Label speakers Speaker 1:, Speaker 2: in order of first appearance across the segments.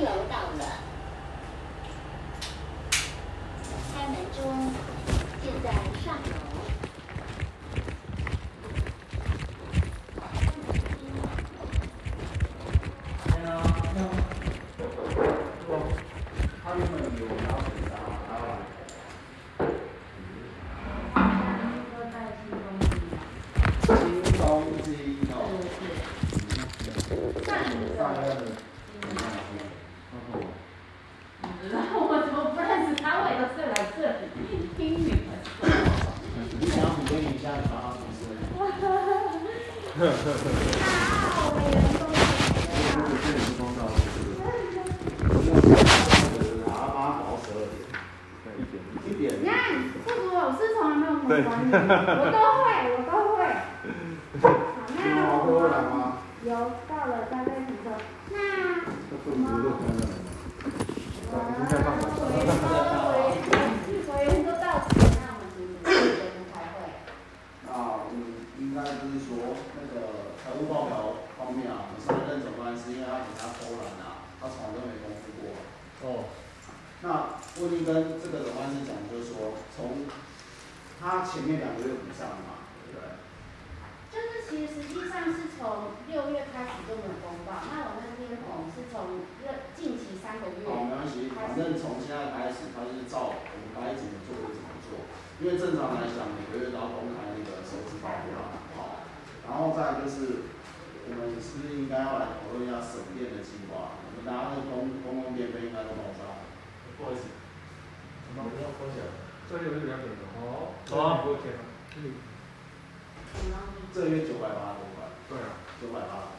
Speaker 1: 楼到了。开门中就在上楼。
Speaker 2: 先生，不，他们有拿水啥拿碗？清东西哦，大概的，嗯，你想五个以下的啥不是？这个这是公道，是阿妈饶舌一点一点，
Speaker 3: 有到了，大概什么时候？那
Speaker 2: 这不不就真的了吗？
Speaker 3: 我委员都到齐，那我们几点钟开会？
Speaker 2: 那嗯，应该就是说那个财务报表方面啊，我上任总办是因为他给他偷懒啊，他从来都没公布过。啊
Speaker 4: 哦，
Speaker 2: 那我已经跟这个总办事讲，就是说从他前面两个月补上嘛，对不对？
Speaker 3: 就是其实实际上是从六月开始就没有公告，那我那边我们是从热近期三个月
Speaker 2: 好，没关系，反正从现在开始，他就是照我们该怎么做就怎么做，因为正常来讲，每个月都要公开那个收支报表，好，然后再来就是我们是不是应该要来讨论一下省电的计划？我们大家的公公共电费应该都报上，
Speaker 5: 不好意思，我们不要分享。
Speaker 4: 这里有两点钟。
Speaker 5: 好，
Speaker 4: 走啊！我天哪，
Speaker 3: 什么？
Speaker 2: 这月九百八十多块，
Speaker 4: 对啊，
Speaker 2: 九百八，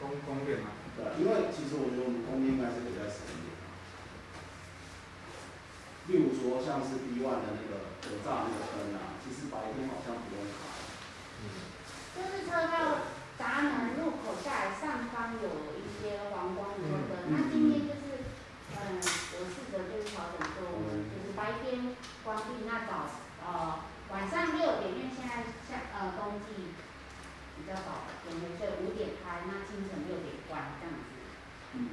Speaker 4: 公公电啊，
Speaker 2: 对，因为其实我觉得我们公电应该是可以再省一点，例如说像是 B one 的那个油炸那个灯啊，其实白天好像不用开。
Speaker 3: 就是车到闸门入口下来上方有一些黄光以后的，那今天就是，嗯，我试着就是调整说，我们就是白天关闭，那早呃晚上六点，因为现在下呃冬季比较早，我们是五点开，那清晨六点关这样子。
Speaker 2: 嗯，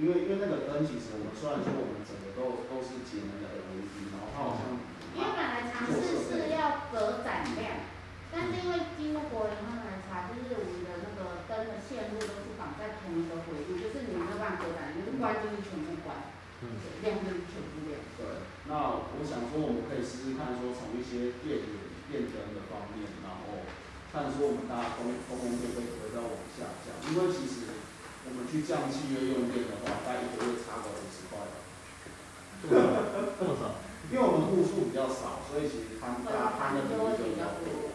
Speaker 2: 因为因为那个灯，其实我们虽然说我们整个都都是节能的 LED，然后它好像
Speaker 3: 因为本来尝试是要隔展量，但是因为经过国营他们来查，就是我们的那个灯的线路都是绑在同一个轨路，就是你没有办法隔展，你就是关就是全部关，亮就是全部亮。
Speaker 2: 对。那我想说，我们可以试试看，说从一些电源、电灯的方面，然后看说我们大家公公共电费不会再往下降，因为其实我们去降契约用电的话，大概一个月差个五十块。
Speaker 4: 这么少？
Speaker 2: 因为我们户数比较少，所以其实摊大家摊的比
Speaker 3: 就
Speaker 2: 例
Speaker 3: 会
Speaker 2: 就
Speaker 3: 比
Speaker 2: 比较
Speaker 3: 较
Speaker 2: 多。
Speaker 3: 多。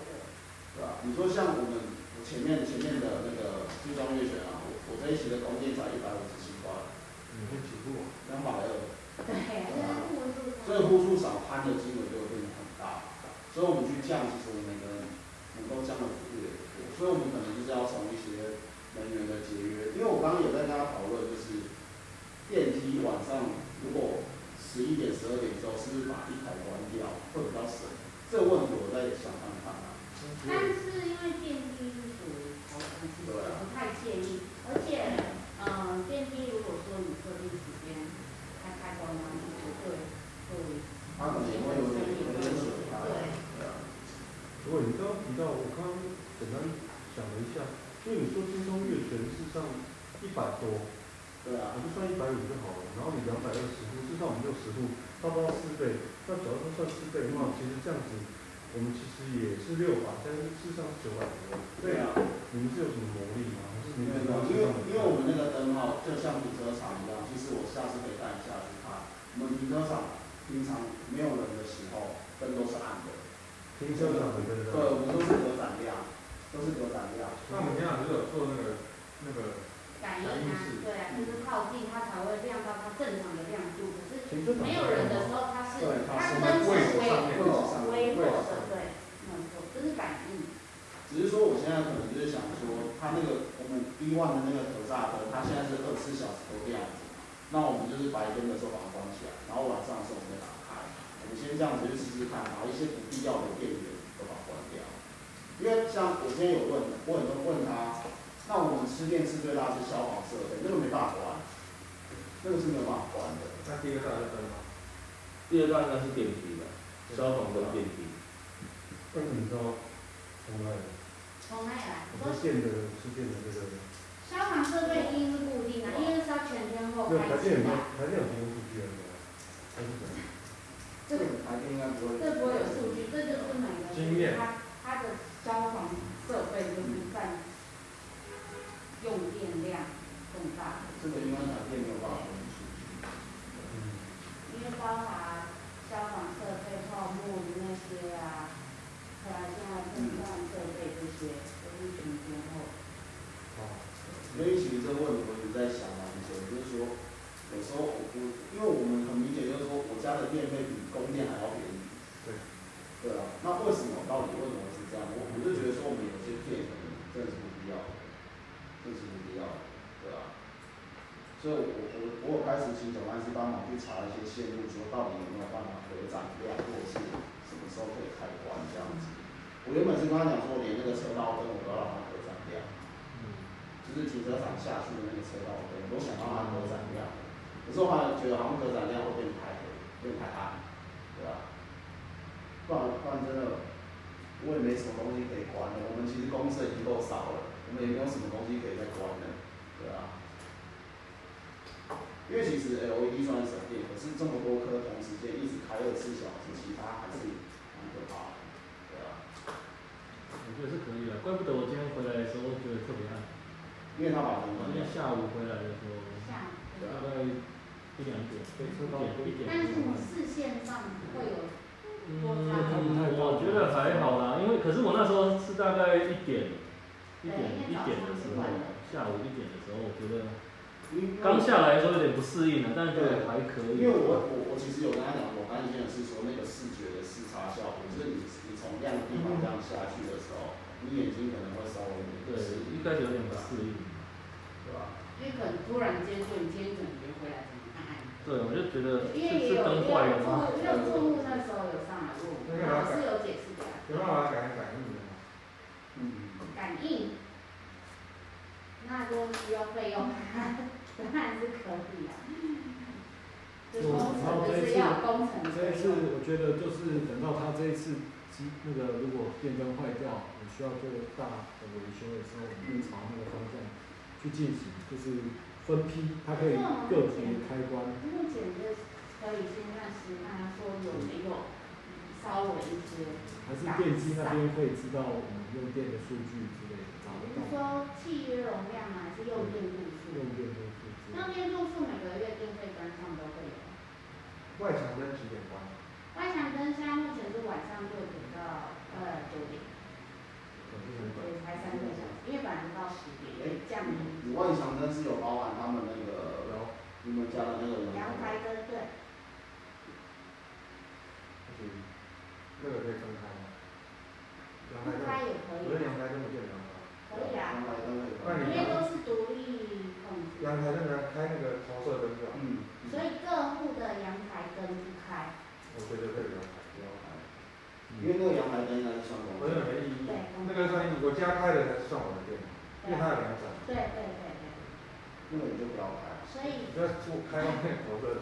Speaker 2: 对吧？你说像我们我前面前面的那个西装月选啊，我我这一期的工件才一百五十七块，
Speaker 4: 你会几步啊？
Speaker 2: 两百二，
Speaker 3: 对，就是互助。
Speaker 2: 所以户数少摊的金额就会变得很大，所以我们去降，其实我们每个人能够降的幅度也不多，所以我们可能就是要从一些能源的节约，因为我刚刚有在跟他讨论，就是电梯晚上如果十一点十二点之后，是不是把一台关掉会比较省？这个问题我在想看看啊。
Speaker 3: 但是因为电梯是属于头层，其实我不太建议，而且，嗯，电梯如果说你特定时间开开关关，其实会会。
Speaker 2: 它可能也会有点有点水啊，对啊。
Speaker 5: 如果你刚刚提到，我刚刚简单想了一下，因为你说精通月权事实上一百多，
Speaker 2: 对啊
Speaker 5: 我，就算一百五就好了，然后你两百二十户，至少我们六十户，差不多四倍。那假如说算四倍的话，其实这样子，我们其实也是六百，但是事实上是九百多。
Speaker 2: 对啊，
Speaker 5: 你们是有什么魔力吗？还是你
Speaker 2: 因为
Speaker 5: 们知道
Speaker 2: 因为因为我们那个灯号就像停车场一样，其实我下次可以带你下去看。我们停车场平常没有人的时候，灯都是暗的。
Speaker 5: 停车场的对
Speaker 2: 对，
Speaker 5: 不
Speaker 2: 我们都是隔闪亮，都是隔闪亮。
Speaker 4: 那我们家长就有做那个那个，
Speaker 3: 感应啊，对啊，就是靠近它才会亮到它正常的亮度。可是
Speaker 5: 停车场
Speaker 3: 没有人的时候，它是
Speaker 2: 对
Speaker 3: 它灯是微弱、
Speaker 2: 位
Speaker 3: 微弱
Speaker 2: 置
Speaker 3: 的，对，没错，这是感应。
Speaker 2: 只是说我现在可能就是想说，它那个我们 B one 的那个格栅灯，它现在是二十四小时都这样子。那我们就是白天的时候把它关起来，然后晚上的时候我们再打开。我们先这样子去试试看，把一些不必要的电源都把它关掉。因为像我今天有问，我很多人问他，那我们吃电是最大是消防设备，那个没办法关。那个是没有办法关的。
Speaker 4: 那第一个大就分了。
Speaker 6: 第二道应该是电梯吧，消防跟电梯。
Speaker 5: 但是你知道，从来
Speaker 3: 从那里来，我
Speaker 5: 我们
Speaker 3: 说
Speaker 5: 县的是县的这个，
Speaker 3: 消防设备一定是固定的，因为是要全天候
Speaker 5: 那
Speaker 3: 开
Speaker 5: 台
Speaker 3: 启
Speaker 5: 电有
Speaker 3: 的
Speaker 5: 没有，台电有提供数据了没有？还是怎么样？
Speaker 3: 这个
Speaker 2: 台电应该不会。
Speaker 3: 这不会有数据，这就是每个
Speaker 4: 经验
Speaker 3: 它它的消防设备就是占用电量更大，
Speaker 2: 这个应该台电没有办法跟你说。
Speaker 5: 嗯。
Speaker 3: 因为包含消防设备、泡沫那些啊，还有现在电
Speaker 4: 嗯
Speaker 3: 算设备这些都是全天候。
Speaker 2: 所以其实这个问题我一直在想蛮久，就是说，有时候我不，因为我们很明显就是说，我家的电费比供电还要便宜。
Speaker 4: 对。
Speaker 2: 对啊，那为什么到底为什么是这样？我我就觉得说，我们有些电可能真的是不必要的，真的是不必要的，对啊。所以我我我有开始请总干事帮忙去查一些线路，说到底有没有办法可涨量，或者是什么时候可以开关这样子。我原本是跟他讲说，我连那个车道灯我都要让它可涨量。就是停车场下去的那个车道灯，我想让它可展亮，可是我好像觉得好像可展亮会变太黑，变太暗，对吧、不然不然真的，我也没什么东西可以关的。我们其实公司已经够少了，我们也没有什么东西可以再关的，对啊。因为其实 LED 算省电，可是这么多颗同时间一直开二十四小时，其他还是蛮可怕的，对啊。
Speaker 7: 我觉得是可以的，怪不得我今天回来的时候觉得特别暗，
Speaker 2: 因为它把
Speaker 7: 我
Speaker 2: 灯关
Speaker 7: 今天，
Speaker 2: 掉
Speaker 7: 下午回来的时候，
Speaker 3: 像
Speaker 2: 对
Speaker 7: 大
Speaker 2: 啊。
Speaker 7: 概一两点，一点一点
Speaker 3: 但是你视线上会有
Speaker 7: 嗯，我觉得还好啦，因为可是我那时候是大概一点，一点一点的时候，下午一点的时候，我觉得
Speaker 2: 啊因为
Speaker 7: 刚下来的时候有点不适应了，但是觉得还可以。
Speaker 2: 因为我我我其实有跟他讲，我刚才讲的是说那个视觉的视差效果，就是你你从亮的地方这样下去的时候，你眼睛可能会稍微有点不
Speaker 7: 对
Speaker 2: 适，
Speaker 7: 一
Speaker 2: 应
Speaker 7: 开始有点不适应。
Speaker 2: 对吧？
Speaker 3: 因为可能突然间就你今天整天回来怎么暗暗的。
Speaker 7: 对，我就觉得
Speaker 3: 因为
Speaker 7: 呃是
Speaker 3: 也
Speaker 7: 是
Speaker 3: 有
Speaker 7: 灯
Speaker 3: 也有
Speaker 7: 坏了吗？
Speaker 3: 错，也有错误，那时候有上来问我，
Speaker 4: 那个
Speaker 3: 老
Speaker 4: 老
Speaker 3: 师有解释给他
Speaker 4: 有办法改改运的吗？
Speaker 2: 嗯，
Speaker 3: 感应。那如果使用费用， 当然是可以啊。这工程就是要有工程
Speaker 8: 这一
Speaker 3: 费
Speaker 8: 次
Speaker 3: 用，
Speaker 8: 我觉得就是等到他这一次机那个如果电灯坏掉，你需要做大的维修的时候，我们就朝那个方向去进行，就是分批，它可以个别开关。
Speaker 3: 目前就是可以先暂时看他说有没有稍微一些
Speaker 8: 还是电机那边会知道我们用电的数据之类的，找得
Speaker 3: 你是
Speaker 8: 到
Speaker 3: 说契约容量吗？哦还是用电度数？
Speaker 8: 用电的数据。
Speaker 3: 那边度数每个月电费单上都会有。
Speaker 4: 外墙灯几点关？
Speaker 3: 外墙灯现在目前是晚上六点到呃九点，
Speaker 8: 嗯
Speaker 3: 对，才三个小时，因为本来是到十点，有点降临。
Speaker 2: 你外墙灯是有包含他们那个
Speaker 4: 有，
Speaker 2: 你们家的那个人
Speaker 3: 阳台灯对，
Speaker 4: 就是那个可以分开吗？阳
Speaker 3: 不
Speaker 4: 台
Speaker 3: 开也可
Speaker 4: 灯，我
Speaker 3: 以
Speaker 4: 的，阳台灯不见阳台，
Speaker 3: 可以啊，
Speaker 2: 阳台灯可以
Speaker 4: 那
Speaker 3: 因
Speaker 2: 关，
Speaker 3: 为
Speaker 4: 你
Speaker 3: 都是独立控制，
Speaker 4: 阳台那个开那个黄色灯就好，
Speaker 2: 嗯，
Speaker 3: 所以各户的阳台灯不开，
Speaker 4: 我觉得可以阳台。
Speaker 2: 因为那个阳台灯应该是算
Speaker 4: 我
Speaker 2: 公
Speaker 4: 认
Speaker 2: 的，
Speaker 4: 为没意义
Speaker 3: 对，
Speaker 4: 那个算我家开的才是算我的电，因为它有两盏，
Speaker 3: 对对对
Speaker 2: 那个你就不要开。
Speaker 3: 对，所以
Speaker 4: 你要我开到那个黄色灯，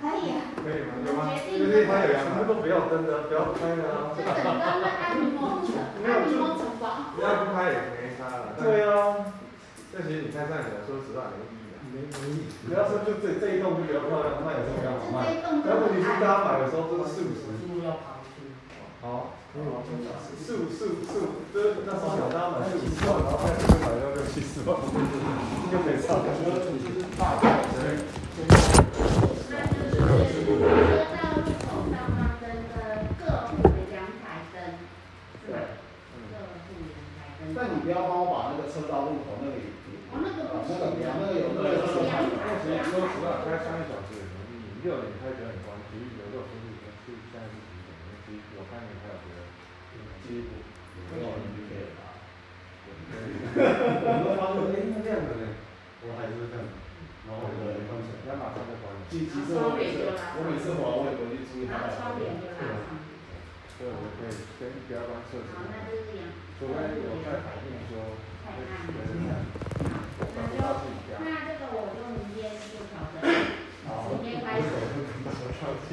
Speaker 3: 可以啊，
Speaker 4: 可以吗？有吗？
Speaker 3: 我决定
Speaker 4: 因为它有阳台，都不要灯的，不要开的啊。
Speaker 3: 就整个那按摩城按摩城堡，
Speaker 4: 不要不拍也没差了。
Speaker 5: 对
Speaker 4: 啊，但其实你看上你来说实话没意义啊。
Speaker 5: 没没意
Speaker 4: 不要说就这这一栋就比较漂亮，那也是比较
Speaker 3: 就
Speaker 4: 好卖。
Speaker 3: 这一栋
Speaker 4: 然后问题
Speaker 3: 很
Speaker 4: 是大
Speaker 3: 暗，
Speaker 4: 家买的时候都是四五十，
Speaker 8: 路要旁听。
Speaker 4: 好，
Speaker 5: 嗯
Speaker 2: 好真的是
Speaker 4: 四五四五四五，就是那时候想大家买四五十万，然后开始买到六七十万，就没差。
Speaker 3: 那就是车道入口上方灯的各户的阳台灯，是吧？各户阳台灯，
Speaker 2: 但你不要帮我把那个车道路口那里，
Speaker 3: 哦那个不
Speaker 2: 那
Speaker 3: 行
Speaker 2: 个不要，那个有那
Speaker 3: 阳
Speaker 2: 个
Speaker 3: 台
Speaker 4: 那其实
Speaker 3: 阳
Speaker 4: 说实话，
Speaker 3: 台
Speaker 4: 开三个小时也容易，六点开表演关，体育有六分钟，去现在是几点？其实我看你还有别的，其实
Speaker 2: 没有你就可以了。
Speaker 4: 我们发现哎，那这样子呢，我还是这样，然后我就没关起来，要马上就关了。
Speaker 2: 其其实我每次我每次滑我也不会去注意它的
Speaker 3: 然后窗帘就拉上
Speaker 4: 所以我可以先不要关设
Speaker 3: 去，
Speaker 4: 置
Speaker 3: 好，，那就是阳
Speaker 4: 除非我在反应说，
Speaker 3: 太
Speaker 4: 会
Speaker 3: 暗
Speaker 4: 觉
Speaker 3: 了。
Speaker 4: 得我
Speaker 3: 那
Speaker 4: 感
Speaker 3: 就
Speaker 4: 觉到自己家。
Speaker 3: 那这个我就明天就调整，
Speaker 2: 好
Speaker 3: 明天开始，明天开始
Speaker 5: 好
Speaker 3: 可能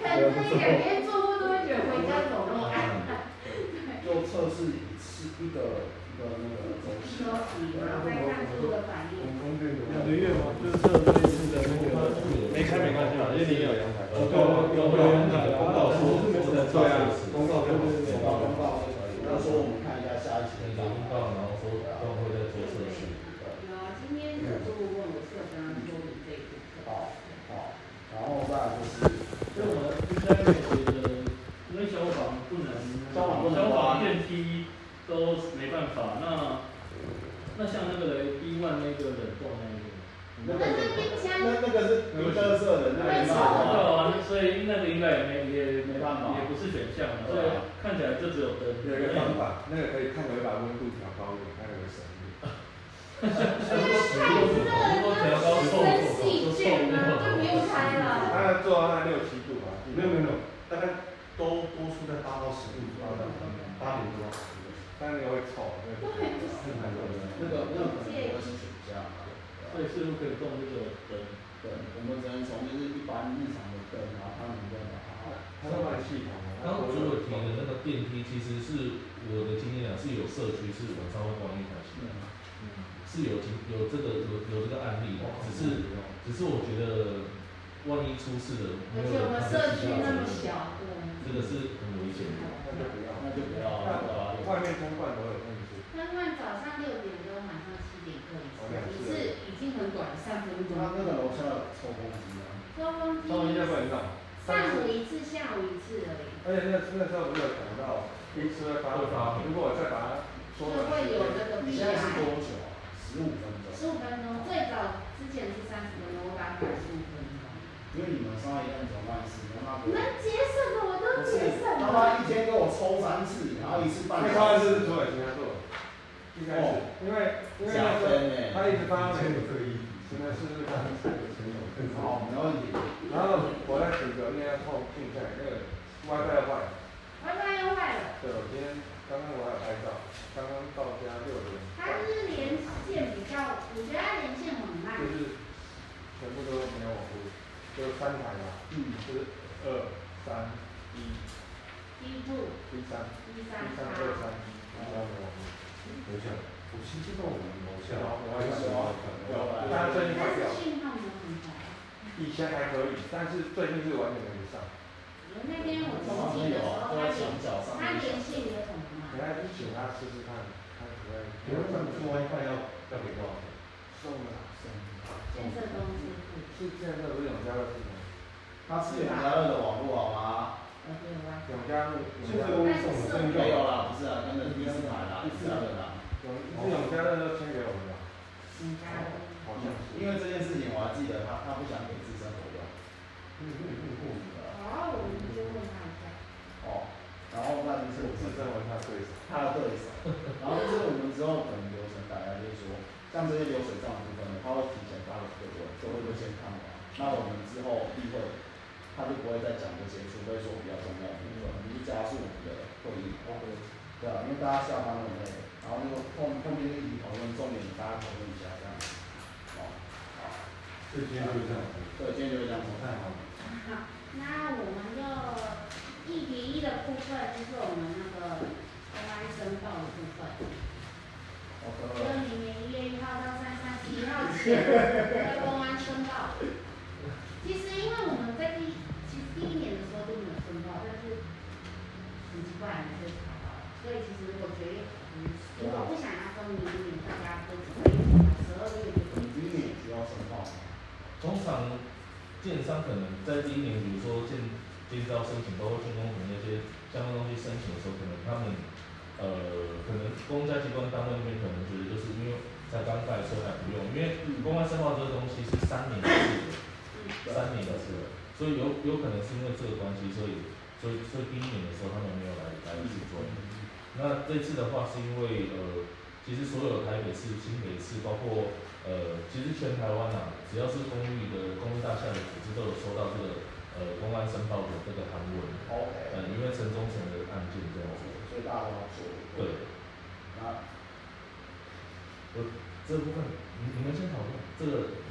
Speaker 3: 这一两天做不多久，回家走路安
Speaker 2: 就测试一次一个一个那个周期。
Speaker 3: 休息，然后再看猪的反应。
Speaker 8: 两个月吗？就是这这一次的那个。
Speaker 4: 没开没关系嘛，因为你也有阳台。
Speaker 8: 有有有阳台，
Speaker 4: 公告
Speaker 8: 但是
Speaker 4: 书，
Speaker 8: 没什么
Speaker 4: 对啊，公告
Speaker 8: 对对对
Speaker 2: 广告公告，那时候我们看一下下一期的公告，然后说
Speaker 3: 有，今天有客户问我社交说明这一部分。
Speaker 2: 好，好，然后再来就是
Speaker 7: 所以我们应该我觉得，因为消防不能，
Speaker 2: 消防不能
Speaker 7: 消
Speaker 2: 关
Speaker 7: 防电梯都没办法。那那像那个雷一万那个冷冻那一个，
Speaker 2: 那个
Speaker 3: 但是冰箱
Speaker 2: 那那个是冰特色的，那个没办
Speaker 7: 对
Speaker 2: 法，
Speaker 7: 啊，所以那个应该也没也没也不是选项了，所以看起来就只有灯。
Speaker 4: 有一个方法，那个可以看可以把温度调高一点，看有没有省力。
Speaker 3: 分细菌啊，就不用猜了。
Speaker 4: 他做到他六七度吧，
Speaker 5: 没有没有没有，大概都多数在八到十度左右，八点多。
Speaker 4: 但那个会臭。那
Speaker 2: 那
Speaker 4: 个
Speaker 2: 个那个可能不会是选项啊。
Speaker 7: 所以是不是可以动这个灯？
Speaker 2: 对，我们只能从就是一般日常的灯，然后他们再把它
Speaker 4: 它是卖系统的。它
Speaker 9: 刚刚
Speaker 4: 不
Speaker 9: 主
Speaker 4: 会
Speaker 9: 委提的那个电梯，其实是我的经验啊，是有社区是晚上会关一台系统，是有经有这个有有这个案例的，只是只是我觉得万一出事了，
Speaker 3: 而
Speaker 9: 没有
Speaker 3: 且我
Speaker 9: 人
Speaker 3: 们
Speaker 9: 看
Speaker 3: 社
Speaker 9: 得
Speaker 3: 区
Speaker 9: 清
Speaker 3: 那么
Speaker 9: 楚
Speaker 3: 小，
Speaker 9: 这个是很危险的。
Speaker 4: 那就不要。
Speaker 2: 那就不要
Speaker 4: 那
Speaker 2: 了，对吧？
Speaker 4: 外面通灌都有问题。
Speaker 3: 他们早上六点跟晚上七点各一哦次，一啊次已经很短，三分钟。
Speaker 2: 那那个楼下抽风机啊，
Speaker 3: 收工
Speaker 4: 稍微应该不能弄。
Speaker 3: 上午一次，下午一次而已，
Speaker 4: 而且那那时候我们有讲到，冰室会发霉，如果我再把它
Speaker 3: 就
Speaker 4: 缩短
Speaker 3: 会
Speaker 4: 时
Speaker 3: 有
Speaker 4: 间，
Speaker 3: 那个
Speaker 2: 你
Speaker 3: B
Speaker 2: 现在
Speaker 3: I
Speaker 2: 是。多久啊？十五分钟，
Speaker 3: 十五分钟，最早之前是三十分钟，我把它改十五分钟。
Speaker 2: 因为你们上一任总干事，让他
Speaker 3: 能节省的我都节省
Speaker 2: 他
Speaker 3: 了。
Speaker 2: 妈一天给我抽三次，然后一次半
Speaker 4: 那
Speaker 2: 小
Speaker 4: 高
Speaker 2: 时，
Speaker 4: 是左耳型他做的，一开
Speaker 5: 哦
Speaker 4: 始，因为因为那
Speaker 2: 加
Speaker 4: 时候
Speaker 2: 分哎、
Speaker 4: 他一直发霉，
Speaker 5: 这个议题。
Speaker 4: 只能试试看。
Speaker 2: 好，没问题。
Speaker 4: 然后我在指责那个后进站那个 WiFi 坏，
Speaker 3: WiFi 又坏了，
Speaker 4: 对，我今天刚刚我还有拍照，刚刚到家六点
Speaker 3: 它
Speaker 4: 半，
Speaker 3: 就是连线比较，我觉得它连线很慢
Speaker 4: 就。是全部都没有网络，就三台嘛，
Speaker 2: 嗯，
Speaker 4: 就是二三一
Speaker 3: 第一步，
Speaker 4: 一三
Speaker 3: 第
Speaker 4: 一
Speaker 3: 三
Speaker 4: 三
Speaker 3: 趴，
Speaker 4: 二三一，然后没有网络，
Speaker 5: 我想，我其实到我们
Speaker 4: 然
Speaker 5: 楼
Speaker 4: 后
Speaker 5: 下，
Speaker 4: 我还想有，但最近坏
Speaker 3: 但。
Speaker 4: 掉
Speaker 3: 是讯号没有很好。
Speaker 4: 以前还可以，但是最近是完全跟不上。
Speaker 3: 我那天我重庆的时候，它连
Speaker 2: 角
Speaker 3: 它连线也很
Speaker 4: 等
Speaker 3: 慢。
Speaker 4: 下去请他试试看，他可不可以？
Speaker 5: 你们上次 WiFi 要要给多少钱？
Speaker 2: 送了，送
Speaker 3: 建设公司付，
Speaker 4: 是现在不是永嘉的事吗？
Speaker 2: 他是永家乐的网络好吗？
Speaker 3: 呃，对吧？
Speaker 4: 永嘉路，永嘉
Speaker 3: 但
Speaker 4: 路，
Speaker 3: 是设备
Speaker 2: 没有啦，不是啊，跟着第四台啦，第四台的啦。
Speaker 4: 永是永嘉路都签给我们了，
Speaker 3: 请加的。
Speaker 4: 好像是。
Speaker 2: 因
Speaker 5: 嗯
Speaker 2: 为这件事情我还记得他，他不想给自身活用。
Speaker 3: 哦，我们就问他一下。
Speaker 2: 哦，然后那就是我
Speaker 4: 是
Speaker 2: 们
Speaker 4: 真文他对手，
Speaker 2: 他的对手，然后就是我们之后可能流程改来就是说，像这些流水账的部分，他会提前发给各位，各位就先看完。那我们之后例会，他就不会再讲这些，除非说比较重要的部分，我们就加速我们的会议。对啊，因为大家下班都很累，然后就后后面就一起讨论重点，大家讨论一下这样子。哦，好，
Speaker 5: 这今天嗯
Speaker 4: 哦
Speaker 5: 就这样子。
Speaker 2: 对，今天就是这样子。
Speaker 5: 太好了。
Speaker 3: 好，那我们就一比一的部分，就是我们那个公安申报的部分，就
Speaker 2: OK，
Speaker 3: 是明年一月一号到三三十一号前要公安申报。其实因为我们在第其实第一年的时候就没有申报，但是很奇怪没被查到，所以其实我觉得，嗯，如果不想要分明年，大家都可以十二月就可
Speaker 2: 你第一
Speaker 3: 以
Speaker 2: 年只要申报吗？
Speaker 9: 通常建商可能在第一年，比如说建建造申请，包括竣工图那些相关东西申请的时候，可能他们呃，可能公家机关单位那边可能觉得就是因为才刚盖，所以还不用，因
Speaker 2: 哎
Speaker 9: 为公安申报这个东西是三年一次的，三年一次的，所以有有可能是因为这个关系，所以所以所以第一年的时候他们没有来来得及做。
Speaker 2: 嗯
Speaker 9: 那这次的话是因为呃，其实所有台北市、新北市，包括呃，其实全台湾啊，只要是公寓的公寓大厦的组织都有收到这个呃公安申报的这个函文，
Speaker 2: 嗯 OK，
Speaker 9: 呃，因为城中城的案件这样子。
Speaker 2: 所以大家都要做。
Speaker 9: 对，
Speaker 2: 那
Speaker 9: 我这这部分你你们先讨论这个，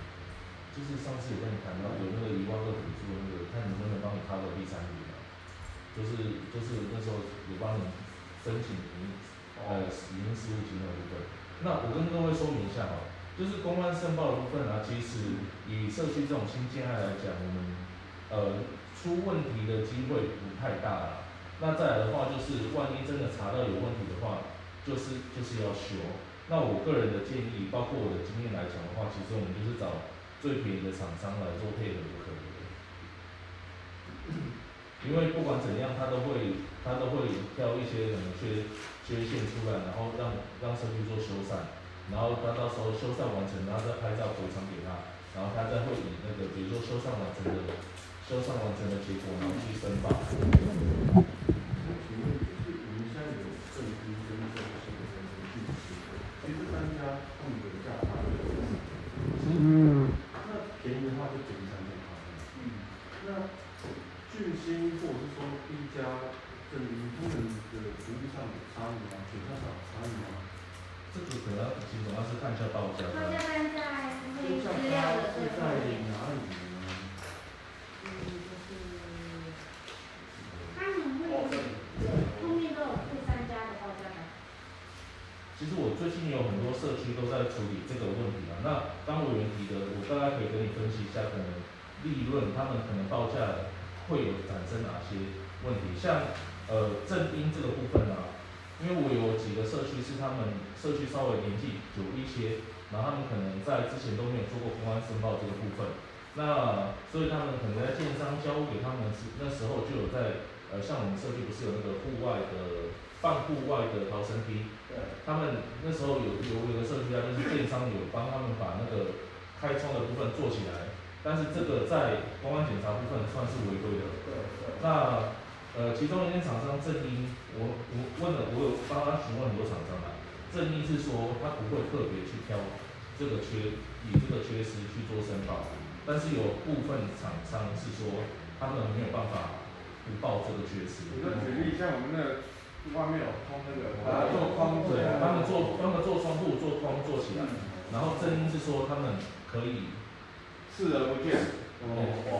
Speaker 9: 就是上次有跟你谈到有那个一万个补助的那个，看能不能帮你 cover 第三笔嘛，就是就是那时候有帮你申请营呃营十五级的部分。那我跟各位说明一下哈，就是公安申报的部分啊，其实以社区这种新建案来讲，我们呃出问题的机会不太大了。那再来的话，就是万一真的查到有问题的话，就是就是要修。那我个人的建议，包括我的经验来讲的话，其实我们就是找最便宜的厂商来做配合就可以了。 因为不管怎样，它都会它都会挑一些可能缺缺陷出来，然后让让社区做修缮，然后他到时候修缮完成，然后再拍照回传给他，然后他再会以那个比如说修缮完成的修缮完成的结果，然后去申报。
Speaker 5: 请问就是我们现在有政府跟这个新的政府去协会，其实商家他们的价差是多少？嗯那便宜的话就便宜三千块。嗯。那巨星或者是说一家嗯正营他们的服务上有差异吗？品相上有差异吗？
Speaker 9: 这个可能要其实主要是看一下报价
Speaker 3: 那要。
Speaker 9: 的
Speaker 3: 不然在会
Speaker 5: 就像
Speaker 3: 资料
Speaker 5: 它
Speaker 3: 的
Speaker 5: 是
Speaker 3: 最
Speaker 5: 在
Speaker 3: 后面。
Speaker 5: 哪里呢？
Speaker 3: 嗯，就是他们会有后面都有第三家的报价吗？
Speaker 9: 其实我最近有很多社区都在处理这个问题啊。那当委员提的，我大概可以跟你分析一下，可能利润他们可能报价会有产生哪些问题。像呃正音这个部分啊，因为我有几个社区是他们社区稍微年纪久一些，然后他们可能在之前都没有做过公安申报这个部分。那所以他们可能在建商交付给他们时，那时候就有在呃，像我们社区不是有那个户外的半户外的逃生梯，
Speaker 2: 对，
Speaker 9: 他们那时候有有有个社区啊，就是建商有帮他们把那个开窗的部分做起来，但是这个在公安检查部分算是违规的。
Speaker 2: 对，对。
Speaker 9: 那呃，其中一间厂商正英，我我问了，我有帮他询问很多厂商啊，正英是说他不会特别去挑这个缺以这个缺失去做申报，但是有部分厂商是说他们没有办法不报这个缺失。
Speaker 5: 你就举例像我们那个外面有通那个，
Speaker 9: 把它做框对，他们做他们做窗户做框做起来，然后正音是说他们可以，
Speaker 5: 视而不见。
Speaker 9: 哦
Speaker 5: 哦，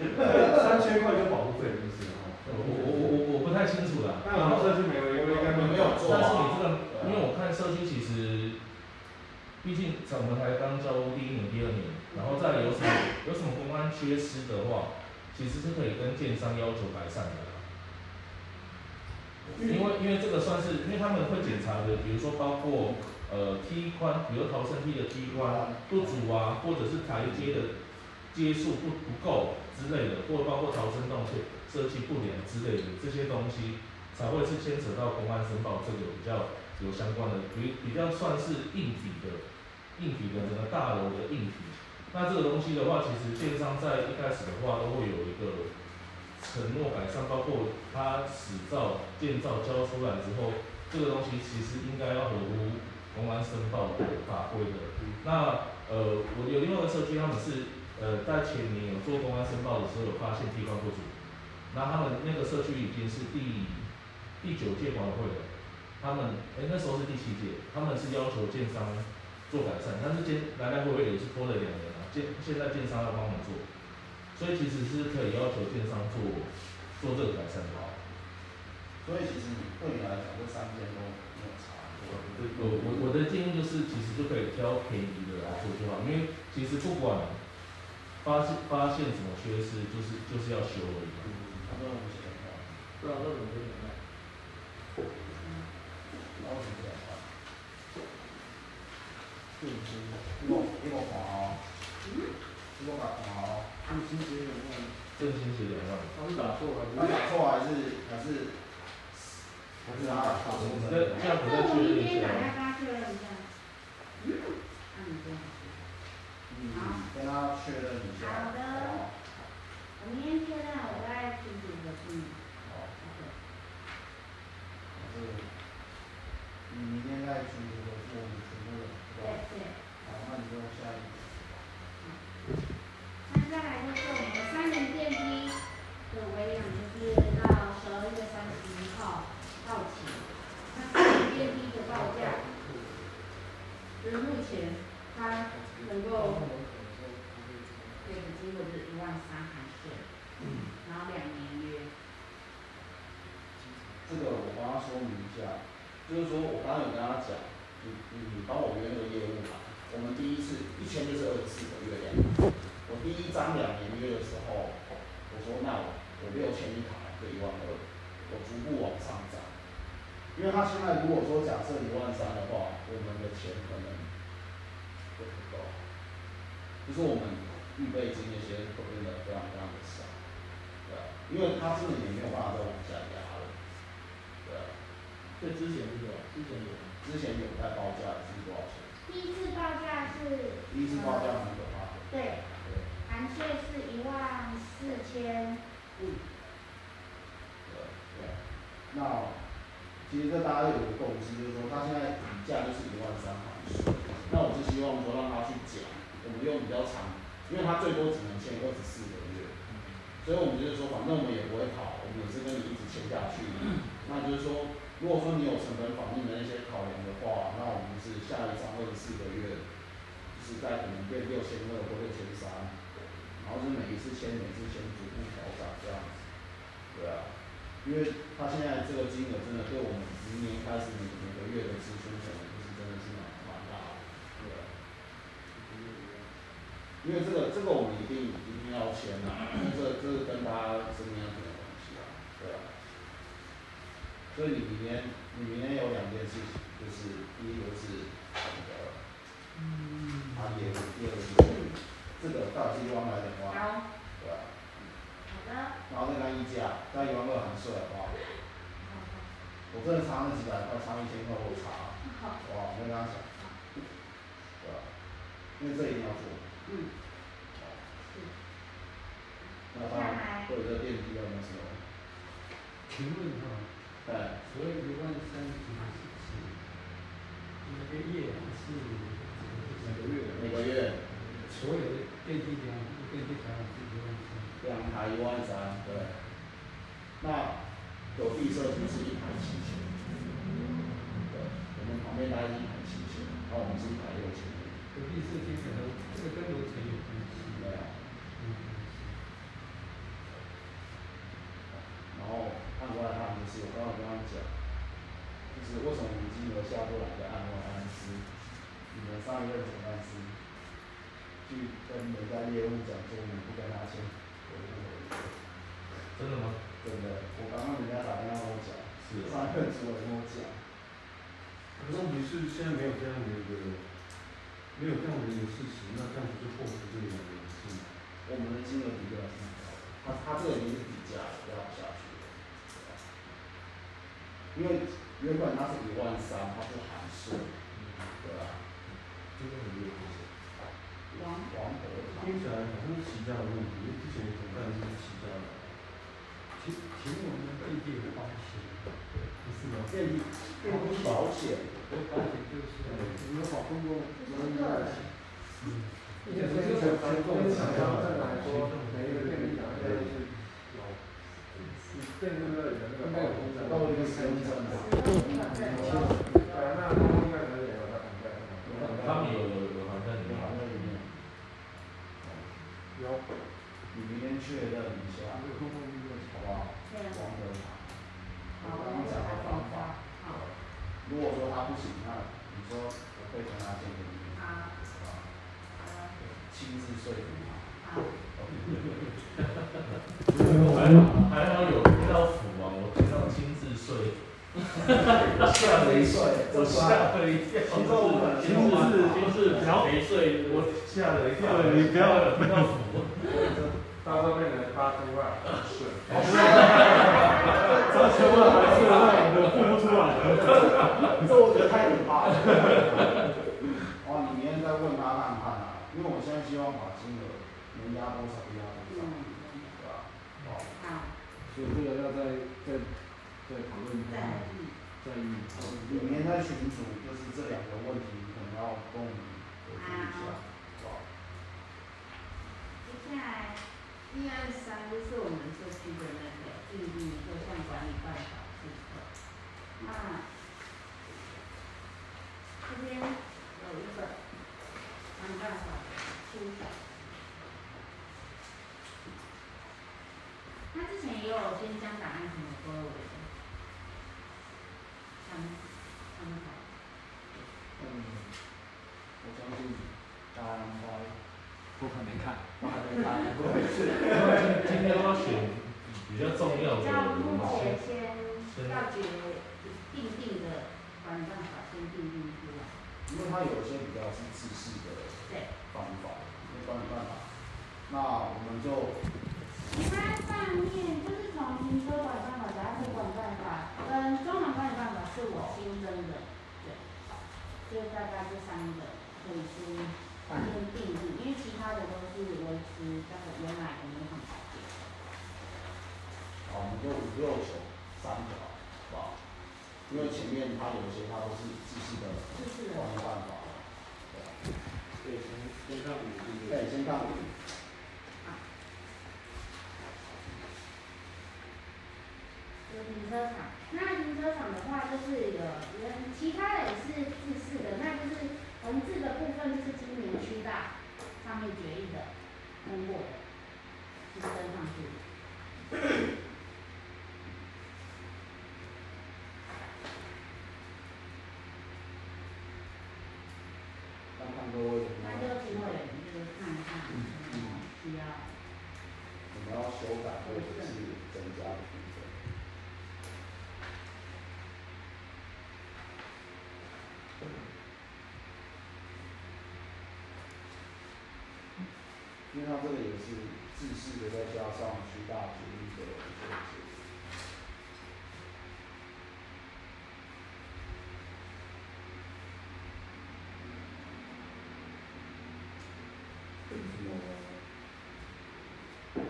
Speaker 5: 三千块就保护费的意思哦。
Speaker 9: 我我我我我不太清楚啦。
Speaker 5: 那我们社区没有，因为应该没有
Speaker 4: 哦
Speaker 5: 做
Speaker 9: 但是你
Speaker 5: 啊。
Speaker 9: 这个，因为我看社区其实，毕竟我们才刚交屋第一年、第二年，然后再有什么有什么公安缺失的话，其实是可以跟建商要求改善的啦。因为因为这个算是，因为他们会检查的，比如说包括呃梯宽，比如逃生梯的梯宽不足啊，或者是台阶的接数不不够之类的，或包括逃生洞设设计不良之类的这些东西，才会是牵扯到公安申报这个比较有相关的，比比较算是硬体的，硬体的整个大楼的硬体。那这个东西的话，其实建商在一开始的话都会有一个承诺改善，包括它始造、建造交出来之后，这个东西其实应该要合乎公安申报的法规的。那呃，我有另外一个社区，他们是呃在前年有做公安申报的时候有发现地方不足，那他们那个社区已经是第第九届管委会了，他们哎、那时候是第七届，他们是要求建商做改善，但是建来来回回也是拖了两年了、建现在建商要帮我们做，所以其实是可以要求建商做做这个改善的。
Speaker 2: 所以其实你对你来讲，这三间都没有差多。
Speaker 9: 我我我的建议就是，其实就可以挑便宜的来做就好，因为其实不管发现发现什么缺失，就是就是要修而已嘛。
Speaker 2: 反正我们写的，
Speaker 7: 不然那怎么可以买？
Speaker 2: 然后写的。对，一个一个黄哦，一个白黄哦，
Speaker 5: 你心情有没有？
Speaker 9: 正兴是两万，
Speaker 5: 他们打错
Speaker 2: 那
Speaker 5: 还是？
Speaker 2: 打错还是还是还是哪打错？
Speaker 9: 那这样子再
Speaker 3: 那我
Speaker 9: 确
Speaker 3: 明
Speaker 9: 认一
Speaker 3: 天
Speaker 9: 下
Speaker 3: 打。电话确认一下。嗯，那你这样，
Speaker 2: 嗯，跟他确认一下。
Speaker 3: 好的我明天确认，我再提醒一个嗯。
Speaker 2: 好。是，
Speaker 3: OK
Speaker 2: 你明天再去回复我们全部的，是吧？
Speaker 3: 对对。
Speaker 2: 好，那你就下一个。
Speaker 3: 那再来就是我们的三人电梯的维养，就是到十二月三十一号到期。那三人电梯的报价，就是目前万伤害税，然后两年约。
Speaker 2: 这个我帮他说明一下，就是说我刚刚有跟他讲，你你你帮我约个业务嘛，我们第一次一签就是二十四个月两年，我第一张两年约的时候，我说那我我六千一卡可以一万二，我逐步往上涨，因为他现在如果说假设一万三的话，我们的钱可能会不够，就是我们预备金那些都变得非常非常的少，对啊，因为他这个也没有办法再往下压了。对啊，
Speaker 7: 在之前是吧？之前有吗。
Speaker 2: 之前有在报价是多少钱？
Speaker 3: 第一次报价是，
Speaker 2: 第一次报价很可怕。
Speaker 3: 对，
Speaker 2: 对
Speaker 3: 含税是一万四千五，
Speaker 2: 对对。那其实这大家有个共识，就是说他现在底价就是一万三毫升，那我是希望说让他去讲，我们用比较长，因为他最多只能签二十四个月。所以我们就是说，反正我们也不会跑，我们也是跟你一直签下去。那就是说，如果说你有成本反应的那些考量的话，那我们是下一张二十四个月，就是在可能变六千二或六千三，然后是每一次签每次签逐步调涨这样子。对啊，因为他现在这个金额真的对我们明年开始每每个月的支出可能就是真的是蛮蛮大的。对啊。因为这个这个我们一定一定要签啊，因为这这是跟他生命安全有关系啊，对啊。所以你明天你明天有两件事情，就是第一个是那个，他业务，第二个就是这个到底是一万还是两万，
Speaker 3: 好，好
Speaker 2: 对啊。
Speaker 3: 的，好
Speaker 2: 然后再加溢价，加一万二含税好不好？
Speaker 3: 的，
Speaker 2: 我真的差那几百块，差一千块我差，
Speaker 3: 好，
Speaker 2: 哇，我跟他讲，对吧、因为这一定要做。
Speaker 3: 嗯，
Speaker 2: 那当然，或者这电梯要没有什么？
Speaker 5: 请问哈，
Speaker 2: 哎，
Speaker 5: 所以一万三其实是指每个月还是每个月？
Speaker 2: 每个月
Speaker 5: 所有的电梯条，电梯条是一万三。
Speaker 2: 两台一万三，对。那有地社区是一台七千，对，我们旁边大概是一台七千，那我们是一台六千，
Speaker 5: 隔壁社区可能这个跟楼层有关系。
Speaker 2: 对啊。
Speaker 5: 嗯
Speaker 2: 然后按外汉就是我刚刚跟他们讲，就是为什么我们金额下不来的按外汉斯，你们上一任总干事去跟人家业务讲说我们不跟他签合约合约，
Speaker 9: 真的吗？
Speaker 2: 对不对？我刚刚人家打电话跟我讲，
Speaker 9: 是啊。
Speaker 2: 上一任主委跟我讲，
Speaker 5: 可是问题是现在没有这样的一个，没有这样的一个事情，那这样不就破除这两个联系吗？
Speaker 2: 我们的金额比较低，他他这个已经是底价了，压不下去了，对吧因为原本他是一万三，他不含税，对吧？
Speaker 5: 这个很有意思。
Speaker 3: 王
Speaker 2: 王德堂。
Speaker 5: 听起来好像是齐家的问题，因为之前总干事是齐家的。请请问我们内地有保险，不是吗？
Speaker 2: 电力电力保险，
Speaker 5: 有保险就是啊，
Speaker 2: 你们好公公，你们
Speaker 3: 这个
Speaker 5: 嗯，
Speaker 8: 一点就是全共享乡镇来说，每一个电力厂应该都是有，电那个人
Speaker 2: 应
Speaker 8: 那个
Speaker 2: 该有公证，到一个使用证的，
Speaker 8: 对啊，那他们应该可能也有在涵盖的嘛
Speaker 9: 他们有有有好啊像里面。啊
Speaker 2: 那里面，
Speaker 8: 有，
Speaker 2: 你明天确认一下，
Speaker 8: 有公共运动
Speaker 2: 好
Speaker 8: 场
Speaker 2: 不好？
Speaker 3: 对，
Speaker 2: 王德堂，
Speaker 3: 好，我们把它放好，好，
Speaker 2: 如果说他不行，那你说我会跟他见个面，
Speaker 3: 好，
Speaker 2: 好不好？
Speaker 3: 好，
Speaker 2: 亲自说服他。
Speaker 3: 好。
Speaker 9: 还好还好有听到斧王，我听到亲自睡，吓了一
Speaker 2: 睡
Speaker 9: 我吓了一跳。
Speaker 2: 其实我们
Speaker 7: 其实是就是调肥税，我
Speaker 9: 我吓了一跳。
Speaker 7: 对你不要
Speaker 9: 听到斧，
Speaker 8: 到时候变成八千万，是，
Speaker 7: 这千万还是让我们付不出来的。
Speaker 2: 这我觉得太可怕了。哦，你明天再问他看看啊，因为我现在希望把金额能压多少就压多少，
Speaker 3: 嗯，
Speaker 2: 对吧？好，
Speaker 3: 好，
Speaker 8: 所以这个要再再再讨论一
Speaker 3: 对
Speaker 8: 下，，再议
Speaker 2: 你明天在群组就是这两个问题，你可能要跟我们沟通一下，好不好？
Speaker 3: 接下来一二三就是我们社区的那个订立各项管理办法部分。那这边有一本管理办法的书，有先将档案什么归为的，参参考。
Speaker 8: 嗯，我相信大家应该都还没看，都还没看过。
Speaker 9: 今天要选比较重要
Speaker 3: 只
Speaker 9: 的，
Speaker 3: 要
Speaker 9: 我
Speaker 3: 目
Speaker 9: 们
Speaker 3: 前
Speaker 9: 先
Speaker 3: 先要决定定的，管办法先定定出来。
Speaker 2: 因为它有一些比较是自式的
Speaker 3: 对，
Speaker 2: 方法，没办法。那我们就
Speaker 3: 它上面就是从停车管办法、杂物管办法跟中航管理办法是我新增的，对，就大概这三个可以先先定义，因为其他的都是维持那个原来的那种改变。
Speaker 2: 好，啊我们就五六九三条，好不好？因为前面它有一些它都是自式的
Speaker 3: 自式的
Speaker 2: 管理办法，对吧？
Speaker 4: 对，先先看五第六
Speaker 2: 对，先看五。
Speaker 3: 有停车场，那停车场的话就是有人，其他的也是自式的，那就是文字的部分就是经营区大上面决议的通过的，就是登上去的。
Speaker 2: 看看各位有
Speaker 3: 那
Speaker 2: 没有
Speaker 3: 就请委员就是看一看有没有需要，
Speaker 2: 我们要修改或者是增加的部分。因为它这个也是自式的，再加上区大决议的一个结果。
Speaker 5: 什么？呃，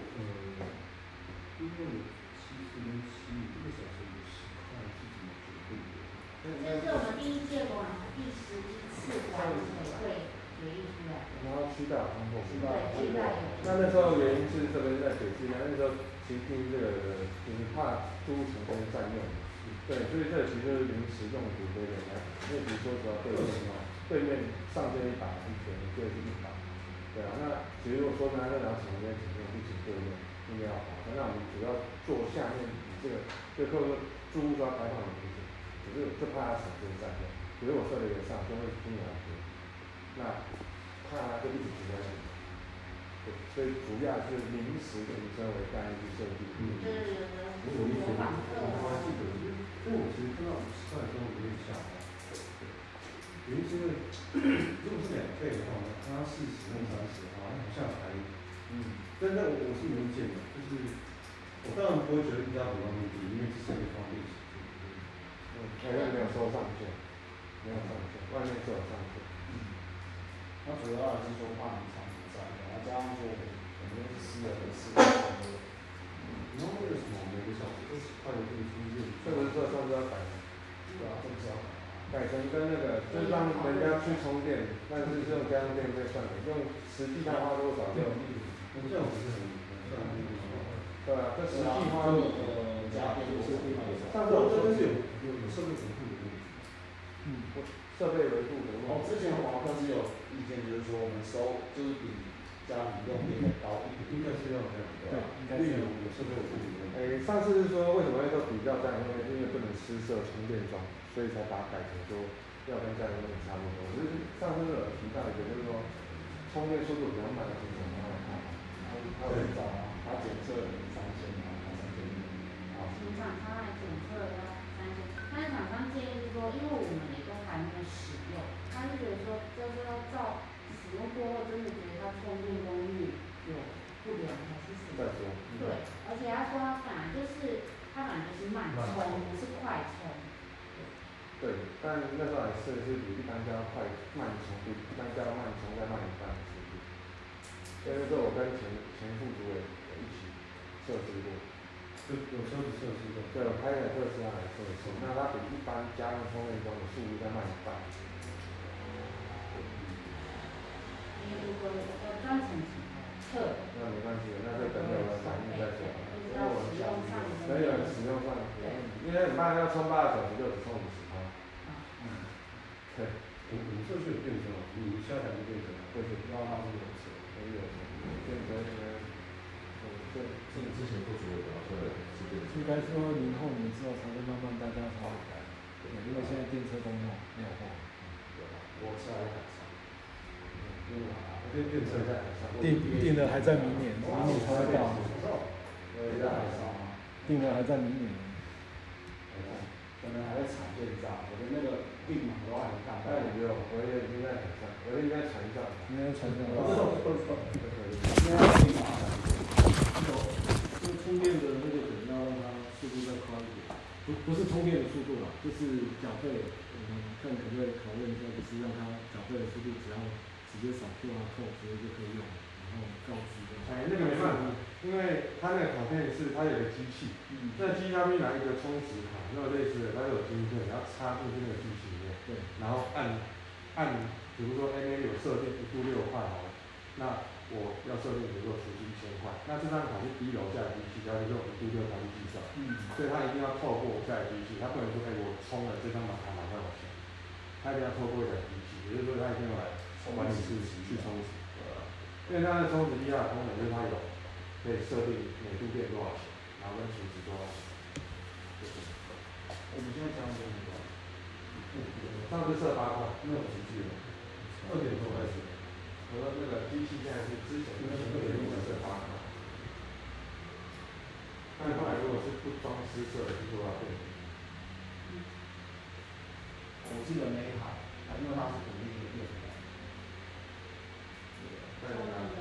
Speaker 5: 因为我其实能骑一个小时五十块是怎么决定的？
Speaker 3: 这是我们第一届管第十一次管委会决议出来的，
Speaker 4: 然后区大通过。
Speaker 2: 区大
Speaker 3: 对，期待
Speaker 4: 那那时候原因是这边在北京，那时候其实定这个你怕租城跟占用，对，所以这个其实就是临时用途这个来，因为比如说只要对面嘛，对面上这一把是便宜，这是一把，对啊，那其实如果说拿这两什么跟前面不请对面，应该要划算，那我们主要做下面你这个，这客户住户要开放的意思，可是就怕他产生占用，比如我设了一个上，就会听你来听，那怕他就一直停在那里。对，所以主要是临时停车为单一设计。
Speaker 5: 嗯
Speaker 3: 就是有的
Speaker 5: 我有一
Speaker 3: 模
Speaker 5: 点
Speaker 3: 仿
Speaker 5: 不
Speaker 3: 课
Speaker 5: 太
Speaker 3: 啊
Speaker 5: 记得，因为我其实看到五十块的时候我有点吓到。原因是因为，如果是两倍的话，它四十用三十的话，好像还，嗯，但但我我是没意见的，就是我当然不会觉得应该不让面因为这是一个方便行政的问题
Speaker 4: 嗯，前面没有收上去，没有上去，外面是有上去。
Speaker 2: 那主要还是说怕你长期占用，那这样做我们就是私人的私人的场合
Speaker 5: 然后为了什么每个小时二十块的这个租金，
Speaker 4: 这不是说上次要改吗，
Speaker 2: 对啊，这个是要改啊
Speaker 4: 改成跟那个，就是让人家去充电，但是是用家用电费算的，用实际上花多少就，
Speaker 5: 我这样不是很很很那个吗？
Speaker 4: 对啊，这
Speaker 2: 对
Speaker 4: 实
Speaker 2: 啊
Speaker 4: 际花
Speaker 2: 就
Speaker 4: 多
Speaker 2: 你的
Speaker 4: 少？
Speaker 2: 家电有设备没有？
Speaker 4: 上次
Speaker 5: 但是
Speaker 4: 我设
Speaker 5: 我这就是
Speaker 4: 备
Speaker 5: 有有有设备维护的问题，
Speaker 4: 设备维护的
Speaker 2: 哦
Speaker 4: 问，题，
Speaker 2: 之前华克是有意见，就是说我们收就是比家里用电的高一点，
Speaker 5: 应该是要这样的，
Speaker 2: 对吧？
Speaker 5: 因为有有设备维护的问题。
Speaker 4: 诶，上次是说为什么要说比较占用电，因为不能施设充电桩，所以才把它改成说要跟占用电差不多。只是上次有提到一个，就是说充电速度比较慢的情况下。
Speaker 2: 他他有找他检测三千啊，他三千啊，
Speaker 3: 请厂商来检测的三千，但是厂商建议是说，因为我们也都还没有使用，他就觉得说，就是要照使用过后，真的觉得它充电功率有不良还是什
Speaker 4: 再
Speaker 3: 么？
Speaker 4: 说，
Speaker 3: 对，而且他说他反而就是他反而就是慢充，不是快充。
Speaker 4: 对，但那时候还是是比一般家快慢充，比一般家慢充再慢一半的速度。所以那时候我跟前前副主委一起设置过，
Speaker 5: 就有时候是有这个，
Speaker 4: 对，我开了特斯拉来测试，那它比一般家用充电桩的速度再慢一半。
Speaker 3: 因为我我专程请测，
Speaker 4: 那没关系，那就等有人反应再说。
Speaker 3: 就是要使用上
Speaker 4: 等有人啊使用上，因为你爸要充八个小时，就只充五十
Speaker 3: 啊
Speaker 4: 块， 对，
Speaker 5: 我我们社区有电车嘛，你们下两个电车嘛，
Speaker 4: 就是
Speaker 5: 让它是有车。
Speaker 4: 可以有。变成呃，我这
Speaker 9: 这个之前不足的，然后出来是电
Speaker 8: 应该说零后年之后才会慢慢大家才会改。对，因为现在电车都没有没有货，
Speaker 2: 我在海上，
Speaker 5: 因为我对电车在海上，
Speaker 8: 定定的还在明年，明年才会到，
Speaker 2: 我也在海上啊，
Speaker 8: 定的还在明年。
Speaker 2: 可能还在产建造，我的那个病嘛都还没看
Speaker 4: 那你没有，我也应该海上，我也应该船上。
Speaker 8: 应该传承
Speaker 2: 我
Speaker 5: 嗯
Speaker 8: 到
Speaker 2: 现在病嘛，
Speaker 8: 就充电的那个可能要让它速度再快一点，不不是充电的速度啦，就是缴费，我们看可不可以讨论一下，就是让它缴费的速度只要直接扫 QR code 直接就可以用，然后告知这样。
Speaker 4: 哎，那个没办法，因为它那个卡片是它有个机器，
Speaker 8: 嗯，
Speaker 4: 那机器上面拿一个充值卡，那种类似的，它有金币，然后插进去那个机器里面，
Speaker 8: 对，
Speaker 4: 然后按按，比如说 A A 有设定一度六块好了，那我要设定比如说储蓄一千块，那这张卡是一楼下的机器，它就用一度六张计算，
Speaker 8: 嗯，
Speaker 4: 所以它一定要透过下一个机器，它不能说哎我充了这张马卡马上有钱，它一定要透过一台机器，也就是说它一定要来管理去去充值。因为它的充值第二功能就是它有可以设定每度电多少钱，然后跟储值多少钱。
Speaker 2: 我们现在讲的很多，
Speaker 4: 上次设八块，
Speaker 2: 那我几句了，
Speaker 4: 二点多开始。我说那个机器现在是之前那个月我设八块，但后来如果是不装私设的，就要变
Speaker 2: 我记得没喊，因为它是鼓励一个变频的，
Speaker 4: 但
Speaker 3: 那个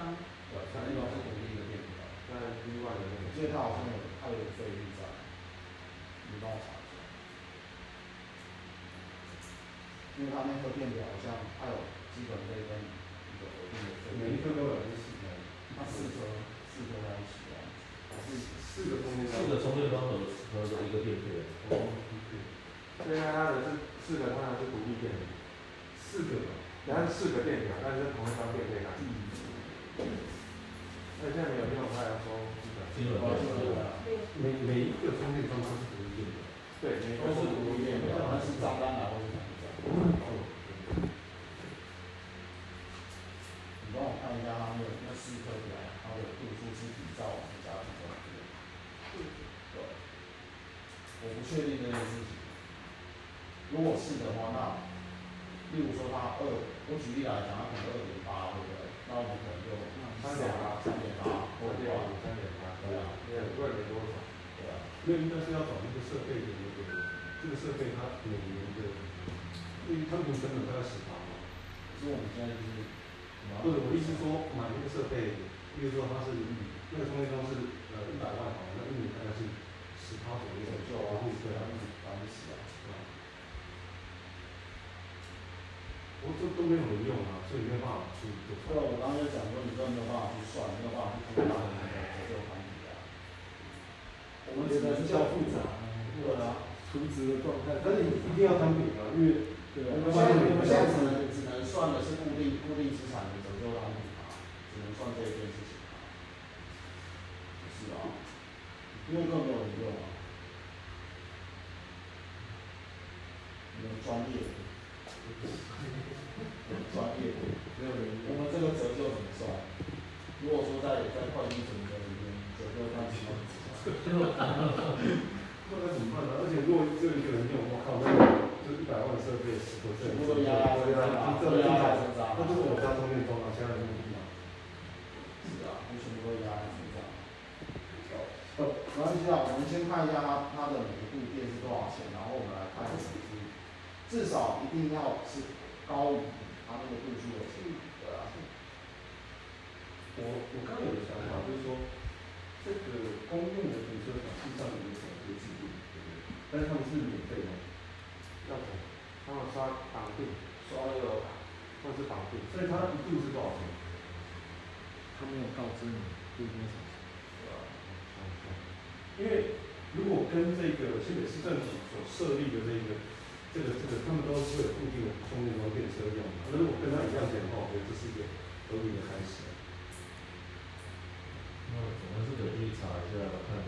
Speaker 2: 三六是鼓励一个变频的，
Speaker 4: 但 B one 的
Speaker 2: 我
Speaker 4: 那个
Speaker 2: 记得它好像有它有费率在，你帮我查一下，因为它那个变表好像它有基本费跟一个额定的费
Speaker 4: 每一
Speaker 2: 率，
Speaker 4: 个都有一起的，
Speaker 2: 它四折四折在一起啊，还是
Speaker 4: 四个充电
Speaker 9: 四个充电桩和和一个电池，
Speaker 4: 所以它的是四个，它的是独立电源，
Speaker 5: 四个吧，
Speaker 4: 然后是四个电表，但是同一张电可以拿。那现在没有用，它要收基本。
Speaker 9: 基本上
Speaker 5: 每每一个充电桩都是独立电的，
Speaker 4: 对，每
Speaker 2: 都
Speaker 4: 个
Speaker 2: 是
Speaker 4: 是
Speaker 2: 鼓励变表，但是账单来会是怎么讲？你帮我看一下他们那四颗表，它的度数是比照我们家这个表。对，我不确定这件事情。如果是的话，那例如说它二，我举例来讲，它可能二点八，对不对？那我们可能就
Speaker 5: 嗯
Speaker 2: 啊
Speaker 4: 三点八
Speaker 2: 三点八，
Speaker 4: 我掉了三点八，
Speaker 2: 对啊，
Speaker 4: 也不会没多少。
Speaker 2: 对啊。
Speaker 5: 那应该是要找一个设备的那个，这个设备它每年的，因为它们成本大概十八嘛。
Speaker 2: 所以我们现在就是，
Speaker 5: 不是，我意思说买那个设备，比如说它是那个充电桩是呃一百万好了，那一年大概是十趴左
Speaker 2: 有
Speaker 5: 右的
Speaker 2: 救啊，
Speaker 5: 投入
Speaker 2: 对
Speaker 5: 对
Speaker 2: 啊
Speaker 5: 啊，，
Speaker 2: 百分之十啊。
Speaker 5: 我这都没有人用啊，所以没有办法处理多
Speaker 2: 对，
Speaker 5: 少。
Speaker 2: 我刚刚就讲说，你根本没有办法去算，没有办法去看它的那个折旧环比啊。我们只能是较复杂，对啊。
Speaker 8: 储值的状态，
Speaker 5: 但是你一定要摊平啊，因为
Speaker 8: 对
Speaker 2: 我们
Speaker 8: 啊，
Speaker 2: 现在我们现在只能只能算的是固定固定资产的折旧拉比啊，只能算这一件事情啊。是啊，因为更没有人用啊。没有专业，没有专业，
Speaker 8: 没有人
Speaker 2: 我们这个折旧怎么算？如果说在在会计准则里面，折旧看什么？
Speaker 5: 那该怎么办呢？而且如果只有一个人用，我靠，那个就一百万设备十个
Speaker 2: 全部都压在身上啊，
Speaker 5: 这
Speaker 2: 都压在
Speaker 5: 样
Speaker 2: 身上啊
Speaker 5: 那。就是我家充电桩啊，其他人用不了。
Speaker 2: 是啊，我全部都压在身上。呃，没关系啊，我们先看一下它它的每一度电是多少钱，然后我们来看数据，至少一定要是高于它那个度数的钱，对啊。
Speaker 5: 我我刚有个想法，就是说，这个公用的停车场事实上有一个奖学制度，对不对？但是他们是免费的，
Speaker 4: 要怎？他们刷绑定
Speaker 2: 刷那个
Speaker 4: 或是绑定，
Speaker 5: 所以它一度是多少钱？
Speaker 8: 他没有告知你对多少钱，
Speaker 4: 哦
Speaker 5: 因为如果跟这个新北市政府所设立的这个这个这个，他们都是有固定的充电桩电车用的，那如果跟它一样钱的话，我觉得这是一个合理的开始。啊
Speaker 9: 那总之这个可以查一下看，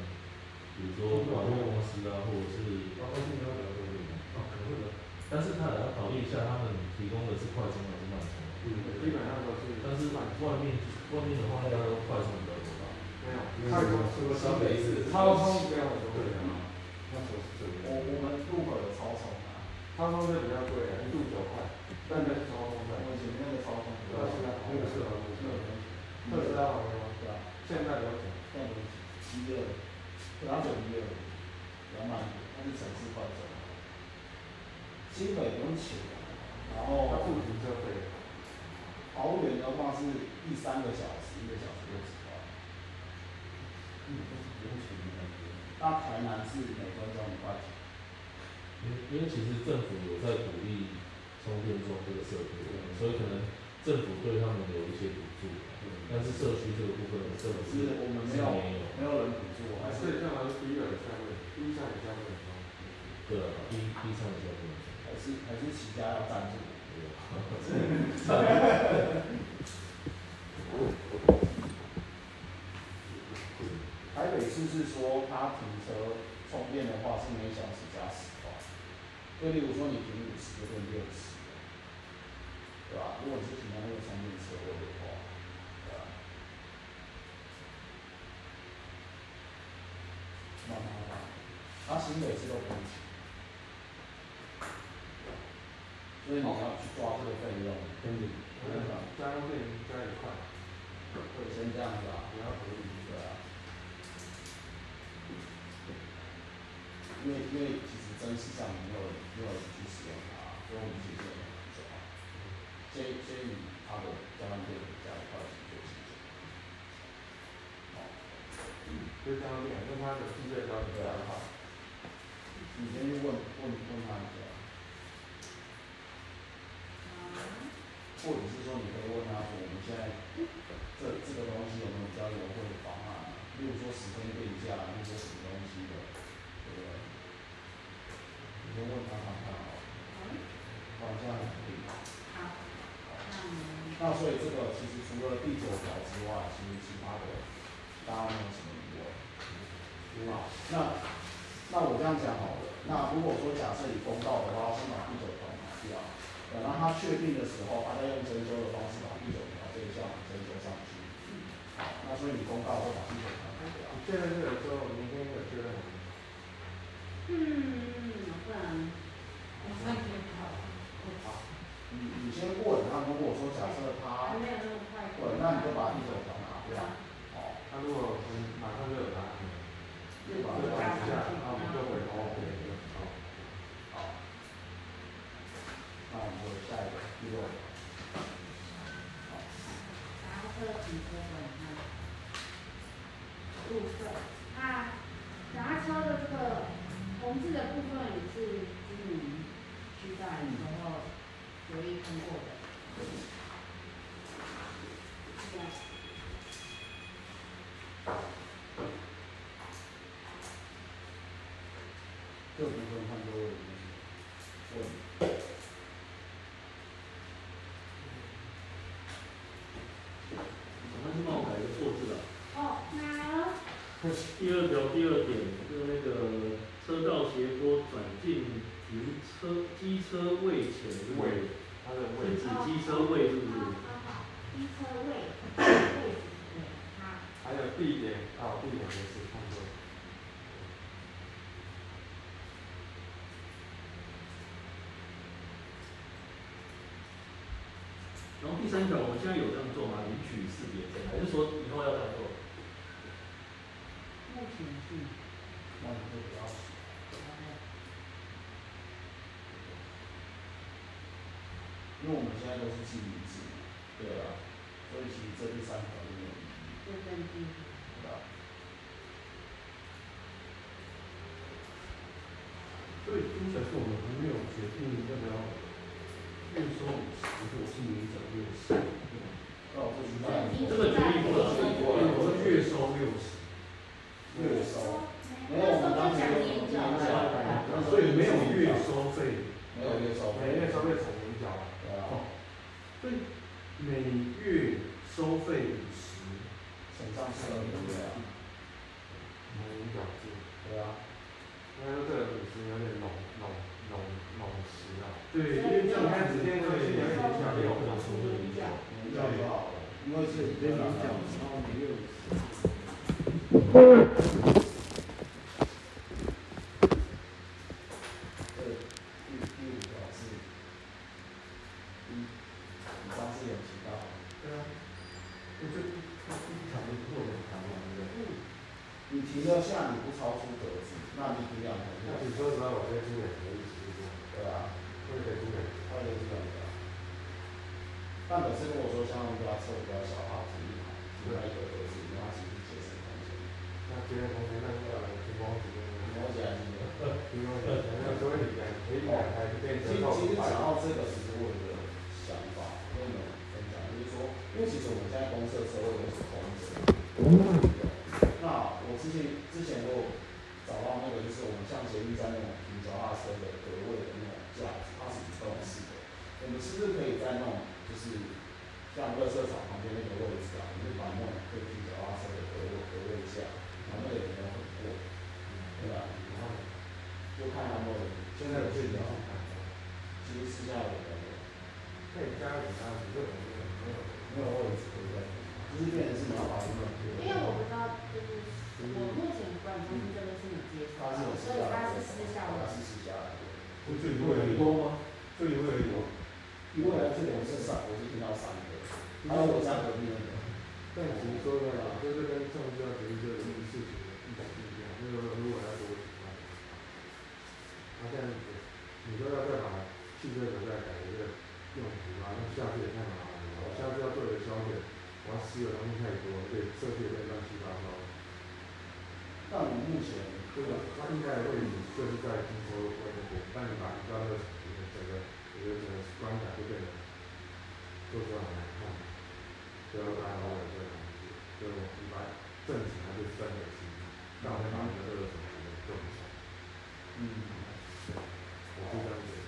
Speaker 9: 比如说广告公司啊，或者是，
Speaker 4: 哦
Speaker 5: 然后现在要聊这个啊，可能的，
Speaker 9: 但是他也要考虑一下他们提供的是快充还是慢充。
Speaker 5: 嗯，
Speaker 4: 基本上都是
Speaker 9: 但是外面外面的话要快充比较多吧，
Speaker 4: 没有，因为
Speaker 2: 泰国
Speaker 4: 我
Speaker 2: 除了
Speaker 4: 上
Speaker 2: 新
Speaker 4: 北
Speaker 2: 北
Speaker 4: 市
Speaker 2: 市，
Speaker 4: 是
Speaker 2: 他们比较多。
Speaker 4: 对啊，那时候是这
Speaker 2: 我
Speaker 4: 样。
Speaker 2: 我们入口有超充啊，
Speaker 4: 他说那比较贵啊，一度九块，但那是超空
Speaker 2: 我
Speaker 4: 的。
Speaker 2: 们前面那个超充比
Speaker 4: 对
Speaker 2: 较
Speaker 4: 啊，是
Speaker 2: 多
Speaker 4: 啊，那个是好东西。
Speaker 2: 那
Speaker 4: 特
Speaker 2: 个
Speaker 4: 斯拉好用吗？
Speaker 2: 对吧？
Speaker 4: 现在了解。
Speaker 2: 但我一个，然后一个两百，那是城市快充，新北不用钱，然
Speaker 4: 它
Speaker 2: 后
Speaker 4: 付停车费，
Speaker 2: 桃园的话是第三个小时，一个小时六十块。
Speaker 4: 不用钱的感觉。
Speaker 2: 嗯那台南是每分钟五块钱，
Speaker 9: 因为因为其实政府有在鼓励充电桩这个设备，所以可能政府对他们有一些补助，但是社区这个部分政
Speaker 2: 可
Speaker 9: 府
Speaker 2: 是
Speaker 9: 是
Speaker 2: 我们没
Speaker 9: 是
Speaker 2: 有
Speaker 9: 没有，
Speaker 2: 没有人补助啊
Speaker 4: 还，是这样还是第一个价位，第一站的价位很高。
Speaker 9: 对啊，第第三个项目，
Speaker 2: 还是还是起家要赞助。
Speaker 9: 对啊
Speaker 2: 台北市是说它停车充电的话是每小时加十块，就例如说你停五十就变六十，对吧？如果你是停在那个充电车位的话，对吧？蛮麻烦，它新北市都不用钱，所以你要去抓这个费用，
Speaker 4: 跟你，加油费加一块，
Speaker 2: 会先这样子啊。
Speaker 4: 你要合理。
Speaker 2: 对啊，因为因为其实真实上没有没有人去使用它，所以我们其实也没有很抓。所以所以它的交换费加一块钱就行了。哦，
Speaker 4: 就这样练，跟他的世界观比较好。
Speaker 2: 你先去问问问他一下，或者是说你可以问他说我们现在这这个东西有没有比较优惠的方案，例如说十天定价，例如说什么东西的，对不对？你先问他看看好了。好像很不一样
Speaker 3: 好，那我们
Speaker 2: 那所以这个其实除了第九条之外，其实其他的大家没有什么疑问。好，那那我这样讲好了。那如果说假设你公告的话，先把第九条拿掉，等到他确定的时候，他再用征收的方式把第九条这一项征收上去。好，那所以你公告会把第九条拿掉。
Speaker 4: 现在这个时候，明天有确认。
Speaker 3: 嗯，不然我上去好，
Speaker 2: 你你先过，那如果说假设
Speaker 3: 还
Speaker 2: 他
Speaker 3: 没有那么快。
Speaker 2: 对，那你就把第九条拿掉。好，
Speaker 4: 他如果马上就有答案，
Speaker 2: 就把
Speaker 4: 就
Speaker 2: 这个
Speaker 4: 打一下，然后我们就回头给。好，
Speaker 2: 好，那我们就下一个第六条。
Speaker 3: 然后会有几个人呢？部分，那拿车的这个红字的部分也是居民区段然后决议通过的。这样
Speaker 2: 这部分看都有问题。问题
Speaker 10: 那是帮我改一个错字啊。
Speaker 3: 哦，那
Speaker 10: 第二条第二点就是那个车道斜坡转进停车机车位前是不是
Speaker 4: 他的位
Speaker 10: 是
Speaker 4: 置
Speaker 10: 指机车位是不
Speaker 3: 好
Speaker 10: 是？
Speaker 3: 好好，机车位位置对，好。
Speaker 4: 还有地点，啊，地点也是看过。
Speaker 10: 然后第三条我们现在有这样做吗？领取识别证，还是说以后要这样做？
Speaker 3: 目前是
Speaker 2: 那你就不要写。因为我们现在都是记名字嘛，
Speaker 10: 对啊。
Speaker 2: 所以其实这第三条就没有意义，
Speaker 3: 就跟第
Speaker 2: 对吧？
Speaker 4: 所以听起来是我们还没有决定要不要验收五十或者是年缴六十。
Speaker 2: 那我就去看
Speaker 3: 这已经
Speaker 10: 这个决议过了
Speaker 3: 这个决议过了
Speaker 4: 我们月收六十，
Speaker 2: 月收，没有我们当时就没有，
Speaker 4: 所以没有月收费，
Speaker 2: 没有月收，
Speaker 4: 每月收费从年缴啊。
Speaker 2: 对啊，
Speaker 4: 所以每月收费五十，
Speaker 2: 省上是二个月啊，
Speaker 4: 年缴制。
Speaker 2: 对啊，
Speaker 4: 那这个五十有点笼笼笼笼十啊。
Speaker 8: 对，因
Speaker 4: 因为
Speaker 8: 为
Speaker 4: 这
Speaker 8: 这
Speaker 4: 样
Speaker 8: 样
Speaker 4: 看
Speaker 8: 看
Speaker 4: 时
Speaker 8: 时
Speaker 4: 间
Speaker 8: 间
Speaker 4: 会
Speaker 8: 会
Speaker 4: 是年缴六
Speaker 9: 我
Speaker 4: 十。
Speaker 9: 说的理解。
Speaker 2: 年缴就好了，因为是
Speaker 8: 直接领奖，然后每月五十。
Speaker 2: 对，第第五条是，嗯，你上次有提到，
Speaker 4: 对啊，我就一一堂就做两堂嘛，对不对？
Speaker 2: 你停车下你不超出格子，那你停两条
Speaker 4: 那
Speaker 2: 路，
Speaker 4: 你说实话，我在金美可以直播，
Speaker 2: 对啊，
Speaker 4: 我也在金美，
Speaker 2: 换就是两条。但本身如果说像他们家车比较小，它停一排，停在一个格子，那它其实节省空间。
Speaker 4: 那今天同学那个提供提供
Speaker 2: 你了解还是没有？
Speaker 4: 提供，那个所以两可以两台就
Speaker 2: 其
Speaker 4: 变
Speaker 2: 实
Speaker 4: 成六
Speaker 2: 其实
Speaker 4: 百
Speaker 2: 讲。到这个，其实我有一个想法跟你们分享，就是说，因为其实我们现在公司的车位都是空着的。那我之前之前我找到那个，就是我们像捷运站那种停脚踏车的格位的那种架子，它是移动式的。我们是不是可以在那种就是像垃圾场旁边那个位置啊，我们就把那种可以停脚踏车的格位格位架，然后那个也没有很贵，对吧？然后就看他们现在有
Speaker 4: 是
Speaker 2: 去
Speaker 4: 聊
Speaker 2: 聊。啊
Speaker 4: 很大，
Speaker 2: 其实私下有朋友，
Speaker 4: 在家里啊，你就很没有
Speaker 2: 没有位置，对不对？就是变成是麻烦的，
Speaker 3: 因为我不知道，就是我目前不管公司这个是你接手
Speaker 2: 他是有
Speaker 3: 的，所以它是私下
Speaker 2: 他
Speaker 3: 的。
Speaker 2: 是私下的。
Speaker 4: 不最多而已，
Speaker 2: 多吗？
Speaker 4: 最多而已。
Speaker 2: 因为来这里我是三，我是听到三个，还有我在隔壁那个，
Speaker 4: 但其实说的啦，就是跟上次要决定这个事情的意思一样，就是说如果要多的话，那这样子，你说要再把汽车留再改一个用途啊，那下次也太麻烦了。我下次要做的消费，我要吃的东西太多，对设备也乱七八糟。
Speaker 2: 但我目前
Speaker 4: 对吧？它应该的位置就是在金州或者那边，但你把你到那个整个整个整个关卡就变得做出来很难看，不要打扰我这个东西。所以我一般正常它就是三点七，但我会把那个热水做很少，
Speaker 2: 嗯，
Speaker 4: 我是这样觉得。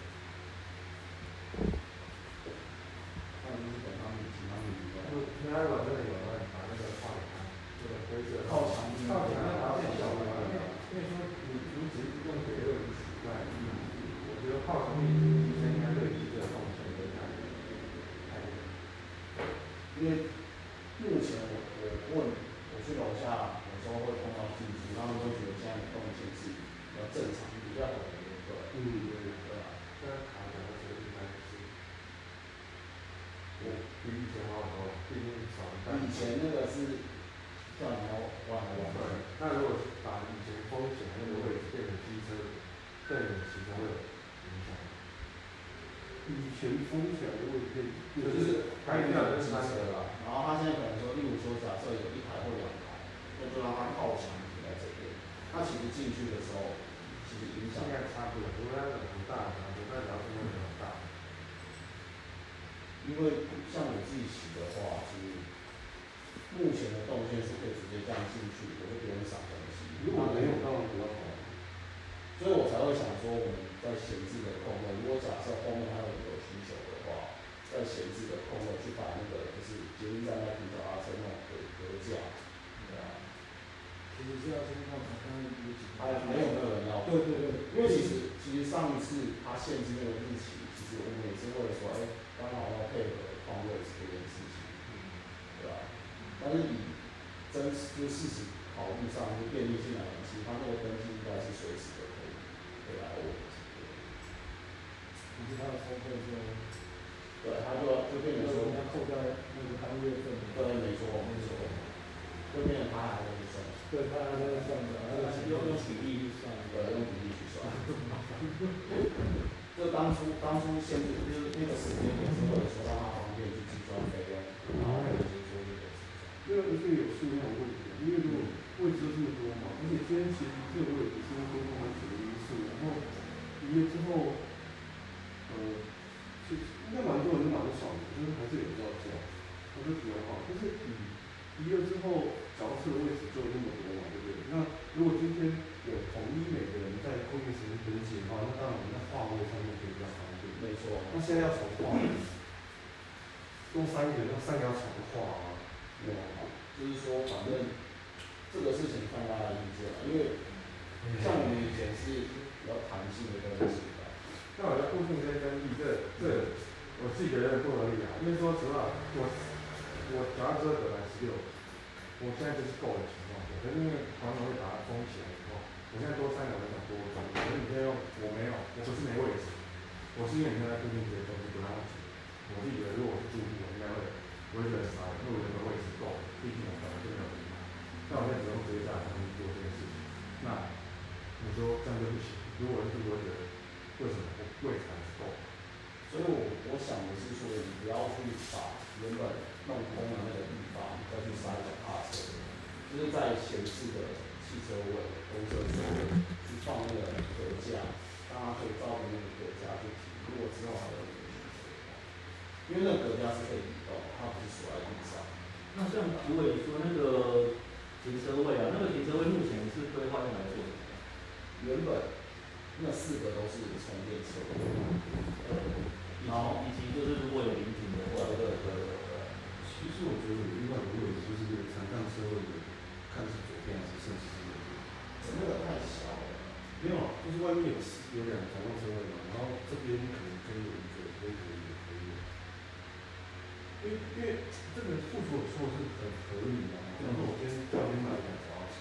Speaker 2: 那就是等他们请他们移
Speaker 4: 就
Speaker 2: 动，
Speaker 4: 平安馆这里有的，把那个画给他，这个灰色
Speaker 2: 靠墙壁
Speaker 4: 靠墙要把它变小嘛，因为因为说你你只是用水热很奇怪，我觉得靠墙壁提升应该对记者放水的感觉。
Speaker 2: 因为目前我我问我去楼下，有时候会碰到进出，他们都觉得现在的动静是比较正常，比较合理的，
Speaker 4: 嗯，对，
Speaker 2: 对吧？
Speaker 4: 虽然卡墙的水应该是，我比以前好很多，毕竟少一半。
Speaker 2: 以前那个是叫你要玩来玩去。
Speaker 4: 那如果把以前风险那个位置变成机车，对你其实会有影响。以前风险的位置变，就是该掉的
Speaker 2: 机
Speaker 4: 三
Speaker 2: 车
Speaker 4: 个
Speaker 2: 啦
Speaker 4: 啦。，
Speaker 2: 然后他现在可能说，例如说，假设有一台或两台，那就让它靠墙停在这边。它其实进去的时候，其实影
Speaker 4: 应
Speaker 2: 响
Speaker 4: 该差不了，除非它很大，很大条是会很大。
Speaker 2: 因为像我自己洗的话，其实目前的动线是可以直接这样进去，我就不用赏东西。
Speaker 4: 如果没有到比较好，
Speaker 2: 所以我才会想说，我们在闲置的空位，如果假设后面还有有需求的话，在闲置的空位去把那个就是捷运站那停脚踏车那种隔隔架，对啊，
Speaker 8: 其实是要先看看看有几
Speaker 2: 还有哎没有没有人要做
Speaker 8: 对对对，
Speaker 2: 因为其实其实上一次他限制那个日期，其实我们也是为了说，哎、刚好要配合换位置这件事情，
Speaker 8: 嗯
Speaker 2: 对吧、但是以真实就事实考虑上，就便利性来讲，其实他那个登记应该是随时都可以回来我。
Speaker 8: 你是他的收费是，
Speaker 2: 对，他就就变成说，
Speaker 8: 要扣在那个单月份
Speaker 2: 对，
Speaker 8: 的，
Speaker 2: 没错没错，就变成他还会去算，
Speaker 8: 对，他还在算的，还在
Speaker 11: 用用体力去算。
Speaker 2: 对，用比例去算。就当初当初限制啊就是那个时间点是为了说让他方便去计算费用，然后可以去做那个计算。
Speaker 4: 因为不是有数量问题，啊因为如果位置这么多嘛，而且今天其实这个位置是因为多空几个因素，然后一月之后，呃，其实应该蛮多人都蛮爽的，但是还是有要交，还是比较好。但是一月之后，找车的位置就那么多嘛，对不对？那如果今天有统一每个人在固定时间登记的话，那当然我们在话位上面就比较方便。
Speaker 2: 没错，
Speaker 4: 那现在要重画，用三个人，用三个要重画啊。
Speaker 2: 没有啊，就是说反正这个事情看大家意见了，啊因为像我们以前是比较弹性的东西吧，
Speaker 4: 那我觉得固定跟登记这这，我自己觉得不合理啊，因为说实话，我我假如说本来十六，我
Speaker 3: 我现在就是够的情况下，可是因为传统会把它封起来以后，我现在多三个人想多装，可是你现在用我没有，我不是没位置，我是因为你现在固定这些东西不让我挤，我是以为如果我是住户，我应该会我会觉得少，因为我人的位置够，毕竟我本来就没有地方，但我现在只用直接在他们做这件事情，那你说这样就不行，如果是住户会觉得为什么我位置还是够？
Speaker 2: 所以我我想的是说，你不要去把原本弄空的那个地方再去塞脚踏车，就是在前置的汽车位、公车车位去放那个隔架，让它可以照着那个隔架去停。如果之后还有人去的话，因为那个隔架是可以移动，它不是锁在地上。
Speaker 9: 那像主委说那个停车位啊，那个停车位目前是规划用来做什么？
Speaker 2: 原本那四个都是充电车呃位，
Speaker 9: 以及以及就是如果有临停的
Speaker 2: 对
Speaker 9: 话，
Speaker 2: 对对对对。
Speaker 4: 其实我觉得我遇到的问题就是这个残障车位的，看是左边还是甚至是右边。
Speaker 2: 那个太小了，
Speaker 4: 没有，就是外面有四有两残障车位嘛，然后这边可能可以有一个，这边可以有可以有。因为因为这个付出的错是很合理的、啊，然后我今天昨天买两脚踏车，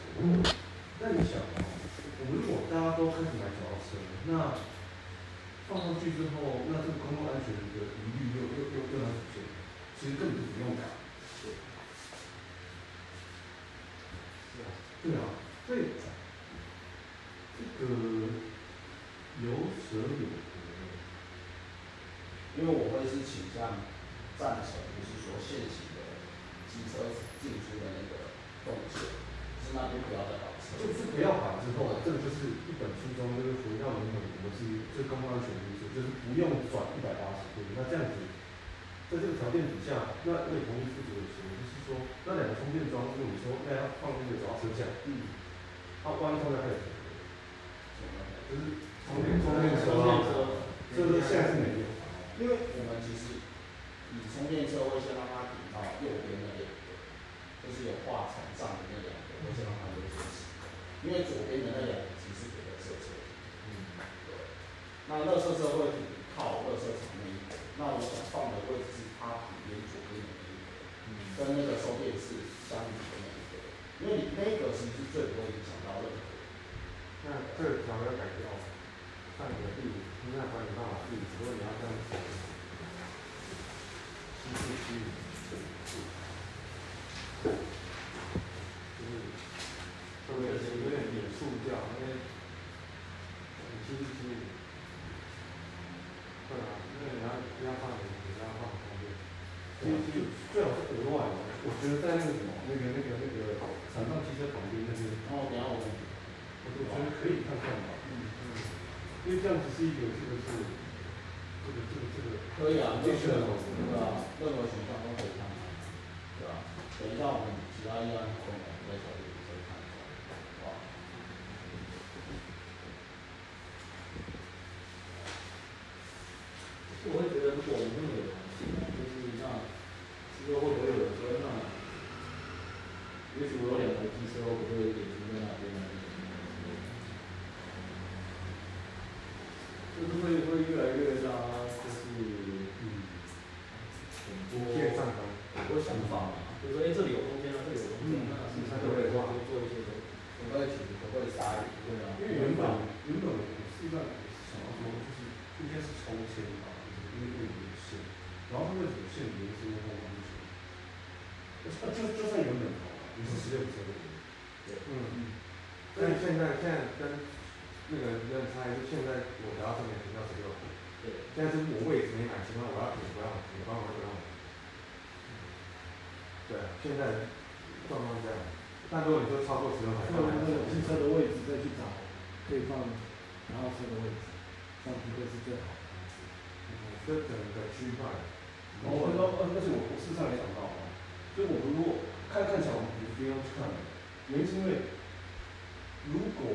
Speaker 4: 那你想哦，我们如果大家都开始买脚踏车，那放上去之后，那这个公共安全的疑虑又又又又来出现，其实根本就不用打。
Speaker 3: 是啊，
Speaker 4: 对啊，所以这个有舍有得，
Speaker 2: 因为我会是倾向赞成，就是说现行的机车进出的那个动线，就是那边不要再搞车。
Speaker 4: 就是不要把之后，这个就是一本书中就是回到原本我们是最公共安全因素，就是不用转一百八十度。那这样子，在这个条件底下，那我也同意副主任说，就是说那两个充电桩，如果你说那要放那个脚踏车架，
Speaker 2: 嗯，
Speaker 4: 它万一放在那里，
Speaker 2: 什么的
Speaker 4: 就是充电充电车
Speaker 9: 充电
Speaker 4: 啊，
Speaker 9: 车
Speaker 4: 这个现在是没有。
Speaker 2: 因为我们其实以充电车会先让它停到右边那两个，就是有画层上的那两个，会先让它优先行。因为左边的那两个其实给了车车。
Speaker 4: 嗯，
Speaker 2: 对，那乐色车会停靠乐色场那一格，那我想放的位置是它旁边左边的那一格，跟那个收电是相邻的那一格，因为你那个其实是最不会影响到任何人。
Speaker 3: 那这个条要改掉，上你的地，现在管理办法地，如果你要这样走，
Speaker 4: 其实是
Speaker 3: 就是会不会有点脸塑掉？因为你其实其实，对啊，因为你要你要放你，你要放空间，
Speaker 4: 其实其实最好是额外的，我觉得在那个什么那个那个那个残障汽车旁边那边，
Speaker 2: 然后等一下我们
Speaker 4: 我都觉得可以看看吧，
Speaker 2: 嗯
Speaker 4: 因为这样子是一个这个是这个这个这个
Speaker 2: 可以啊，
Speaker 4: 这个
Speaker 2: 对啊，任何选项都可以看啊，对啊，等一下我们其他议案后面我们再考虑再看一下，好不好？
Speaker 9: 其实我会觉得如果我们那么有弹性啊，就是那之后会不会有人说那，也许我有两台机车，我会给停在哪边哪边哪边哪边就是会会越来越让它就是
Speaker 4: 嗯，
Speaker 9: 很多
Speaker 3: 线上的，
Speaker 9: 很多想法嘛，就是说哎、这里有空间啊，这里有空间啊，那是不是它就会多做一些东西？
Speaker 2: 不会停，不会塞，
Speaker 9: 对啊，
Speaker 4: 因为原本原本我是在想要说就是应该是抽签吧，就是因为有有限，然后它们有限原因是因为它们安全，就就就算原本好了，你是十六车位，
Speaker 3: 嗯，但是现在现在跟那个人差异，现在我只要这边停到十六分，
Speaker 9: 对。
Speaker 3: 但是我位置没买，起码我要停，我要停，帮我让我。对，现在状况这样。但如果你说超过十六台，
Speaker 12: 就那个机车的位置再去找可以放然后车的位置，这样不会是最好的。
Speaker 3: 这整个区块，
Speaker 4: 然后我而而且我我事实上也想到啊，就我如果看看起来我们不用去看了，原因是因为如果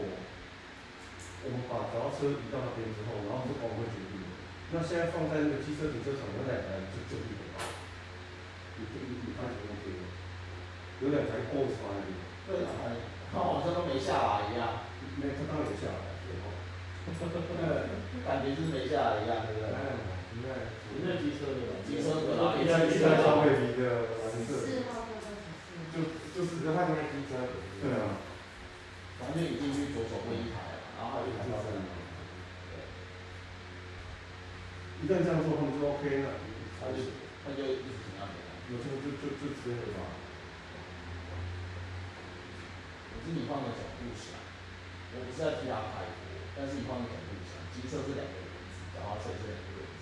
Speaker 4: 我们把脚踏车移到那边之后，然后是光会决定的，那现在放在那个机车停车场那两台就就地了，你这你你看什么问题？有两台过出来的，
Speaker 2: 对啊，它好像都没下来一样，
Speaker 4: 那它当然有下来，然后
Speaker 2: 感觉就是没下来一样，对不对？
Speaker 3: 哎，你看，
Speaker 9: 停在机车的吧，
Speaker 2: 机车的啦，也
Speaker 3: 现在
Speaker 2: 是机
Speaker 3: 现在
Speaker 2: 车的。
Speaker 3: 消费你的完事，
Speaker 13: 事后就会
Speaker 4: 就就
Speaker 2: 就是
Speaker 4: 只是他那个机车，
Speaker 2: 对啊，反正就一进去左手会一排，然后还有一排到三楼。
Speaker 5: 一旦这样做，他们就 OK 了，
Speaker 2: 他就他就一直停到别人。
Speaker 5: 有时候就就就直接回吧。
Speaker 2: 可是你换个角度想，我不是在替他开脱，但是你换个角度想，机车是两个轮子，脚踏车也是两个轮子，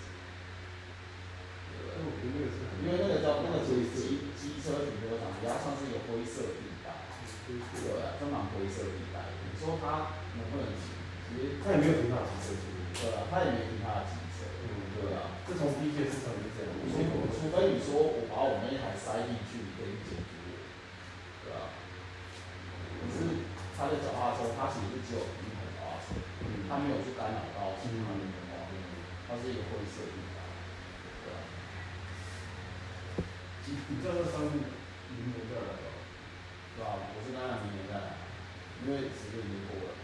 Speaker 2: 对不对
Speaker 5: 但我觉得那个是很
Speaker 2: 因为那个叫那个属于机机车停车场，比较像是一个灰色地带，对不对？正常灰色地带，你说它能不能骑？其实
Speaker 5: 他也没有停到汽车去。
Speaker 2: 对啊，他也没停他的机车，对啊。
Speaker 5: 嗯自从第一届市场就这样，
Speaker 2: 除除非你说我把我那一台塞进去，你可以解决我，对吧？可是他的脚踏车，他其实只有一台脚踏车，
Speaker 5: 嗯
Speaker 2: 他没有去干扰到其他人的话，它是一个灰色地带，对吧？
Speaker 5: 你你知道那商品明年再来吧？
Speaker 2: 对吧？我是当然明年再来，因为时间已经过了。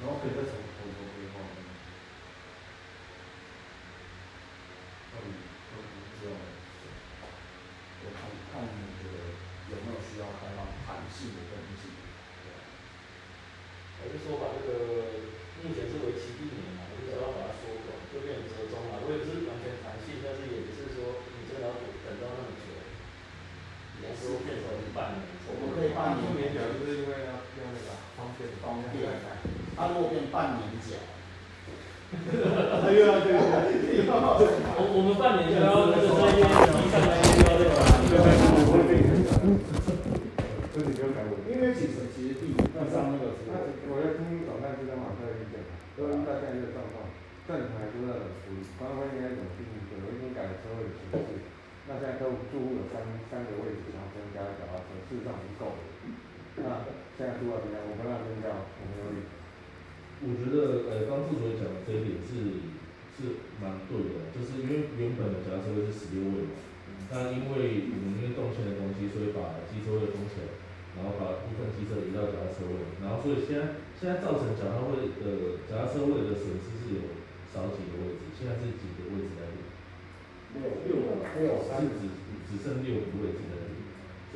Speaker 5: 然后可以再从从头规划。嗯，我我不知道，
Speaker 2: 我看看那个有没有需要开放弹性的东西，对吧？
Speaker 7: 还是说把这个目前是为期一年嘛，我们只要把它缩短，就变成折中嘛。我也不是完全弹性，但是也不是说你真的要等到那么久，也是变成半年左
Speaker 2: 我
Speaker 7: 右。
Speaker 2: 们可以
Speaker 4: 他
Speaker 2: 半
Speaker 4: 出
Speaker 2: 年
Speaker 4: 名表就是因为要要那个方便
Speaker 2: 方
Speaker 4: 方
Speaker 2: 便
Speaker 4: 便改。
Speaker 2: 他如果变半年奖，
Speaker 5: 对啊对啊，
Speaker 7: 我我们半年就要那个在业绩上来就要那个了。
Speaker 5: 我会被影响。所以你不用改我。
Speaker 2: 因为其实其实地地上那个服
Speaker 4: 那
Speaker 2: 务。
Speaker 4: 我要听早上就在马上一点，都大概这个状况，正常都在处理，官方应该怎么定义？有一天改车位的形式，那现在都住户有三三个位置，然后增加了脚踏车，事实上不够的。那现在住外边，我们那边叫我们有理。
Speaker 9: 我觉得呃，刚副主任讲的这一点是是蛮对的，就是因为原本的假设是十六位嘛，那因为我们因为动线的关系，所以把机车位封起来，然后把部分机车移到脚踏车位，然后所以现在现在造成脚踏位呃脚踏车位的损失是有少几个位置，现在是几个位置在补，
Speaker 2: 六六六
Speaker 9: 是只只剩六个位置在补，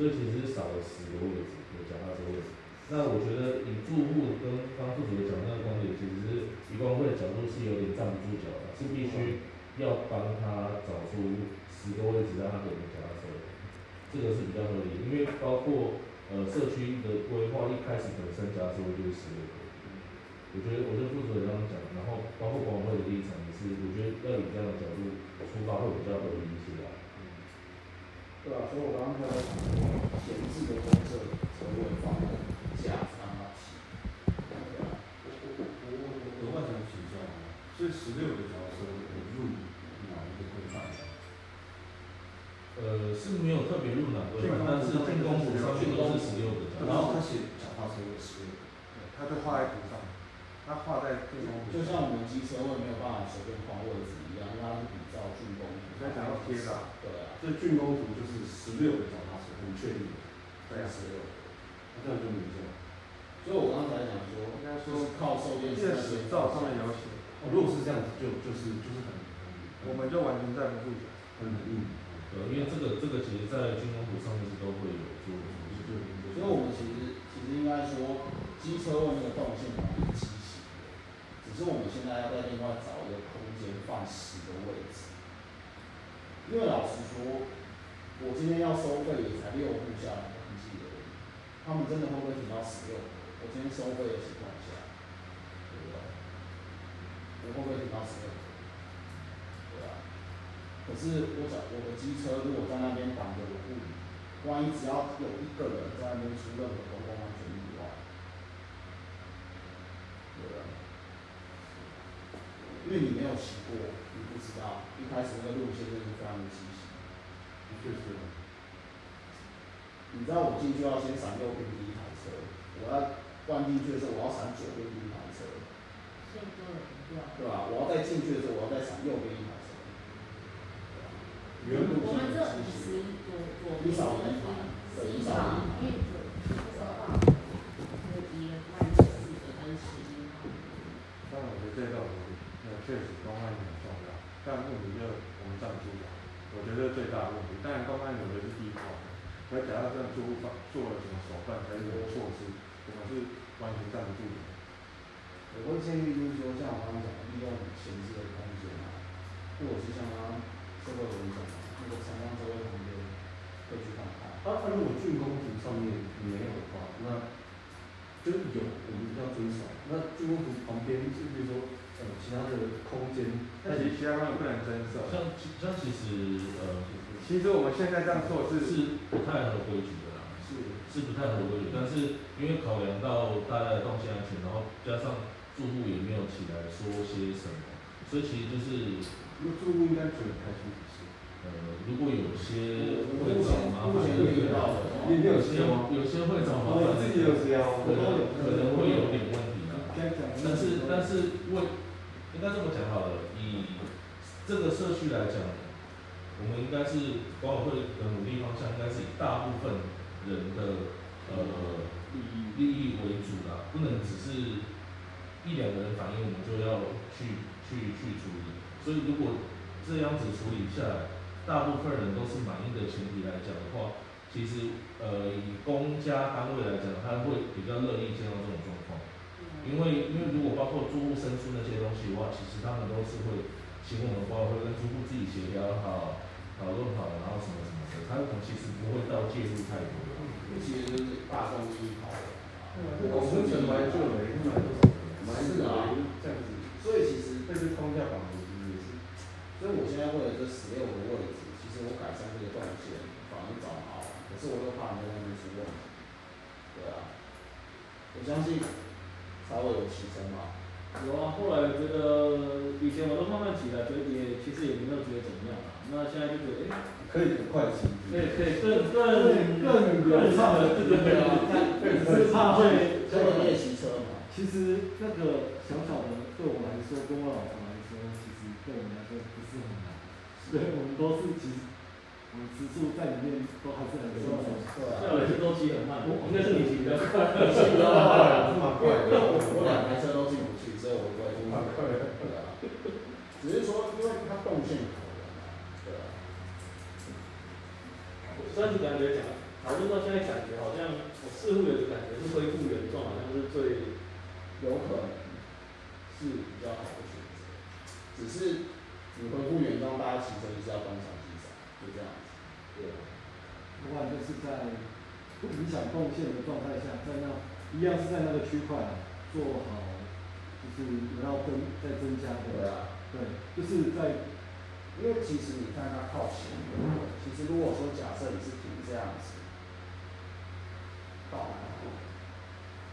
Speaker 9: 所以其实少了十个位置有脚踏车位。那我觉得以住户跟刚副主任讲那个观点，其实是以管会的角度是有点站不住脚的，是必须要帮他找出十个位置让他给我们脚踏车，这个是比较合理的，因为包括呃社区的规划一开始本身脚踏车位就是十六个，我觉得我觉得副主任这样讲，然后包括管委会的立场也是，我觉得要以这样的角度出发会比较合理一些啊。
Speaker 2: 对啊，所以我刚刚在想闲置的公厕车位放了架子让它骑，对啊，
Speaker 5: 我我我我额外想请教啊，这十六个角色我入哪一个规范？
Speaker 9: 呃，是没有特别入哪个，但是进攻组上面都是十六个脚踏车
Speaker 5: 然后他写脚踏车有十六个，
Speaker 4: 他就画在图上，他画在进攻
Speaker 2: 就
Speaker 4: 图
Speaker 2: 像我们机车位没有办法随便换位置一样，因为它是比照竣工图。
Speaker 4: 那想要贴的啊
Speaker 2: 对啊，
Speaker 5: 这竣工图就是十六个脚踏车，很确定的，
Speaker 4: 对啊，
Speaker 2: 十六。
Speaker 5: 那这样就明确了。
Speaker 2: 所以我刚才讲说，
Speaker 4: 应
Speaker 2: 就
Speaker 4: 该
Speaker 2: 是
Speaker 4: 说
Speaker 2: 靠售电
Speaker 4: 这
Speaker 2: 师那边
Speaker 4: 个史照上面有写，
Speaker 5: 哦，如果是这样子，就就是就是很
Speaker 4: 我
Speaker 5: 很
Speaker 4: 们就完全站不住脚。
Speaker 5: 很很硬，
Speaker 9: 对，呃因为这个这个其实在军工股上面是都会有做的东西。
Speaker 5: 就
Speaker 2: 所以我们其实其实应该说，机车位那个动线本来是畸形的，只是我们现在要在另外找一个空间放十个位置。因为老实说，我今天要收费也才六户下来登记而已，他们真的会不会停到十六？我今天收费的情况下，对不对？我会不会停到十六？对啊。可是我想，我的机车如果在那边挡着我不理，万一只要有一个人在那边出任何公共安全意外，对吧？因为你没有骑过，你不知道一开始那个路线就是非常的清晰。
Speaker 5: 的确是啊。
Speaker 2: 你知道我进去要先闪右边第一台车，我要灌进去的时候我要闪左边第一台车，
Speaker 3: 所以就有用。
Speaker 2: 对吧？我要再进去的时候我要再闪右边一台车，
Speaker 5: 原路
Speaker 3: 我
Speaker 5: 线
Speaker 3: 们这
Speaker 5: 很
Speaker 3: 五
Speaker 5: 清晰。
Speaker 3: 十左左边
Speaker 2: 少
Speaker 3: 的
Speaker 2: 一盘对
Speaker 3: 十
Speaker 2: 一
Speaker 3: 一
Speaker 2: 少
Speaker 3: 号
Speaker 2: 一盘
Speaker 3: 运转，十号可以换四个跟十一号。
Speaker 4: 但我觉得这段我呃确实公安很重要，但问题就是我们站不住脚，我觉得最大的问题。当然公安有的是第一关，还假到这样做法做了什么手段，还有什么措施，我们是完全站不住的。
Speaker 2: 我会建议就是说，像我刚刚讲的，利用闲置的空间啊，或者是像刚刚社会我们讲的啊那个长江周围旁边，会去看看。
Speaker 5: 啊，那如果竣工图上面没有的话，那就是有我们要遵守。那竣工图旁边是比如说呃其他的空间，
Speaker 4: 但其实其他方面不能增设。
Speaker 9: 像其像其实呃
Speaker 4: 其实我们现在这样做是，
Speaker 9: 是不太合规矩的啦，
Speaker 2: 是，
Speaker 9: 是不太合规矩。但是因为考量到大家的动线安全，然后加上住户也没有起来说些什么，所以其实就是
Speaker 5: 那住户应该觉得开心才是。
Speaker 9: 呃，如果有些
Speaker 2: 目
Speaker 9: 呃会找
Speaker 2: 前
Speaker 9: 麻
Speaker 2: 目
Speaker 9: 烦
Speaker 2: 前
Speaker 9: 的
Speaker 2: 遇
Speaker 9: 人，
Speaker 2: 到的，
Speaker 5: 你你
Speaker 9: 有
Speaker 5: 有
Speaker 9: 些
Speaker 5: 些吗？
Speaker 9: 有些会找麻
Speaker 5: 我
Speaker 9: 烦的
Speaker 5: 自己有
Speaker 9: 人，
Speaker 5: 这样，我
Speaker 9: 可
Speaker 5: 都
Speaker 9: 能
Speaker 5: 有。
Speaker 9: 可能会有点问题啊。
Speaker 5: 该讲的
Speaker 9: 但是但是为应该这么讲好了，以这个社区来讲，我们应该是管委会的努力方向，应该是以大部分人的呃利益为主啦，不能只是一两个人反映我们就要去去去处理。所以如果这样子处理下来，大部分人都是满意的前提来讲的话，其实呃以公家单位来讲，他会比较乐意见到这种状况。因为因为如果包括住户申诉那些东西的话，其实他们都是会请我们管委会跟住户自己协调好、讨论好，然后什么什么的，他们其实不会到介入太多。
Speaker 2: 其实就是大众利益考量。
Speaker 4: 嗯
Speaker 5: 我们本来就没那么
Speaker 8: 啊
Speaker 5: 多少人，本来就没这样子，
Speaker 2: 所以其实
Speaker 5: 但是框架绑住也是。
Speaker 2: 所以我现在为了这十六个位置，其实我改善这个动线，反而找好，可是我又怕人家那边出问题。对啊，我相信稍微有提升吧。
Speaker 7: 有啊，后来觉得以前我都慢慢起来，觉得也其实也没有觉得怎么样啊。那现在就觉得，哎、
Speaker 5: 可以很快进
Speaker 7: 可以可以更更
Speaker 5: 更流畅了，
Speaker 7: 对对对，更怕会
Speaker 2: 所以你也骑车嘛？
Speaker 8: 其实那个小小的对我来说，跟我老婆来说，其实对我们来说不是很难。对，我们都是其实我们植树在里面都还是很顺手。
Speaker 2: 对啊。
Speaker 7: 那每次都骑很慢，应该是你骑比较快。
Speaker 2: 骑车的话，
Speaker 5: 蛮快
Speaker 2: 对，
Speaker 5: 的，
Speaker 2: 我我两台车都进不去，所以我不会进
Speaker 5: 蛮快的。
Speaker 2: 对啊，只是说因为它动线考量啊，对啊。
Speaker 7: 但是感觉讲，讨论到现在感觉好像，我似乎有个感觉是恢复原状，好像是最
Speaker 2: 有可能是比较好的选择，只是你恢复原状，大家骑车就是要观赏欣赏，就这样子。对啊，
Speaker 8: 不管就是在不影响动线的状态下，在那一样是在那个区块啊做好，就是不要增再增加
Speaker 2: 对
Speaker 8: 的，
Speaker 2: 啊，
Speaker 8: 对，就是在
Speaker 2: 因为其实你看它靠前，其实如果说假设你是停这样子，到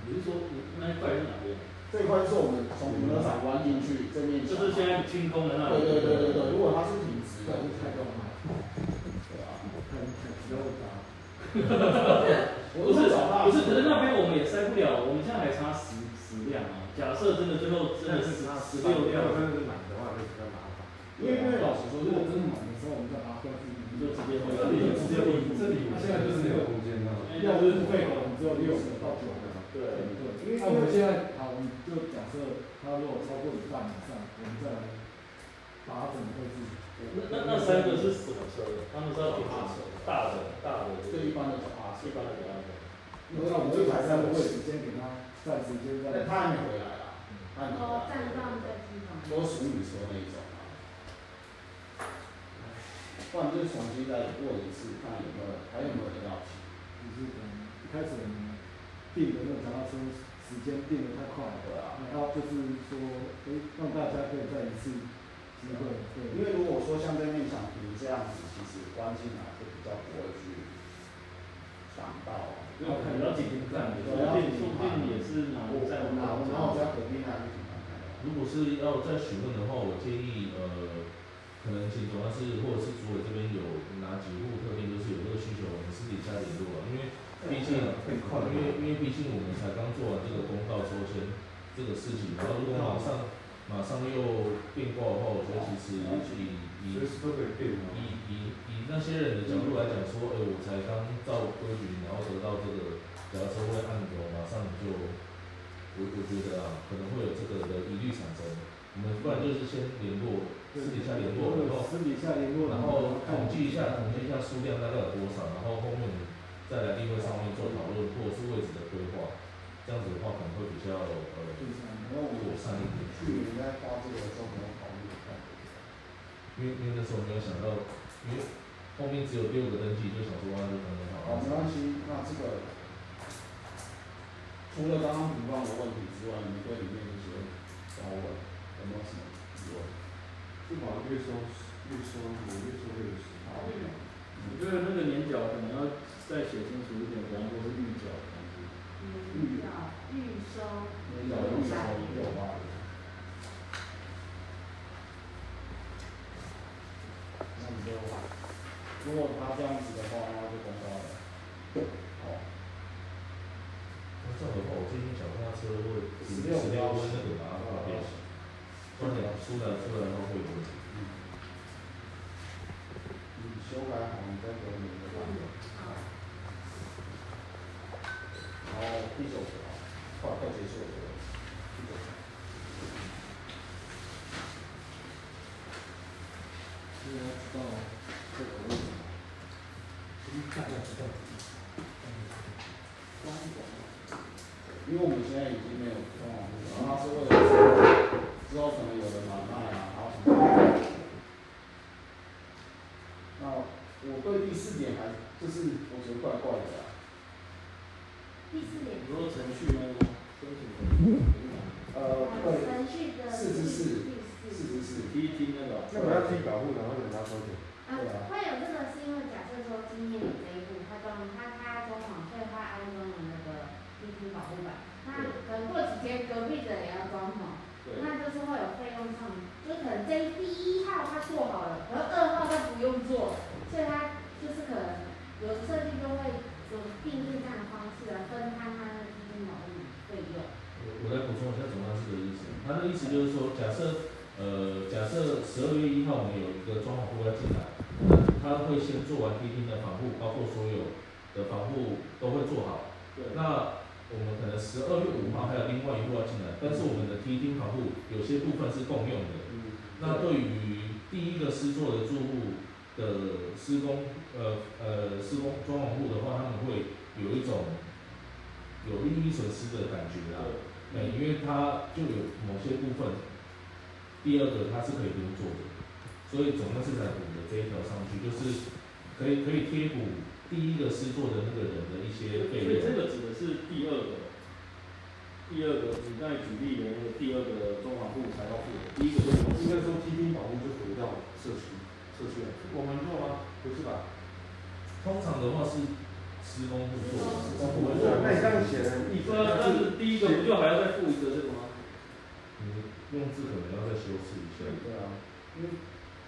Speaker 7: 你是说你那一块是哪边？
Speaker 2: 这一块是我们从停车场弯进去这面墙
Speaker 7: 就是现在清空的那
Speaker 2: 对
Speaker 7: 里。
Speaker 2: 对对对对，如果它是挺直的，
Speaker 8: 太动了，
Speaker 2: 对啊，
Speaker 8: 很很比较杂。
Speaker 2: 我
Speaker 7: 不
Speaker 2: 都
Speaker 7: 是
Speaker 2: 找到
Speaker 7: 不是，可是那边我们也塞不了，我们现在还差十十辆啊。假设真的最后真
Speaker 5: 但
Speaker 7: 的是
Speaker 5: 是它
Speaker 7: 十
Speaker 5: 十
Speaker 7: 六
Speaker 5: 六
Speaker 7: 辆
Speaker 5: 要，真的是买的话，就比较麻烦。
Speaker 2: 因为
Speaker 8: 啊
Speaker 2: 因为老实说，如
Speaker 8: 如果
Speaker 2: 果
Speaker 8: 真的满的时候，我们再把它恢复一
Speaker 7: 你
Speaker 8: 点。
Speaker 7: 就直接回
Speaker 5: 这里有直接问，这里我现在就是没有空间了。
Speaker 8: 哎要是付费的，我们只有六个到九个。
Speaker 7: 对，
Speaker 8: 对，那我们现在好，我们就假设它如果超过一半以上，我们再来把它整个置。
Speaker 7: 那那那三个是什么车的？他们是要停什么车？大的大的，
Speaker 2: 最一般的找他，
Speaker 7: 一般的比较
Speaker 8: 那我们就把三个位置先给它暂时先
Speaker 2: 但
Speaker 8: 在。
Speaker 2: 他还没回来啊，他还没
Speaker 3: 哦，站
Speaker 2: 回来
Speaker 3: 到。在机房。
Speaker 2: 都熟女车那一种啊，不然就重新再过一次，看有没有还有没有人要骑。
Speaker 8: 就是可能一开始我们定的那个脚踏车时间定的太快了，
Speaker 2: 对啊，
Speaker 8: 然后就是说，哎，让大家可以再一次机会，
Speaker 2: 因
Speaker 8: 对，
Speaker 2: 为如果说像这面墙屏这样子，其实关进来就比较不会去挡到啊。
Speaker 7: 因为我看到几天站，说
Speaker 5: 啊
Speaker 7: 不定说不定也是哪
Speaker 2: 我
Speaker 7: 个站
Speaker 2: 我
Speaker 7: 哪
Speaker 2: 拿我
Speaker 7: 个
Speaker 2: 拿我啊家隔壁那里
Speaker 9: 如果是要再询问的话，我建议呃，可能请总干事或者是组委这边有哪几户特定就是有这个需求，我们私底下联络啊，因为毕竟
Speaker 5: 很快
Speaker 9: 因为因为毕竟我们才刚做完这个公告抽签这个事情，然后如
Speaker 5: 嗯
Speaker 9: 果马上马上又变卦的话，我觉得其实以以
Speaker 5: 随时都可以
Speaker 9: 以
Speaker 5: 变
Speaker 2: 啊
Speaker 5: 嘛。
Speaker 9: 以以那些人的角度来讲，说，哎、我才刚照规矩，然后得到这个摇车位按钮，马上你就，我我觉得啊，可能会有这个的疑虑产生。我们不然就是先联络，私底下联络，然后
Speaker 8: 私底下联络，
Speaker 9: 然后统计一下，统计一下数量大概有多少，然后后面再来定位上面做讨论，或者是位置的规划，这样子的话可能会比较呃
Speaker 2: 然后
Speaker 9: 妥
Speaker 2: 我
Speaker 9: 善一点。
Speaker 2: 去年在画这个的时候，没有考虑看。
Speaker 9: 因为因为那时候没有想到，因为后面只有六个登记，就想说啊，就可能
Speaker 2: 好，
Speaker 9: 好
Speaker 2: 没关系，那这个除了刚刚评判的问题之外，你对里面一些条文有没有什么疑问？
Speaker 5: 最好月收月收我月收六十，然后
Speaker 2: 嗯
Speaker 6: 我觉得那个年缴可能要再写清楚一点，比方说是预缴，
Speaker 3: 预缴嗯预收
Speaker 2: 你有预收六八零。那你就，如果他这样子的话，那就公告了。好，
Speaker 9: 那这样的话，我最近想看他车会
Speaker 2: 十
Speaker 9: 十
Speaker 2: 六
Speaker 9: 六
Speaker 2: 标
Speaker 9: 温
Speaker 2: 识
Speaker 9: 那个把它画变形，不然出来出来的话会有问题。
Speaker 2: 你嗯修改好你再给我们一个版本。好然后第九条，快快结束了。第九条
Speaker 8: 应该知道这个为什么。大概知道。
Speaker 2: 因为我们现在已经没有官网了，然后是为了之后可能有人买卖啊，然后什么。那我对第四点还就是我觉得怪怪的啦，
Speaker 3: 第四点，
Speaker 6: 如果程序那个申请的
Speaker 2: 呃，对，
Speaker 3: 程序的
Speaker 2: 四之四
Speaker 3: 第
Speaker 2: 是
Speaker 3: 四。
Speaker 2: 不是？
Speaker 6: 第一听那个
Speaker 4: 那我要自己保护，然后等他收钱。
Speaker 3: 啊，会有这个是因为假设说今天你这一步，他装他他装潢，所以他安装了那个地区保护板，那可能过几天隔壁的也要装潢，
Speaker 6: 对，
Speaker 3: 那就是会有费用上，就可能这一第一号他做好了，可是二号他不用做，所以他就是可能有的设计就会有定义这样的方式来分摊他的地区保护费用。
Speaker 9: 我来补充一下，总他这个意思。他的意思就是说，假设呃，假设十二月一号我们有一个装潢户要进来，那他会先做完第一天的防护，包括所有的防护都会做好。
Speaker 6: 对
Speaker 9: 那我们可能十二月五号还有另外一户要进来，但是我们的梯厅防护有些部分是共用的。
Speaker 2: 嗯，
Speaker 9: 那对于第一个施作的住户的施工，呃呃施工装潢户的话，他们会有一种有利益损失的感觉啦。对，因为它就有某些部分，第二个它是可以不用做的，所以总共是在补的这一条上去，就是可以可以贴补第一个施作的那个人的一些
Speaker 6: 所
Speaker 9: 费
Speaker 6: 以这
Speaker 9: 用。
Speaker 6: 个指的是第二个，第二个你刚才举例的那个第二个装潢户才要付的，第一个就是
Speaker 5: 应该说基金保护就回到社区社区来做。我们做吗？不是吧？
Speaker 9: 通常的话是施工户做的，
Speaker 5: 我做，那你这样写的意
Speaker 6: 对
Speaker 5: 思
Speaker 6: 啊，但是第一个不就还要再付一个这个吗？
Speaker 9: 你嗯用字可能要再修饰一下。
Speaker 2: 对啊，因为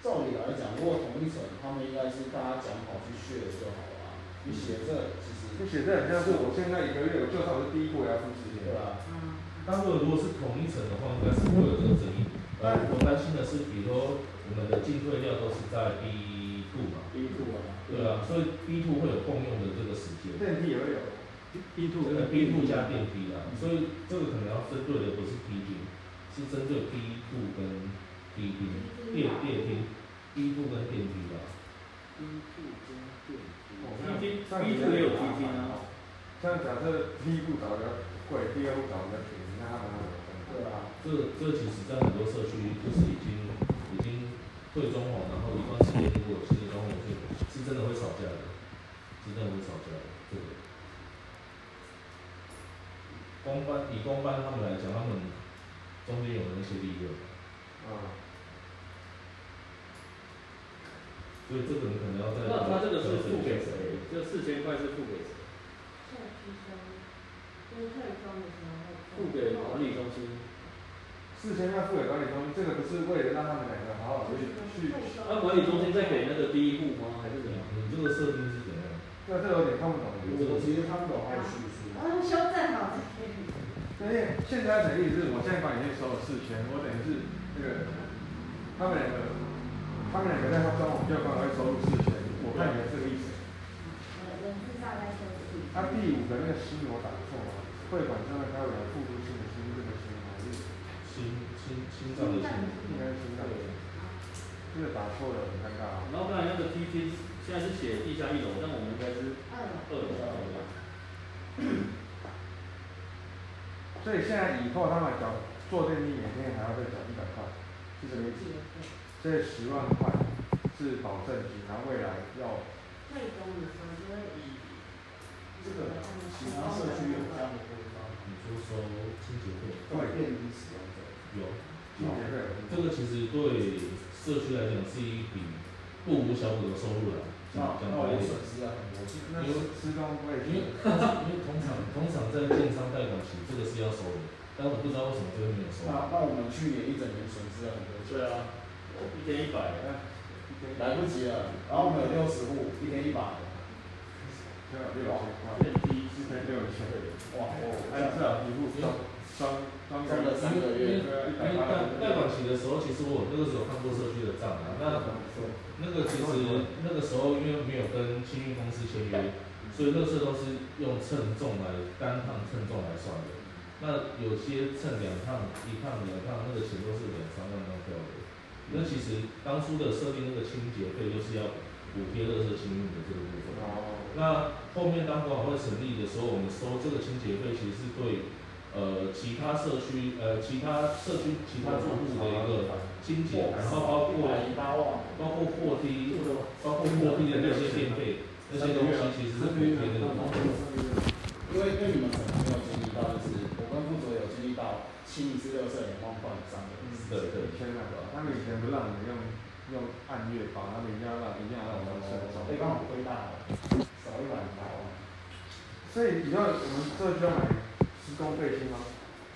Speaker 2: 照理来讲，如果同一层，他们应该是大家讲好去 share 就好了啊。你写这其实
Speaker 4: 就写这很像是我现在一个月，我最少是第一个我要付十
Speaker 2: 对
Speaker 4: 年。
Speaker 2: 啊，
Speaker 3: 嗯，
Speaker 9: 但如果如果是同一层的话，应该是会有这个争议。呃，我担心的是，比如说我们的进退料都是在 B two 嘛，
Speaker 6: 第一步啊，
Speaker 9: 对啊，所以 B two 会有共用的这个时间。
Speaker 4: 电梯也会有，
Speaker 6: ，B
Speaker 9: 这
Speaker 6: two
Speaker 9: 个 B two 加电梯啦，所以这个可能要针对的不是 B two，是针对 B two 跟 B
Speaker 3: 第
Speaker 9: two
Speaker 3: 一
Speaker 9: 电
Speaker 3: 条
Speaker 9: 电梯，B two 跟电梯啦。
Speaker 6: T T B two 也有 T T 啊，
Speaker 4: 像假设第一步找的贵，第二步找的便宜，那他们会怎么
Speaker 2: 对啊，
Speaker 9: 这这其实在很多社区就是已经已经退装潢，然后一段时间如果新的装潢是是真的会吵架的，是真的会吵架的。这个公办以公办他们来讲，他们中间有那些利润。
Speaker 4: 啊，
Speaker 9: 所以这个你可能要再
Speaker 6: 那他这个是付给
Speaker 9: 调整一
Speaker 6: 谁
Speaker 9: 下？
Speaker 6: 这四千块是付给谁？
Speaker 3: 社区收，就是退装的时候
Speaker 6: 付给管理中心。
Speaker 4: 四千块付给管理中心，这个不是为了让他们两个好好去去，
Speaker 2: 啊
Speaker 6: 那管理中心再给那个第一户吗？还是怎样？
Speaker 9: 啊你这个设定是怎样？
Speaker 4: 那这有点看不懂的。
Speaker 2: 我其实看不懂他的叙述。
Speaker 3: 嗯，修正好这个。
Speaker 4: 因为现在等于是我现在管理费收了四千，我等于是那个他们两个，他们两个在他装潢就管委会收入四千，我看你们这个意思。
Speaker 3: 文字上在修饰。
Speaker 4: 他、第五个那个师我打错了，会馆上面他有人付出新的新这个新还是
Speaker 9: 心心心脏的心，
Speaker 4: 应该是那个，这个打错了很尴尬啊。
Speaker 6: 然后刚才那个 T T 现在是写地下一楼，但我们应该是
Speaker 3: 二楼。
Speaker 6: 二楼对吧？
Speaker 4: 所以现在以后他们缴做电力每天还要再缴一百块，是什么意思？所以十万块是保证金，然后未来要
Speaker 3: 退工的时候就会以
Speaker 2: 这个其他社区有这样的规范，
Speaker 9: 你说收清洁费
Speaker 2: 会便于使用者。
Speaker 9: 有，
Speaker 4: 清
Speaker 9: 啊
Speaker 4: 洁费有问
Speaker 9: 这个其实对社区来讲是一笔不无小补的收入了。
Speaker 2: 那
Speaker 9: 讲
Speaker 2: 那我
Speaker 9: 白一点
Speaker 2: 损失了很多钱。
Speaker 4: 那施工费
Speaker 9: 因为因为通常通常在建商贷款期这个是要收的，但我不知道为什么这边没有收。
Speaker 2: 那那我们去年一整年损失了很多钱，
Speaker 6: 对啊，一天一百，啊
Speaker 2: 来不及了。然后我们有六十户，一天一百，
Speaker 4: 要有啊六千块，
Speaker 6: 电梯
Speaker 4: 一天六千，
Speaker 2: 哇，我
Speaker 4: 按至少一户装装装
Speaker 2: 装了三个
Speaker 9: 因为
Speaker 2: 月
Speaker 9: 因。
Speaker 4: 啊
Speaker 9: 为贷贷款期的时候，其实我那个时候看过社区的账啊，那那个其实那个时候因为没有跟清运公司签约，所以乐色都是用称重来单趟称重来算的。那有些称两趟、一趟、两趟，那个钱都是两三万当掉的。那其实当初的设定那个清洁费就是要补贴乐色清运的这个部分。
Speaker 4: 哦，
Speaker 9: 那后面当管委会成立的时候，我们收这个清洁费，其实是对呃其他社区呃其他社区其他住户的一个清洁，然后包括
Speaker 2: 八万，
Speaker 9: 包括货梯，包括货梯的那些电费，那些东西其实是补贴那个
Speaker 4: 啊
Speaker 9: 部分。
Speaker 2: 因为因为你们可能没有经历到，就是我跟副总有经历到清一次六色两万块以上的，
Speaker 9: 对对
Speaker 4: 以前那个，啊他们以前不让你用用按月发，他们一定要让一定要让我们申
Speaker 2: 我
Speaker 4: 请
Speaker 2: 被。刚好亏大了，少一百零八万。
Speaker 4: 所以以后我们社区要买施工背心吗？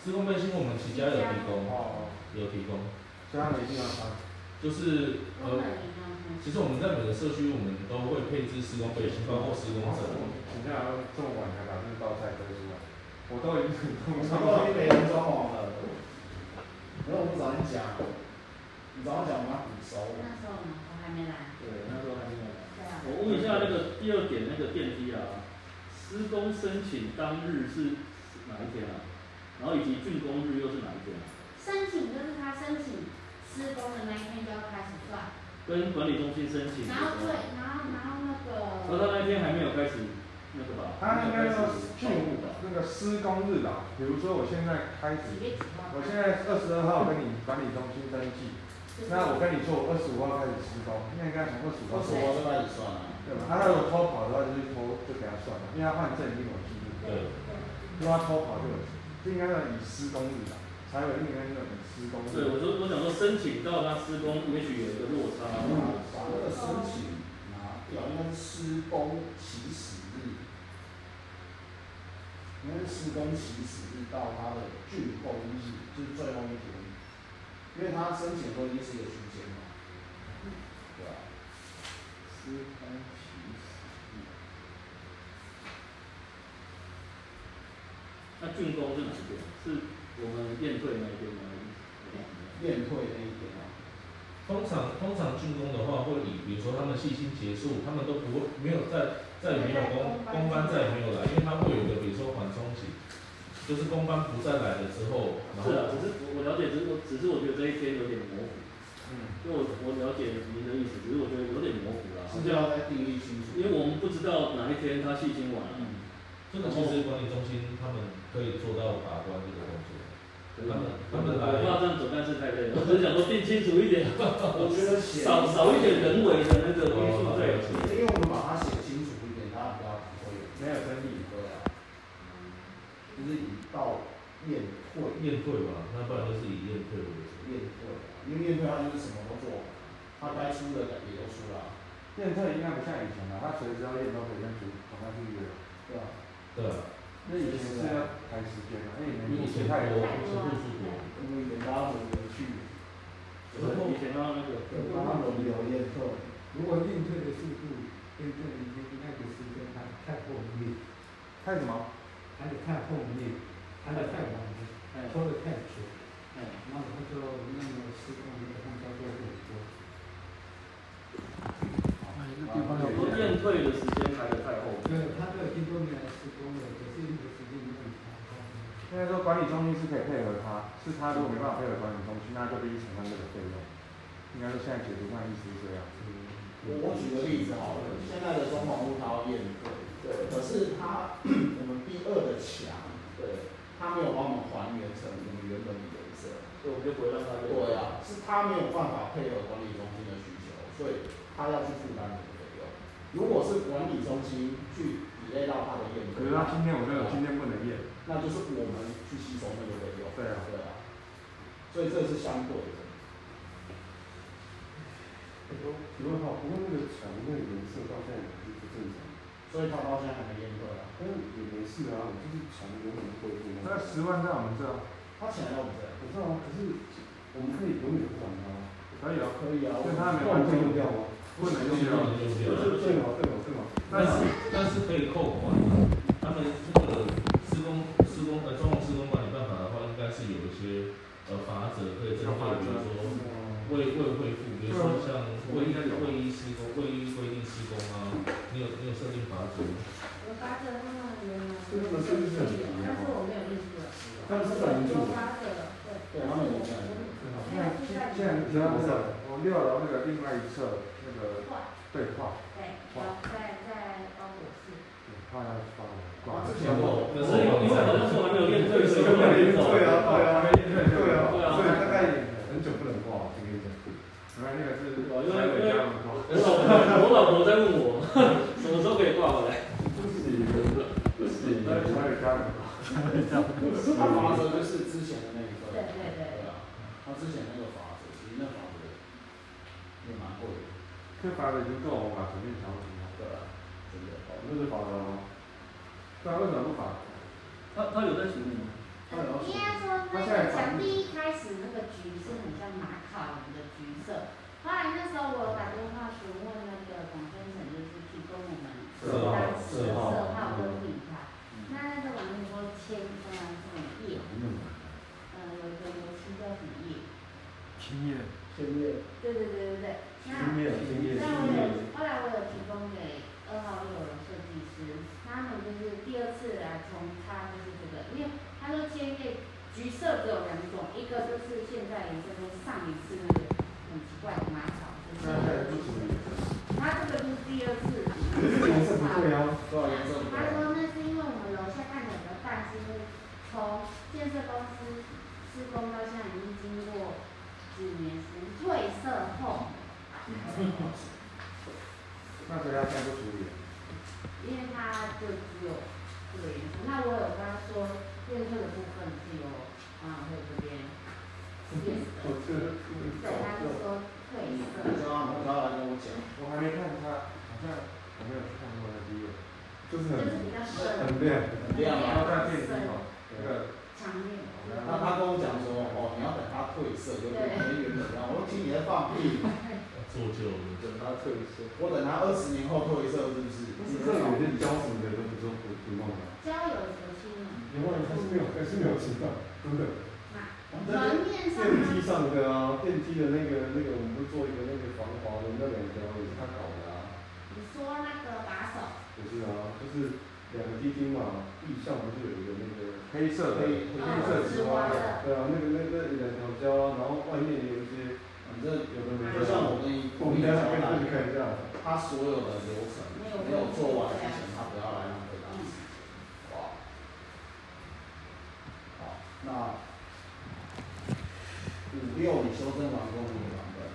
Speaker 9: 施工背心我们齐家有提供，
Speaker 4: 哦，
Speaker 9: 有提供，
Speaker 4: 所以他们一定要穿。
Speaker 9: 就是
Speaker 3: 不
Speaker 9: 呃
Speaker 3: 能，一样
Speaker 9: 其实我们在每个社呃区我们都会配置施工背心，包括施工证。
Speaker 4: 你这样这么晚才把这道菜推出来，我都已经很
Speaker 2: 我
Speaker 4: 空
Speaker 2: 们
Speaker 4: 窗
Speaker 2: 都
Speaker 4: 了。
Speaker 2: 已经被人装潢了，然后我不早点讲，你早点讲，我们要很熟。
Speaker 3: 那时候我还没来，
Speaker 2: 对，那时候还没有。
Speaker 3: 对啊，
Speaker 6: 我
Speaker 9: 呃
Speaker 6: 问一下那个第二点那个电梯啊，施工申请当日是哪一天啊？然后以及竣工日又是哪一天啊？
Speaker 3: 申请就是他申请施工的那一天就要开始算，
Speaker 6: 跟管理中心申请的时
Speaker 3: 然后
Speaker 6: 候
Speaker 3: 对，，然后然后那
Speaker 6: 可是
Speaker 3: 个
Speaker 6: 他那天还没有开始那个吧？
Speaker 4: 他应该说
Speaker 6: 竣工吧？
Speaker 4: 那个施工日吧，比如说我现在开
Speaker 3: 几
Speaker 4: 始，
Speaker 3: 月几号，
Speaker 4: 我现在二十二号跟你管理中心登记，
Speaker 3: 就是
Speaker 4: 那我跟你说我二十五号开始施工，那应该从二十五
Speaker 2: 我
Speaker 4: 号
Speaker 2: 说
Speaker 4: 开始，
Speaker 2: 我这边也算了，
Speaker 4: 对吧？他如果偷跑的话，就是偷就给他算了，因为他换证已经有记录，
Speaker 9: 对，
Speaker 4: 如果他偷跑就有，这应该叫以施工日吧，才有应该叫以施工
Speaker 6: 对，我
Speaker 4: 日。
Speaker 6: 说我想说申请到他施工，也许有一个落差嘛。
Speaker 2: 把那个申请拿掉，应该是施工起始日，应该是施工起始日到它的竣工日，就是最后一天，因为它申请的时候已经是一个区间嘛，对吧、施工起始日。
Speaker 6: 那竣工是哪一天？是我们验退那一天吗？
Speaker 2: 验退那一天啊，
Speaker 9: 通常通常竣工的话，会以比如说他们细心结束，他们都不会没有再再也没有工工班再也没有来，因为他会有一个比如说缓冲期，就是工班不再来了之后，然
Speaker 6: 是啊，
Speaker 9: 后
Speaker 6: 只是我我了解，只是我只是我觉得这一天有点模糊，
Speaker 4: 嗯，
Speaker 6: 就我我了解您的意思，只是我觉得有点模糊啊啦。
Speaker 2: 是就要再定义清楚。
Speaker 6: 因为我们不知道哪一天他细心完了，
Speaker 2: 嗯，
Speaker 9: 这个其实管理中心他们可以做到把关这个动作，他们
Speaker 6: 我
Speaker 9: 他们
Speaker 6: 不知道
Speaker 9: 来
Speaker 6: 这样走，但是太累了。我只是想说定清楚一点，
Speaker 2: 我觉得写，
Speaker 6: 少少一点人为的那个因素在。
Speaker 2: 因为我们把它写清楚一点，大家比较不会有
Speaker 4: 没有争议。
Speaker 2: 对啊，就是以到验退，
Speaker 9: 验退吧，那不然就是以验退为主。
Speaker 2: 验退啊，因为验退它就是什么都做，它该出的也都出了啊，
Speaker 4: 验车应该不像以前了，他随时要验都可以跟主管他去约。
Speaker 2: 对吧？
Speaker 9: 对啊，
Speaker 4: 那以前是要排时间的，那以
Speaker 9: 因为
Speaker 4: 前
Speaker 9: 以前
Speaker 4: 太
Speaker 9: 我不是户主国，
Speaker 2: 因为人家轮流去，
Speaker 6: 以前他那个，
Speaker 2: 对，让他轮流验退，
Speaker 5: 如果应对的速度跟这里面那个时间还太过密，
Speaker 4: 太什么？
Speaker 5: 还得太后面，还得太晚了，
Speaker 6: 哎
Speaker 5: 拖得太久，
Speaker 6: 哎，
Speaker 5: 然后他就那个失控，那个按照做很多。
Speaker 6: 我说验退的时间排的太后面。
Speaker 5: 对，他这个听说没来施工了，只是一个时间问题。
Speaker 4: 应该说管理中心是可以配合他，是他如果没办法配合管理中心，那就必须承担这个费用。应该说现在解决上意思是这样。
Speaker 5: 嗯，
Speaker 2: 我我举个例子好了，现在的装潢屋它要验柜，
Speaker 7: 对
Speaker 2: 可是它 我们 B 二的墙，
Speaker 7: 对，
Speaker 2: 它没有帮我们还原成我们原本的颜色。
Speaker 7: 所以我们就不会让他
Speaker 2: 对啊，是它没有办法配合管理中心的需求，所以它要去负担这个费用。如果是管理中心去抵赖到它的验
Speaker 4: 可
Speaker 2: 柜，
Speaker 4: 是他今天我没有，今天不能验。
Speaker 2: 那就是我们去吸收那个费用。
Speaker 4: 对啊
Speaker 2: 对啊，所以这是相对的。
Speaker 5: 题外话，不过那个墙那个颜色到现在也是不正常，
Speaker 2: 所以它到现在还没验柜啊，
Speaker 5: 但是也没事啊，我就是墙永远恢复那
Speaker 4: 那
Speaker 5: 个。
Speaker 4: 十万在我们这，
Speaker 2: 它钱要我们这样，
Speaker 5: 我知道啊，可是我们可以永远不管它，
Speaker 4: 可以啊，
Speaker 2: 可以啊，
Speaker 4: 但他没
Speaker 5: 那我
Speaker 4: 办法
Speaker 5: 们可以
Speaker 4: 用
Speaker 5: 用
Speaker 4: 掉
Speaker 5: 掉，吗？
Speaker 4: 不能用
Speaker 9: 不
Speaker 4: 掉。
Speaker 9: 能用掉。
Speaker 5: 对嘛对嘛对嘛，
Speaker 9: 但是但是可以扣款啊，他们这个施工施工呃装潢施工管理办法的话，应该是有一些呃法则可以针对，比如说未未恢复，比如说像未未依施工未依规定施工啊，你有你有设定法则，
Speaker 3: 我发的他们原来
Speaker 5: 对他们是不是很严
Speaker 3: 但
Speaker 5: 啊
Speaker 3: 是我没有印出来，
Speaker 5: 但是反
Speaker 3: 我
Speaker 5: 映住了。
Speaker 3: 发的对。
Speaker 2: 对，他们有钱。
Speaker 4: 那现现在只要那个我六楼那个另外一侧那个对话，
Speaker 3: 对，然后在在包裹室。
Speaker 4: 他要发了，挂
Speaker 2: 啊，之
Speaker 4: 了
Speaker 2: 前我
Speaker 6: 可是因为因为我那时候还没有验退，所以我还没
Speaker 5: 对
Speaker 6: 走。
Speaker 5: 啊，对啊，对啊，
Speaker 6: 对啊
Speaker 5: 所以大概很久不能挂，我跟你讲。
Speaker 4: 原来那个是
Speaker 6: 哦因为
Speaker 4: 台北
Speaker 6: 因为
Speaker 4: 家门口
Speaker 6: 我老婆我老婆在问我什么时候可以挂回来，
Speaker 4: 台北台北家门口
Speaker 2: 他法则就是之前的那一份，
Speaker 3: 对对对
Speaker 2: 对啊，他之前那个法则，其实那法则也蛮贵的，
Speaker 4: 这发的已经够我把整面墙都平了。
Speaker 2: 对啊，真的。
Speaker 5: 哦那是法则吗？
Speaker 4: 对啊，为什么不发？
Speaker 6: 他他有在处理吗？
Speaker 3: 应该说那个墙壁一开始那个橘是很像马卡龙的橘色，后来那时候我有打电话询问那个王先生，就是提供我们当时的色号跟品牌，那那个王先生说签呃什么叶，呃有一个油漆叫什么叶，
Speaker 4: 青叶，
Speaker 2: 千叶，
Speaker 3: 对对对对对，那
Speaker 5: 经验，经验，
Speaker 3: 那我
Speaker 5: 经
Speaker 3: 有
Speaker 5: 验。，
Speaker 3: 后来我有提供给二号六楼设计师，他们就是第二次来从他就是这个，因为他说签给橘色只有两种，一个就是现在颜色跟上一次那个很奇怪的马草，就
Speaker 5: 那还不属于
Speaker 3: 是。他这个就是第二次，
Speaker 5: 这个颜色不对啊，
Speaker 2: 多少颜色？
Speaker 3: 他说那是因为我们楼下看整个大是因为从建设公司施工到现在已经经过几年时褪色后。
Speaker 4: 那谁要现在不处理？
Speaker 3: 因为它就只有这个颜色。那我有跟他说，认错的部分是由啊，会这边 yes 的，
Speaker 5: 我这个
Speaker 3: 对，他就说褪
Speaker 2: 你知
Speaker 3: 色。
Speaker 2: 道吗？他来跟我讲，
Speaker 4: 我还没看他，好像我没有去看过那第一页。
Speaker 5: 就是
Speaker 3: 就是
Speaker 5: 很
Speaker 3: 比较深，
Speaker 5: 很亮。
Speaker 2: 很亮
Speaker 4: 然后
Speaker 2: 啊。
Speaker 4: 在电梯口那个
Speaker 3: 强烈。
Speaker 2: 那他跟我讲说，哦，你要等它褪色，就跟跟原本一样。我说听你在放屁，
Speaker 9: 做旧的。
Speaker 7: 等他退休。
Speaker 2: 我等它二十年后褪色是不是？
Speaker 5: 但是这个有些胶什么的都不做不不弄了，
Speaker 3: 交友的亲密，
Speaker 5: 因为它是没有还是没有情感，真的。
Speaker 2: 那
Speaker 3: 门面上
Speaker 5: 电梯
Speaker 3: 呢，
Speaker 5: 上的啊，电梯的那个那个，我们不是做一个那个防滑的那两条也是他搞的啊，
Speaker 3: 你说那个把手，
Speaker 5: 不是啊，就是两个地钉嘛，地上不是有一个那个，
Speaker 4: 黑色的，
Speaker 2: 黑
Speaker 4: 黑色
Speaker 3: 哦，
Speaker 4: 的
Speaker 3: 直弯的，
Speaker 5: 对啊，那个那个两条胶啊，然后外面有一些
Speaker 2: 你这
Speaker 5: 有的没
Speaker 2: 就
Speaker 5: 的
Speaker 2: 像
Speaker 5: 啊，
Speaker 2: 我跟你
Speaker 5: 我
Speaker 2: 我跟
Speaker 5: 们
Speaker 2: 你
Speaker 5: 等一下可以
Speaker 2: 讲
Speaker 5: 过去，看一下。
Speaker 2: 他所有的流程没有做完之前，他不要来浪费他的时间。哇，好，那五六你修正完工你的版本，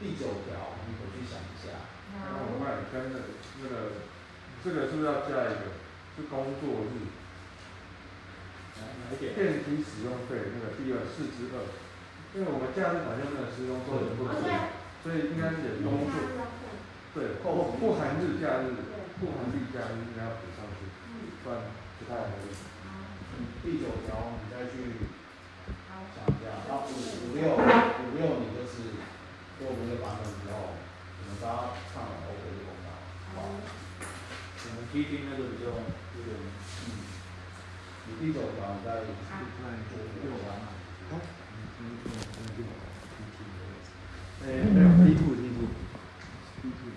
Speaker 2: 第九条你回去想一下，
Speaker 4: 然后我卖跟那个那个，这个是不是要加一个？是工作日，
Speaker 2: 哪一点？
Speaker 4: 电梯使用费那个第二四之二，因为我们假日好像没有施工周也不
Speaker 3: 哦
Speaker 4: 可以，所以应该是也工
Speaker 3: 对，它
Speaker 4: 作，对，不不含日假日，不含例假日应该要补上去，
Speaker 3: 嗯，
Speaker 4: 不然不太合理。
Speaker 3: 好，
Speaker 2: 嗯第九条你再去
Speaker 3: 好，
Speaker 2: 想一下，那五五六五六你就是做五个版本之后，你们大家看完 OK 就公告。好
Speaker 3: 好，
Speaker 6: 我们批评那个比较有点
Speaker 2: 嗯，你第九条你再做
Speaker 8: 六
Speaker 2: 完。
Speaker 4: 哎，没有 D two D two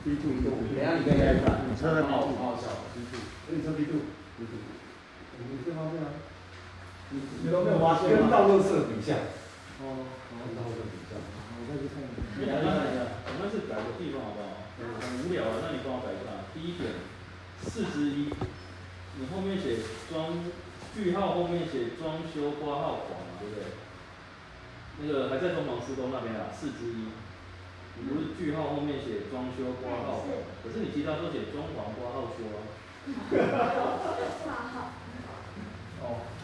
Speaker 4: D two
Speaker 2: 等一下你可以来看，很好很好笑。
Speaker 5: 那你车梯度，我们这方面啊，
Speaker 2: 你你都没有发现
Speaker 5: 跟
Speaker 2: 吗？
Speaker 5: 倒垃圾比下，
Speaker 8: 哦，
Speaker 5: 跟倒垃圾比下。
Speaker 8: 我再去看一下。
Speaker 2: 你来看一下，
Speaker 6: 我们是改个地方好不好？很很无聊啊，那你帮我改一下。第一点，四之一，你后面写装句号后面写装修挂号广嘛，对不对？那个还在装潢施工那边啊，四之一，你不是句号后面写装修挂号广，可是你其他都写装潢挂号修啊。
Speaker 2: 哦，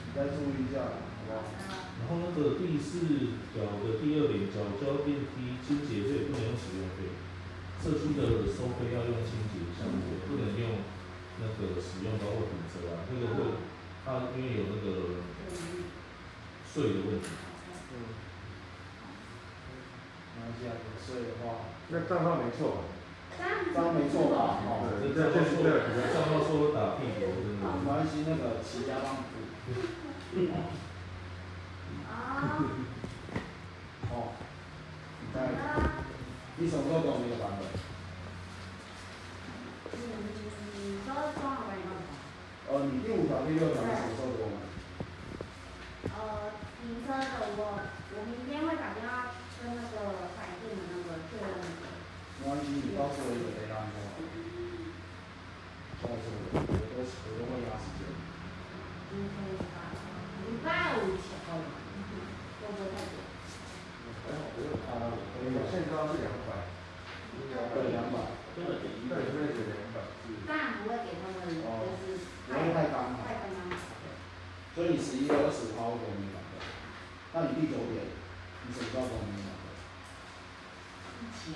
Speaker 2: 你再注意一下，好不好？
Speaker 9: 然后那个第四条的第二点，缴交电梯清洁费不能用使用费，社区的收费要用清洁项目，不能用那个使用包括停车啊，那个会它因为有那个税的问题，
Speaker 2: 没关系啊，你睡的话，
Speaker 4: 那账号没错吧，
Speaker 2: 张没错吧？哦，
Speaker 9: 嗯这账号说账号说打屁股真的
Speaker 2: 没关系，那个齐家帮补。
Speaker 3: 嗯
Speaker 2: 哦，你再，你什么时候给我们一个版本？呃，你第五条、第六条你什么时候给我们？
Speaker 3: 呃嗯
Speaker 2: 没关系，你告诉我一个可以让你做。告诉我，我都我都会压时间。
Speaker 3: 嗯
Speaker 4: 啊，我们现在是两百，
Speaker 2: 对，两百。
Speaker 6: 真的便宜
Speaker 4: 那你会写两百是？
Speaker 2: 所以你十一月二十五号会给我们一个版本。那你第九点，你什么时候给我们一个版本？
Speaker 3: 啊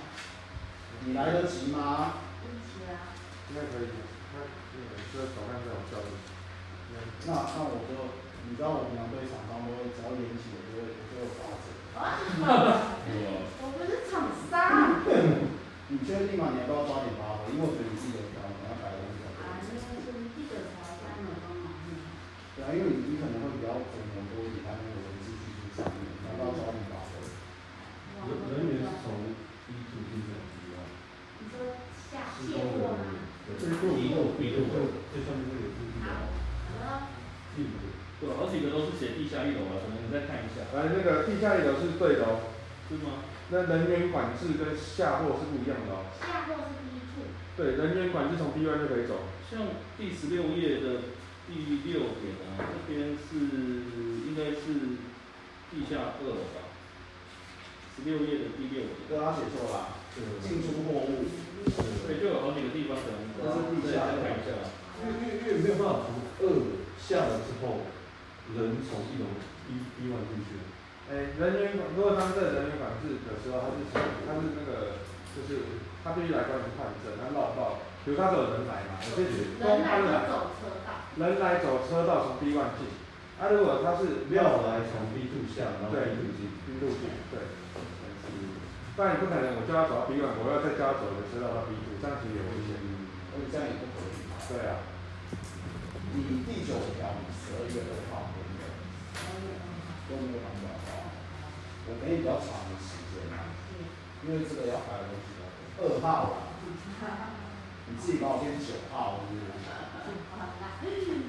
Speaker 2: 你来得及吗？
Speaker 4: 应该可以，他那个这早上在我嗯叫的，
Speaker 2: 那那我就，你知道我平常对厂商都会，只要延期我就会我就会罚则。
Speaker 3: 我不是厂商。
Speaker 2: 你确定吗？你要不要抓紧发挥？因为我觉得你自己的条，你要改的东西很多。对啊，因为你你可能会比较准很多一点，在那个文字叙述上面，你要不要抓紧发挥？
Speaker 5: 人人员是从一组进来的啊，
Speaker 3: 你说下
Speaker 5: 施
Speaker 3: 卸
Speaker 5: 工人
Speaker 3: 货
Speaker 5: 员
Speaker 3: 吗？，
Speaker 5: 对，
Speaker 9: 遗漏
Speaker 5: 比
Speaker 9: 费用
Speaker 5: 如说这上面会有注意
Speaker 3: 好
Speaker 5: 啊，，
Speaker 3: 好，
Speaker 5: 记住。
Speaker 6: 对，啊好几个都是写地下一楼啊，可能你再看一下，
Speaker 4: 来那个地下一楼是对的哦，
Speaker 6: 是吗？
Speaker 4: 那人员管制跟下货是不一样的哦。
Speaker 3: 下货是第一处，
Speaker 4: 对，人员管制从 B 1就可以走，
Speaker 6: 像第十六页的第六点啊，这边是应该是地下二楼吧？十六页的第六点，
Speaker 2: 对啊，写错了，进出货物，
Speaker 6: 对，就有好几个地方可能
Speaker 2: 这是地
Speaker 6: 再
Speaker 2: 下
Speaker 6: 再
Speaker 2: 二
Speaker 6: 看一下。
Speaker 5: 因为因为因为没有办法从二下了之后，人从一楼一一万进去，
Speaker 4: 哎，人员管，如果当这人员管制的时候，他是从他是那个就是他必须来关注看诊，他绕道，比如他走人来嘛，我这里
Speaker 3: 人
Speaker 4: 公
Speaker 3: 来
Speaker 4: 安
Speaker 3: 就走
Speaker 4: 来，
Speaker 3: 车道，
Speaker 4: 人来走车道从 B 1进，啊，如果他是
Speaker 5: 不要来从 B two 下，然后 B
Speaker 4: 对
Speaker 5: two 进，
Speaker 4: B 路进，对，不然你不可能我叫他走到 B 1我要再叫他走的车道到 B 2这样其实也危险。
Speaker 2: 而且这样也不合理。
Speaker 4: 对啊，
Speaker 2: 你第九条，你十二月二号给我，都没有版本啊。我给你比较长的时间啊，因为这个要改的东西比较多。二号啊，你自己帮我变九号，是不是？哦。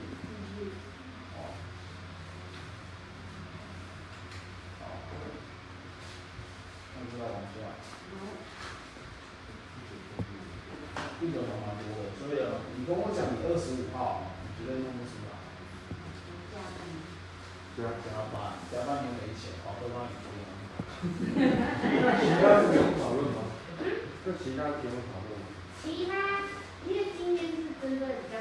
Speaker 2: 好。那就再往下。第九条蛮多的，所以啊你跟我讲你二十五号，你绝对弄不出来。
Speaker 4: 对啊，
Speaker 2: 加班，加班又没钱，好，都帮你做。
Speaker 4: 其他是不用讨论吗？那其他不用讨论吗？
Speaker 3: 其他因为今天是针对比较，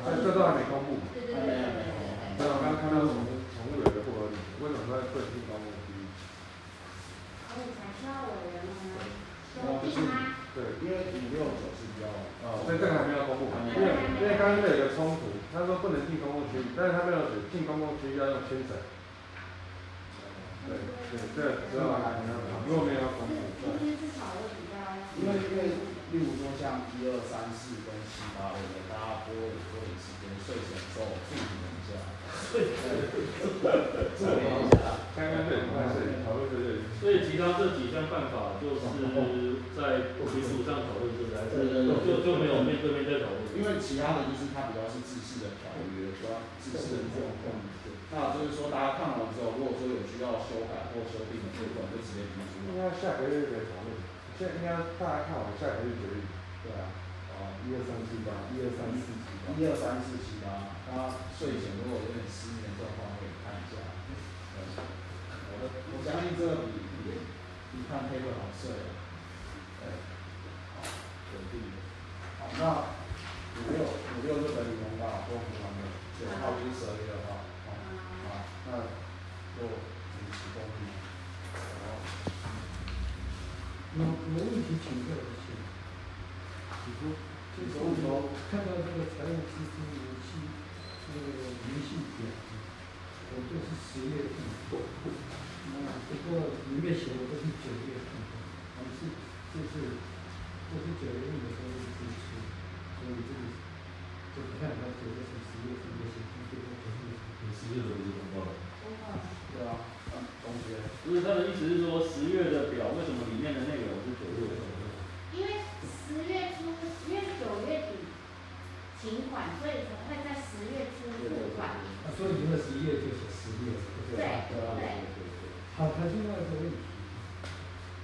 Speaker 4: 这这都还没公布。
Speaker 3: 对对对对对对，
Speaker 4: 对，我刚刚看到宠物宠物有一个不合理，为什么它会进高木区？
Speaker 3: 而且才需要我人吗？修订吗？
Speaker 4: 对，
Speaker 2: 因为五六九是比较，呃，
Speaker 4: 所以这个还没有公布，因为因为刚刚那有个冲突，他说不能进公共区，但是他没有写进公共区要用牵绳。对对，这个只有还没有公布，如果没有公布，
Speaker 3: 今天至少我比较，
Speaker 2: 因为因为例如说像一二三四跟七八，我给大家多一多点时间，睡前之后复习一下，睡前复一下。
Speaker 4: 刚刚对，但是讨论这个，
Speaker 6: 所以其他这几项办法就是在学术上讨论，是不是？还是
Speaker 2: 对对对
Speaker 6: 就就没有面对面在讨论。
Speaker 2: 因为其他的就是它比较是自式的条约，主要自式的这种控制。那就是说，大家看完之后，如果说有需要修改或修订的部分，就直接提出来。
Speaker 4: 应该下个月可以讨论。现在应该大家看往下一个是决定，
Speaker 2: 对啊，
Speaker 4: 哦，一二三四八，一二三四七八，
Speaker 2: 一二三四七八，他睡前如果有点失眠状况，可以看一下。我的我相信这个比比比看黑会好睡啊。对，好，有定的。好，那五六五六就等于红吧，多红完了，九号就是十二月二号。好，好，那就五十公里。好。
Speaker 8: 有有问题请教一下。你说，就是我看到这个财务支出明细，那个明细表，我就是十月份，那不过里面写的都是九月份，还是就是都是九月份的财务支出，所以这个就不看他九月份、十月份的写，就看九月份。
Speaker 9: 你十月的已经公告了，
Speaker 2: 对啊，嗯，总结。
Speaker 6: 不是他的意思是说十月的表为什么里面的内容是九月的？
Speaker 3: 因为十月初，因为九月底请款，所以才会在十月初付款。
Speaker 8: 啊，所以你们十一月就写十月，对不
Speaker 3: 对
Speaker 8: 对？
Speaker 3: 对。
Speaker 8: 好，他另外一个问题，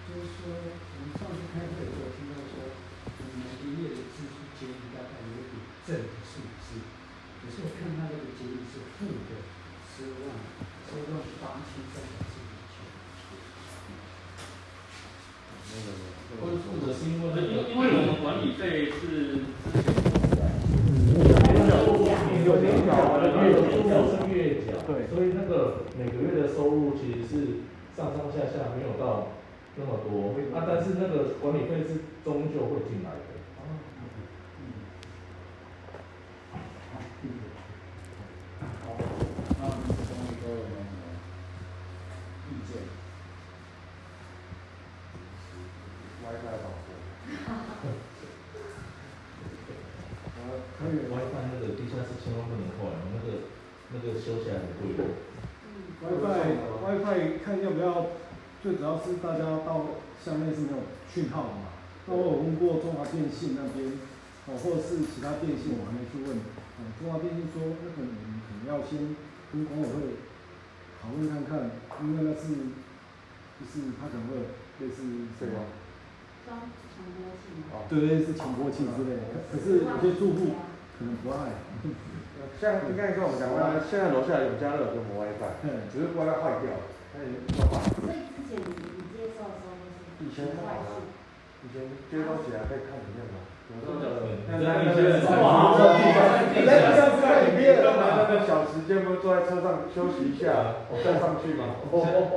Speaker 8: 就是说我们上次开会的时候听到说，我们一月的支出结余大概有一点正的数字，可是我看他那个结余是负的十万，十万八千三百四十九。
Speaker 9: 或者是因为
Speaker 6: 因为因为我们管理费是之前
Speaker 9: 有点小的
Speaker 7: 月缴是月缴，
Speaker 4: 对
Speaker 9: 所以那个每个月的收入其实是上上下下没有到那么多啊，但是那个管理费是终究会进来的。
Speaker 8: 哦，嗯，好，谢
Speaker 2: 好，
Speaker 8: 谢。
Speaker 2: 那我们总理各位有没有什么意见？WiFi 保护。
Speaker 9: 呃，关于 WiFi 那个地下室千万不能换，那个那个修起来很贵的。
Speaker 8: WiFi WiFi 看要不要，最主要是大家到乡内是没有讯号的嘛。那我有问过中华电信那边，哦，或者是其他电信，我还没去问。嗯，中华电信说，那个你们可能要先跟管委会讨论看看，因为那是就是他可能会类似什么，
Speaker 3: 装强迫性嘛。
Speaker 8: 对，类似强迫性之类的。可可是有些住户可能不爱，
Speaker 4: 像应该跟我们讲过，现在楼下有家乐有什么 WiFi，
Speaker 8: 嗯，
Speaker 4: 只是 WiFi 坏掉，它也要换。
Speaker 3: 所以之前你你接受的时候是
Speaker 4: 以前
Speaker 3: 坏
Speaker 4: 好啊
Speaker 3: 事。
Speaker 4: 以前接收起来被看里面嘛，我都
Speaker 6: 的
Speaker 4: 那
Speaker 6: 那那
Speaker 4: 那那
Speaker 6: 那
Speaker 4: 哇，
Speaker 6: 那
Speaker 4: 你在这样在里面拿那个小时间，不是坐在车上休息一下，我再上去嘛。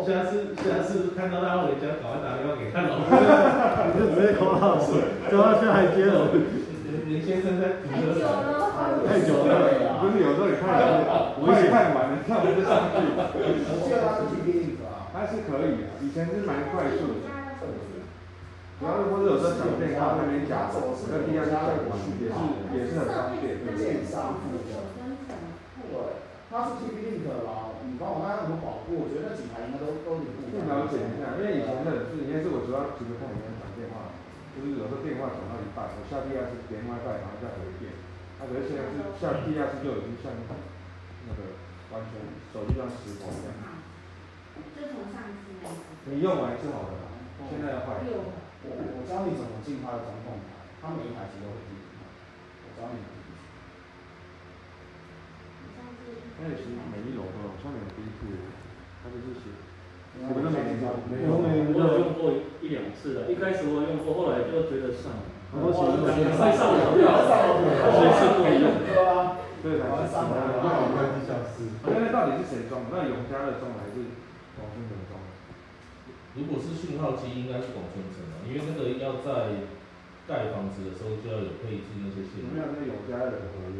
Speaker 9: 下次下次看到他回家，赶快打电话给他老婆。
Speaker 8: 你就直接 call 到走到下台阶了，
Speaker 9: 林先生在停
Speaker 3: 太
Speaker 9: 车
Speaker 3: 久
Speaker 9: 场。
Speaker 3: 了。
Speaker 8: 太久了。
Speaker 4: 不是有时候你看人，快看完了，看完就上去，
Speaker 2: 我记得他是去电影吧？
Speaker 4: 它是可以啊，以前是蛮快速的。
Speaker 3: 家的手机。
Speaker 4: 主要是或者有时候想健康那边夹走，那地下室效果也是也是很方便。
Speaker 2: 电商部的
Speaker 3: 生成
Speaker 2: 对，他是 T B Link 的啦。你帮我看看有没有保护，我觉得那警察应该都都领
Speaker 4: 电脑解一下，因为以前的是，以前是我主要主要看里面打电话，就是有时候电话转到一半，我下地下室连 WiFi，然后再回电。啊，可是现在是下地下室就已经像那个完全手机像石头一样，
Speaker 3: 就从上次那一
Speaker 4: 你用完是好的啦，现在要坏
Speaker 3: 次。。六。
Speaker 2: 我我教你怎么进他的中控台，他每一台机都会进。我教你怎么进。
Speaker 3: 上次。
Speaker 4: 那其实每一楼都好像有第一步，它就是写
Speaker 2: 你们都没听到？
Speaker 4: 没
Speaker 8: 有
Speaker 6: 我有用过一两次了，一开始我有用过，后来就觉得算了，
Speaker 8: 很多钱
Speaker 6: 感觉会上不了，所以是不一样。
Speaker 2: 对啊，
Speaker 4: 所以才是
Speaker 2: 三百
Speaker 4: 那
Speaker 2: 万
Speaker 4: 我们地下室。那到底是谁装的？那永嘉的装的还是广丰的装的？
Speaker 9: 如果是讯号机，应该是广春城啊，因为那个要在盖房子的时候就要有配置那些
Speaker 4: 有
Speaker 9: 线
Speaker 4: 没
Speaker 9: 路
Speaker 4: 有。那永嘉的合约？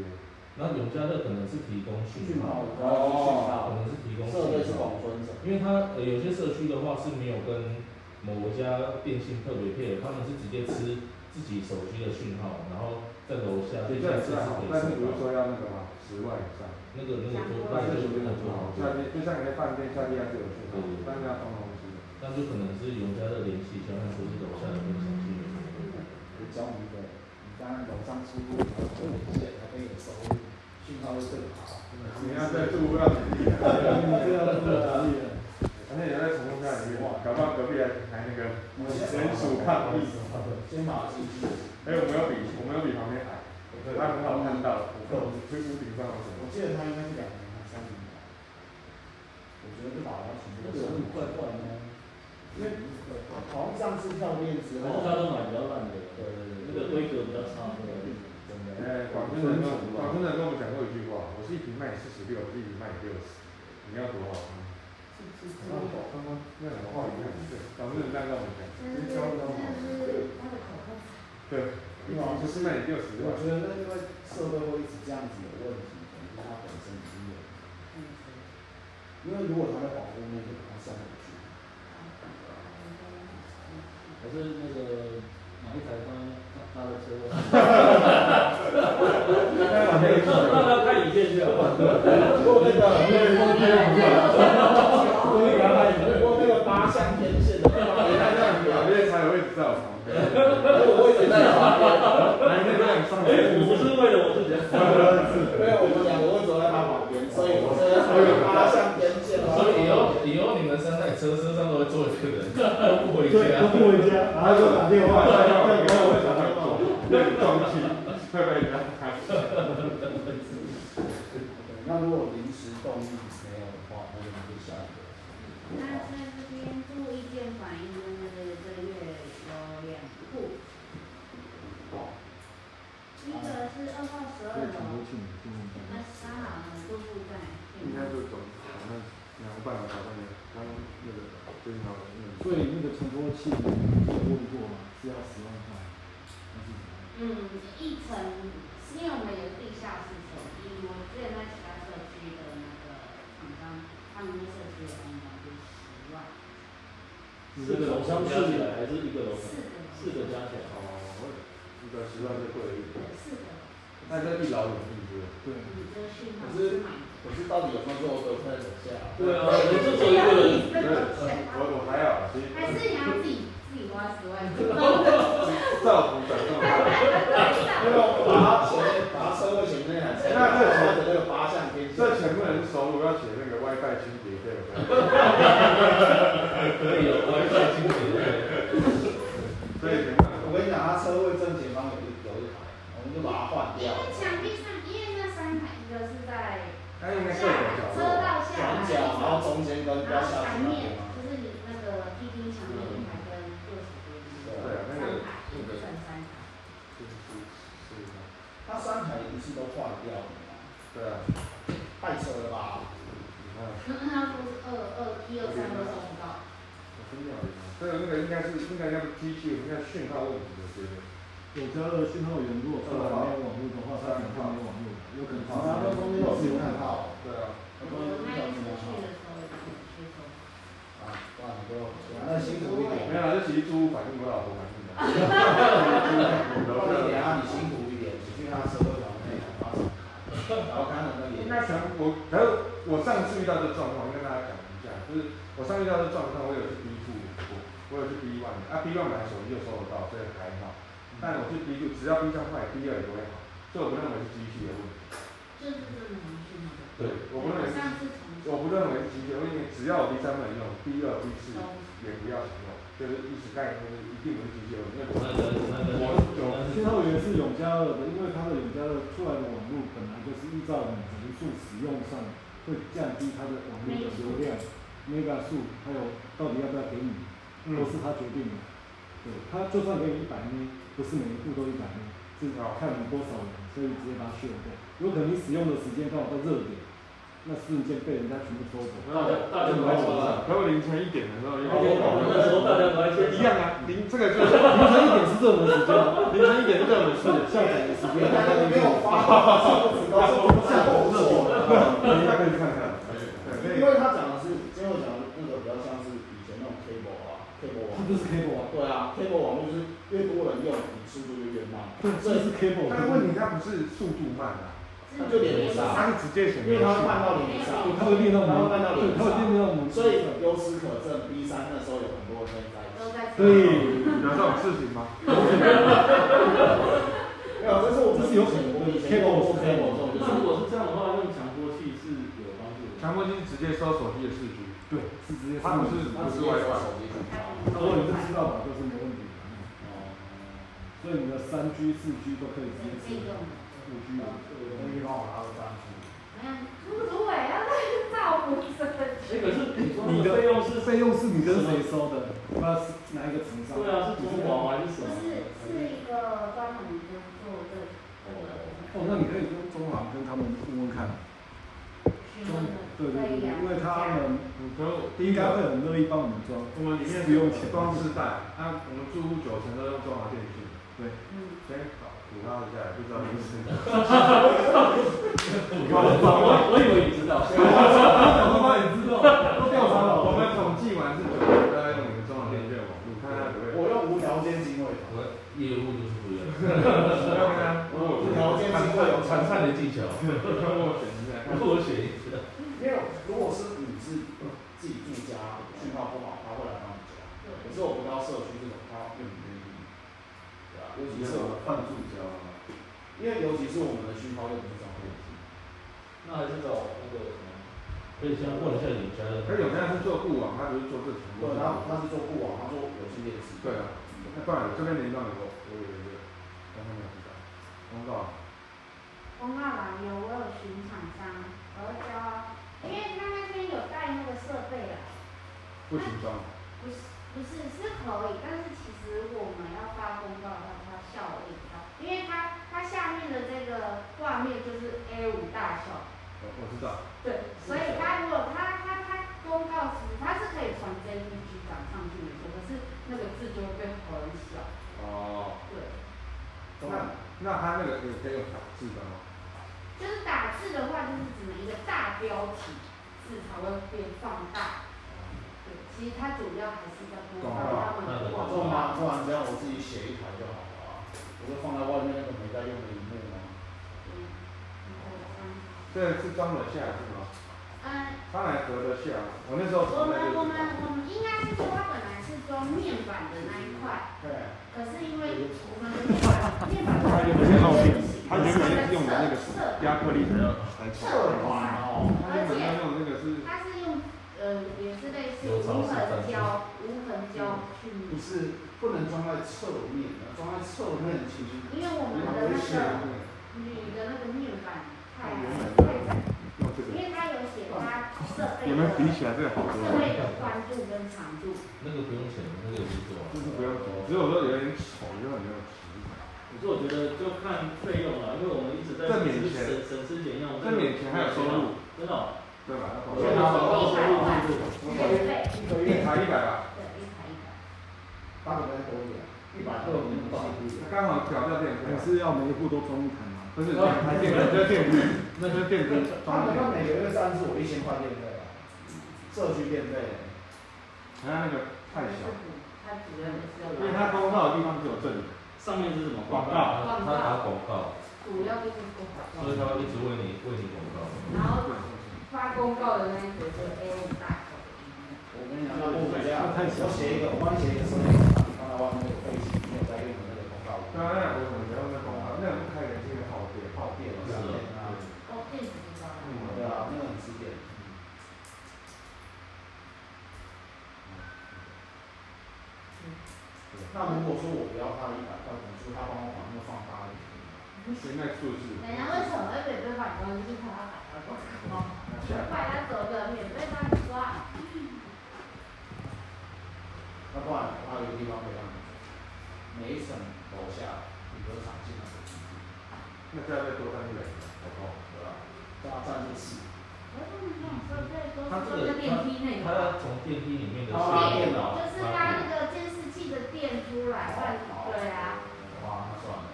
Speaker 9: 那永嘉乐可能是提供
Speaker 2: 讯
Speaker 9: 讯
Speaker 2: 号
Speaker 9: 号，，
Speaker 2: 然后讯
Speaker 9: 可
Speaker 2: 号，
Speaker 9: 能是提供
Speaker 2: 设备是
Speaker 9: 讯号，
Speaker 2: 广分层。
Speaker 9: 因为它呃有些社区的话是没有跟某家电信特别配合，他们是直接吃自己手机的讯号，然后在楼下
Speaker 4: 对，
Speaker 9: 地
Speaker 4: 这样
Speaker 9: 下室
Speaker 4: 是
Speaker 9: 是
Speaker 4: 好
Speaker 9: 可，以
Speaker 4: 但是不
Speaker 9: 收
Speaker 4: 是
Speaker 9: 到。
Speaker 4: 说要那个嘛，十万以上，
Speaker 9: 那个那个就
Speaker 4: 那
Speaker 9: 那
Speaker 4: 就
Speaker 9: 就是
Speaker 4: 不
Speaker 9: 真的
Speaker 4: 是很
Speaker 9: 不
Speaker 4: 不
Speaker 9: 好
Speaker 4: 好。
Speaker 9: 对
Speaker 4: 下面就像你在饭店下地下室有讯号，但是要装东西。
Speaker 9: 那就可能是永嘉乐联系一下，看说是楼下有没有手机有什么问题。
Speaker 2: 我教你一个，你当然楼上出入，然后做一些才可以有收入，讯号会更好。
Speaker 4: 你要在住不要努力，
Speaker 8: 这样子的。
Speaker 4: 而且你要在成功家里面，搞不好隔壁还还来那个
Speaker 2: 我先
Speaker 4: 联署抗议，
Speaker 2: 先把自己，
Speaker 4: 哎，我们要比我们要比旁边矮，他很好看到，我们屋顶上有什么
Speaker 2: 我？记得他应该是两年还是三年吧。我觉得这把要全部都是怪怪的，因为好像上次跳链之
Speaker 6: 还是他
Speaker 2: 后，
Speaker 6: 都买比较烂的，对对对，那个规格比较差，那个真的。
Speaker 4: 哎，广坤人跟广坤人跟我们讲过一句话，我是一瓶卖四十六，是一瓶卖六十，你要多好看？那什么话一样？对，广坤人在跟我们讲，
Speaker 3: 这是这是他的口头禅。
Speaker 4: 对，一瓶不是卖你六十
Speaker 2: 我
Speaker 4: 万，
Speaker 2: 觉得那因为社会会一直这样子有问题，可能是他本身已经有，因为如果他在保护内，就把它送回去。
Speaker 6: 可是那个哪一台方他的车，那那要看影片去了。
Speaker 2: 不过那个，
Speaker 6: 我也要看影
Speaker 2: 不过那个八项天线的，
Speaker 4: 你看这样表面才有位置在我旁边，
Speaker 2: 我也在旁边。
Speaker 4: 来那个上
Speaker 6: 哎，我不是为了我自己，
Speaker 2: 因为我们两个会走在他旁边，所以我现在才有八项天线了。
Speaker 9: 所以哦以后以后你们三台车车上都会坐一个人，都不回
Speaker 8: 对，
Speaker 9: 家
Speaker 8: 都。不回家，然后就打电话，
Speaker 4: 打
Speaker 8: 打
Speaker 4: 电
Speaker 8: 电
Speaker 4: 话给我
Speaker 8: 话给我
Speaker 4: 打
Speaker 8: 打
Speaker 4: 电
Speaker 8: 电
Speaker 4: 话
Speaker 8: 话。
Speaker 4: 那个撞击会被人家看。
Speaker 2: 那如果临时动力没有的话，那就不下一个。
Speaker 3: 那在这边做意见反映，真的是这个月有两户，一个是二号十二楼，那三好很多户在
Speaker 4: 应该
Speaker 3: 面，
Speaker 4: 就总好像两个半小时那个，刚刚那个最好的那个。
Speaker 8: 所以那个传播器有问过吗？是要十万块，还是怎么样？
Speaker 3: 嗯，一层，因为我们有地下室手机，我之前在其他社区的那个厂商，他们的社区有安装就十万，
Speaker 6: 四个楼上加起来还是一个楼上，
Speaker 3: 四
Speaker 6: 四
Speaker 3: 个，
Speaker 6: 个加起来。
Speaker 4: 哦，一个十万就贵了一点。
Speaker 3: 四个，
Speaker 4: 那在地牢有地是
Speaker 8: 对，
Speaker 3: 你这个讯号
Speaker 2: 可是
Speaker 3: 是买的，
Speaker 2: 可是到底有没有做德泰手下？
Speaker 6: 对啊，我就只有一个人。
Speaker 3: 一个钱
Speaker 4: 我我还好，其实
Speaker 3: 还是你要自己自己花 十万，
Speaker 4: 照顾转动。
Speaker 2: 因为我把它前面，把它车位前面两
Speaker 4: 那这
Speaker 2: 车的那个八项天线，
Speaker 4: 这全部人收入要写那个 WiFi 清洁费，
Speaker 9: 可以有外在经济。
Speaker 4: 所以全
Speaker 2: 我跟你讲，它车位正前方有一有一台，我们就把它换
Speaker 3: 因
Speaker 2: 掉。
Speaker 3: 为墙壁上，因为那三台一个是在
Speaker 4: 那应该各
Speaker 3: 下
Speaker 4: 有角
Speaker 3: 车
Speaker 4: 落。
Speaker 3: 道下
Speaker 2: 转
Speaker 3: 来，
Speaker 2: 角，然后中间跟
Speaker 3: 然
Speaker 2: 要
Speaker 3: 后
Speaker 2: 下
Speaker 3: 墙
Speaker 2: 去那
Speaker 3: 面
Speaker 2: 边嘛。
Speaker 3: 就是你那个梯厅墙面一排跟右手边
Speaker 2: 对
Speaker 4: 对
Speaker 2: 啊，
Speaker 4: 啊，那
Speaker 3: 三
Speaker 4: 个
Speaker 3: 排，一整三排，
Speaker 2: 它三台一次都换掉了嘛，
Speaker 4: 对啊，
Speaker 2: 太扯了吧？
Speaker 4: 你看。
Speaker 3: 他说是二二一二三都收不到，
Speaker 4: 这个那个应该是应该叫机器，应该讯号问题，我觉得。
Speaker 8: 我家的讯号源如果说没有网络的话，它可能就没有网络了，有可能
Speaker 2: 好，啊那中间有信号，
Speaker 4: 对啊，
Speaker 2: 中间
Speaker 3: 我那
Speaker 2: 有
Speaker 3: 一
Speaker 2: 信
Speaker 3: 次去
Speaker 2: 号
Speaker 3: 的时候也没有去收，
Speaker 2: 啊，不然你就那辛苦一
Speaker 4: 没
Speaker 2: 点，
Speaker 4: 有啊，这其实租屋反应我老婆反应的。
Speaker 2: 不然你等下你辛苦一点，你去他车位旁边把它，然后看能不能
Speaker 4: 应
Speaker 2: 连。
Speaker 4: 该全我，然后我上次遇到这状况，我跟大家讲一下，就是我上次遇到这状况，我有去 B two，我我有去 B one 啊，B one 本来手机就收得到，所以还好。但我去 B two，只要 B 上坏，B 二也不会好，所以我不认为是机器的问题。
Speaker 3: 就是真的没讯号的。
Speaker 4: 对，我不认为是，
Speaker 3: 上次从
Speaker 4: 我不认为是机器的问题，只要我 B 三能用，B 二、B 四
Speaker 3: 收，
Speaker 2: 哦
Speaker 4: 也不要使用，就是意思概念就是一定不是机器的问题，因为
Speaker 9: 那
Speaker 4: 我
Speaker 9: 个那个
Speaker 8: 讯号源是永嘉二的，因为它的永嘉二出来的网络本来就是依照你人数使用上会降低它的网络的流量、mega 数，还有到底要不要给你，都是它决定的。对，它就算给你一百枚，不是每一步都一百枚，是看你多少人，所以直接把它削掉。有可能你使用的时间刚好在热点，那瞬间被人家全部抽走。
Speaker 4: 然后
Speaker 6: 大家都在车上，
Speaker 4: 然后凌晨一点的时候又。
Speaker 6: 哦我们那时候大家都在车
Speaker 4: 一
Speaker 6: 上。
Speaker 4: 样啊，零这个就是
Speaker 8: 凌晨一点是热门时间，
Speaker 4: 啊凌晨一点热门
Speaker 8: 是
Speaker 4: 事，
Speaker 8: 下载的时
Speaker 2: 因为
Speaker 8: 间。
Speaker 2: 大家都没 有发，这个指标是不是我错的？
Speaker 4: 大家可以看看。
Speaker 2: 因为他讲的是，今天我讲的那个比较像是以前那种 cable 啊，cable 网
Speaker 8: 它不是 cable 啊，
Speaker 2: 对啊，cable 网络就是越多人用，你速度就越慢。
Speaker 8: 这是 cable。
Speaker 4: 但问题它不是速度慢啊，
Speaker 2: 那就连不上
Speaker 4: 它是直接选
Speaker 2: 因为
Speaker 4: 择
Speaker 2: 它会
Speaker 4: 性。
Speaker 2: 慢到脸上，
Speaker 8: 它会练到我
Speaker 2: 它会
Speaker 8: 们，
Speaker 2: 慢到
Speaker 8: 对，
Speaker 2: 脸
Speaker 8: 它会
Speaker 2: 上，
Speaker 8: 练到我们。
Speaker 2: 所以由此可证，B 三那时候有很多人在一
Speaker 3: 都
Speaker 2: 起。
Speaker 3: 在
Speaker 8: 对
Speaker 4: 有这种事情吗？
Speaker 2: 没有，这是我们以前我们以前用过 cable 这种，就
Speaker 6: 那如
Speaker 2: 是
Speaker 6: 果是这样的话，用强迫器是有帮助的。
Speaker 4: 强迫性直接搜手机的视距，
Speaker 8: 对，是直接
Speaker 4: 他们是
Speaker 2: 他直
Speaker 4: 不
Speaker 2: 接
Speaker 4: 是外挂？
Speaker 2: 手机很高。
Speaker 8: 如果你是知道 把就是没问题的，
Speaker 2: 哦，
Speaker 8: 所以你的三 G、四 G 都可以直接
Speaker 3: 可以
Speaker 8: 吃
Speaker 3: 用。
Speaker 8: 五 G 的，那你帮我拿个三 G。
Speaker 3: 那出主委要再造福社
Speaker 6: 哎，可是你说
Speaker 8: 你
Speaker 6: 那个
Speaker 8: 的
Speaker 6: 费用是？
Speaker 8: 费用是你跟谁收的？那是哪一个厂商？
Speaker 6: 对啊，是中广还是什么？
Speaker 3: 不是是一个专门就做这个
Speaker 8: 哦，那你可以跟中行跟他们问问看。
Speaker 3: 询
Speaker 8: 中
Speaker 3: 问的，
Speaker 8: 对对
Speaker 3: 啊
Speaker 8: 对，因为他们
Speaker 4: 嗯可是
Speaker 8: 应该会很乐意帮我们装。
Speaker 4: 我们里面
Speaker 8: 不用钱
Speaker 4: 装自带，啊，我们住户九成都用中华电信，
Speaker 8: 对，
Speaker 3: 嗯，
Speaker 4: 先搞补他一下，也不知道你是谁。
Speaker 6: 我我以为你知道。
Speaker 4: 你知道，都调查了，我们统计完是九成都在用你们中华电信网络，看看不会。
Speaker 2: 我用无条件敬畏法。
Speaker 9: 我业务就是不一样，
Speaker 4: 不要跟他，如果
Speaker 2: 无条件敬畏法
Speaker 9: 谈判的技巧，
Speaker 4: 我选一下，
Speaker 9: 我选一次。
Speaker 2: 因为如果是你是自己住家，讯号不好，他会来帮你加。可是我不到社区这种，他并不愿意。对啊，尤其是我们
Speaker 4: 半住家嘛。
Speaker 2: 因为尤其是我们的讯号又不是这样的问题。
Speaker 7: 那还是找那个什么？
Speaker 9: 可以先问一下你家的，
Speaker 4: 而有些人是做固网，他不是做这层。
Speaker 2: 对，然后他是做固网，他做有线电视。
Speaker 4: 对啊，那不然这边连到你，我我有一个，刚刚没有提到，公告，
Speaker 3: 公告啊有我有寻厂商，我要交，因为他那天有带那个设备来。
Speaker 4: 不行装，
Speaker 3: 不是不是是可以，但是其实我们要发公告的话，它效率高，因为它它下面的这个画面就是 A 五大小，
Speaker 4: 我我知道，
Speaker 3: 对，所以它如果它它它公告时，它是可以传 JPG 档上去没错，可是那个字就会变很小，
Speaker 4: 哦，
Speaker 3: 对，
Speaker 4: 那那他那个有可以有打字的吗？
Speaker 3: 就是打字的话，就是只能一个大标题字才会变放大，对，其实它主要还是在公告他们的
Speaker 9: 广
Speaker 2: 这么
Speaker 3: 广
Speaker 2: 麻。
Speaker 3: 告
Speaker 2: 烦，这样我自己写一台就好了啊。我就放在外面那个没在用的荧幕吗？
Speaker 3: 嗯嗯
Speaker 4: 对，是装得下是吗？
Speaker 3: 嗯，
Speaker 4: 当然合得下，我那时候
Speaker 3: 我们我们啊我们应该是说，它本来是装面板的那一块，
Speaker 2: 对。
Speaker 3: 可是因为我们的面板面板
Speaker 4: 他原本要他原本用的那个什么亚克力的才
Speaker 2: 这
Speaker 4: 装，
Speaker 2: 款哦，
Speaker 4: 他原本要用那个是
Speaker 3: 它是用呃也是类似无痕胶无痕胶去
Speaker 2: 不
Speaker 3: 粘，
Speaker 2: 是不能装在侧面，装在侧面其实
Speaker 3: 因为我们的
Speaker 2: 很危
Speaker 3: 那
Speaker 2: 险
Speaker 3: 个
Speaker 2: 的。
Speaker 3: 铝的那个面板太
Speaker 4: 原本
Speaker 3: 太窄，
Speaker 4: 用这
Speaker 3: 因为
Speaker 4: 个，
Speaker 3: 它有写它设备
Speaker 4: 有没有
Speaker 3: 的
Speaker 4: 比起来这个好
Speaker 3: 设
Speaker 4: 多？
Speaker 3: 备的宽度跟长度，
Speaker 9: 那个不用钱，那个也是做啊。
Speaker 4: 就是不用多，只有说有点丑，有点没有质
Speaker 6: 可是我觉得就看费用了，因为我们一直在
Speaker 4: 这免
Speaker 6: 省
Speaker 4: 钱
Speaker 6: 省吃俭用。
Speaker 4: 这免钱还有收入，
Speaker 6: 真的哦。
Speaker 4: 对吧？
Speaker 6: 我觉得收入是
Speaker 2: 我感觉一个
Speaker 4: 一
Speaker 2: 月
Speaker 4: 台一百吧。
Speaker 3: 对，一台一台。
Speaker 2: 八百块多一点，一百二我们不行。
Speaker 4: 刚好调掉电
Speaker 8: 可
Speaker 4: 费，
Speaker 8: 是要每一户都装一台嘛。
Speaker 4: 不是两台电费，这电费，那是电费
Speaker 2: 他
Speaker 4: 装
Speaker 2: 们那
Speaker 4: 电费，
Speaker 2: 每个月赞助我一千块电费啊，社区电费。
Speaker 4: 他那个太
Speaker 3: 它
Speaker 4: 小，
Speaker 3: 主它主要的是要
Speaker 4: 因为他公告的地方只有正的，
Speaker 6: 上面是什么
Speaker 4: 广告
Speaker 9: 他他打广告，
Speaker 3: 主要就是做广告
Speaker 9: 所以。他会一直为你为你广告。
Speaker 3: 然后发公告的那一则就 A 五大口的音乐，
Speaker 2: 我跟你讲，那不一样，
Speaker 8: 太小
Speaker 2: 我写一个，我帮你写一个生意场，放在外面有背景，没有在用的那个广告。
Speaker 4: 当然我们不要那公告，那不开人性的好点，
Speaker 2: 耗电啊，耗电啊，
Speaker 3: 哦，电子报啊。
Speaker 2: 对啊，那个很吃电。那如果说我不要花一百块，可能说他帮我把那个放大一点。
Speaker 4: 谁卖数字？
Speaker 3: 人家为什么会免费发你东西？就是他要打广告，快他走的免费帮你抓。
Speaker 2: 那不然还有一个地方可以让你走，每一层楼下你都长进来的机制，
Speaker 4: 那再再多三个人，哦，
Speaker 2: 对吧？大家站进去，
Speaker 3: 我说你看，说最多
Speaker 9: 他
Speaker 3: 说
Speaker 9: 这个
Speaker 3: 个电梯那
Speaker 9: 他
Speaker 3: 个。
Speaker 9: 要从电梯里面的
Speaker 2: 他
Speaker 9: 电脑
Speaker 3: 就是拉那个监视器的电出来，换对啊，
Speaker 2: 哇，那算了，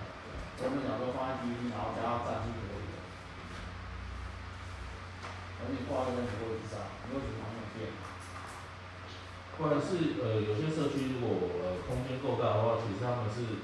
Speaker 2: 我们两个放在第一，然后加上站进去而已。而且挂在那个位置上，没有什么没有变。
Speaker 9: 或者是呃，有些社区如果呃空间够大的话，其实他们是呃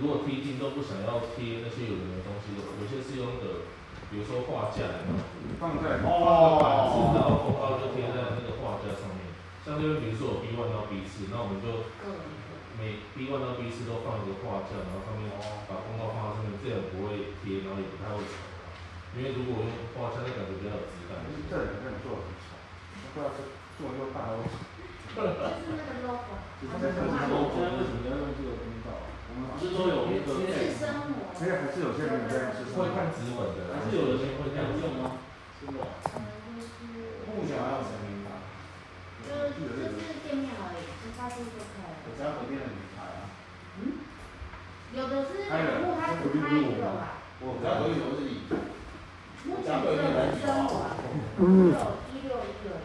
Speaker 9: 如果贴近都不想要贴那些有名的东西的，有些是用的，比如说画架有没有，
Speaker 4: 放在
Speaker 9: 把板子然后呃公告就贴在那个画架上面。像这边比如说有 B one 到 B 四，那我们就
Speaker 3: 各种各
Speaker 9: 每 B one 到 B 四都放一个画架，然后上面把公告放在上面，这样不会贴，然后也不太会吵啊。因为如果用画架，那感觉比较有质感。
Speaker 4: 这人跟你做很丑，那不要是做又大哦。
Speaker 3: 就是那个 logo，
Speaker 4: 你
Speaker 3: 它
Speaker 4: 现
Speaker 3: 是
Speaker 4: 在
Speaker 3: 图案
Speaker 6: 我现在为
Speaker 3: 的，
Speaker 6: 什么要用这个公道啊？我们不是都有那个，
Speaker 3: 是生活。
Speaker 4: 没有，还是有些人有在吃
Speaker 9: 会看指纹的，
Speaker 6: 还是有人会这样用吗？真的啊？
Speaker 3: 可能就是。
Speaker 2: 目前还有神明牌，
Speaker 3: 就就是店面而已，其他就不可以。
Speaker 2: 我家旁边的名牌啊，
Speaker 3: 有的是人物他只拍一个吧，
Speaker 2: 我家都有是以
Speaker 3: 目前只有人生活，只有一六一六零。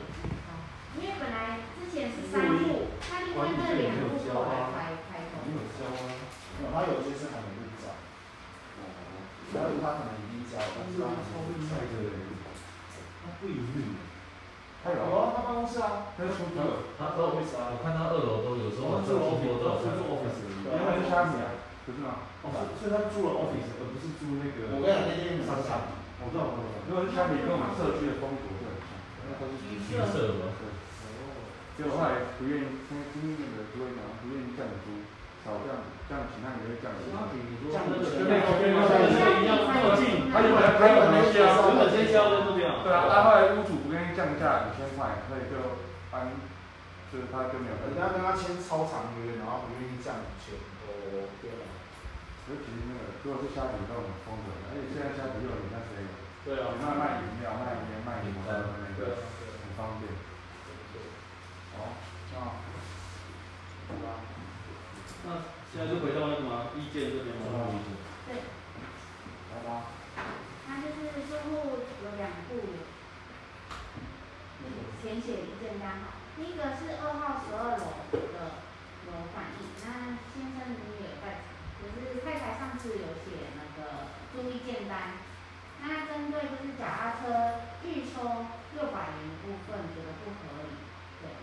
Speaker 3: 因为本来之前是三户，他另外那两户是我来排排
Speaker 2: 没有
Speaker 3: 头。
Speaker 2: 交啊，没有他有些是还没入账，然后他可能已经交了，但是他还没入账
Speaker 5: 他不一定，
Speaker 4: 太
Speaker 2: 有
Speaker 4: 老了，
Speaker 2: 啊，他办公室啊，
Speaker 4: 他出去了，
Speaker 9: 他都我看他二楼都有时候晚上直播都
Speaker 6: 哦
Speaker 9: 有看。
Speaker 4: 原来是虾米啊，不是吗？
Speaker 5: 哦，所以他住了 office，而不是住那
Speaker 2: 我跟你
Speaker 5: 个。
Speaker 2: 讲那天你们
Speaker 5: 上
Speaker 2: 上
Speaker 5: 下，我知道，我知道。
Speaker 4: 如果是虾米，跟我们社区的风格会很像，那都是
Speaker 9: 橘色吗？
Speaker 4: 结果后来不愿意，因为经那个主委讲不愿意降租，少降降其他人会降租。
Speaker 6: 原本先交的目标。
Speaker 4: 对啊，他后来屋主不愿意降价五千块，所以就搬，就是他就没有
Speaker 2: 人
Speaker 4: 跟。
Speaker 2: 家跟他签超长约，然后不愿意降钱，哦，天哪！
Speaker 4: 尤其是那个，如果是虾皮都很风格的，而且现在虾皮又有人家谁，
Speaker 6: 对
Speaker 4: 有
Speaker 6: 啊，
Speaker 4: 卖卖饮料、卖烟、卖什么的那个，很方便。
Speaker 2: 哦，那好吧，
Speaker 6: 那现在就回到那个嘛，意见这边嘛。
Speaker 5: 啊
Speaker 3: 对，
Speaker 2: 来吧，
Speaker 3: 他就是住户有两户，填写一正单哈。第一个是二号十二楼的楼反映，那先生你也在，只是太太上次有写那个注意建单，那针对就是脚踏车预抽六百元部分觉得不合理，对。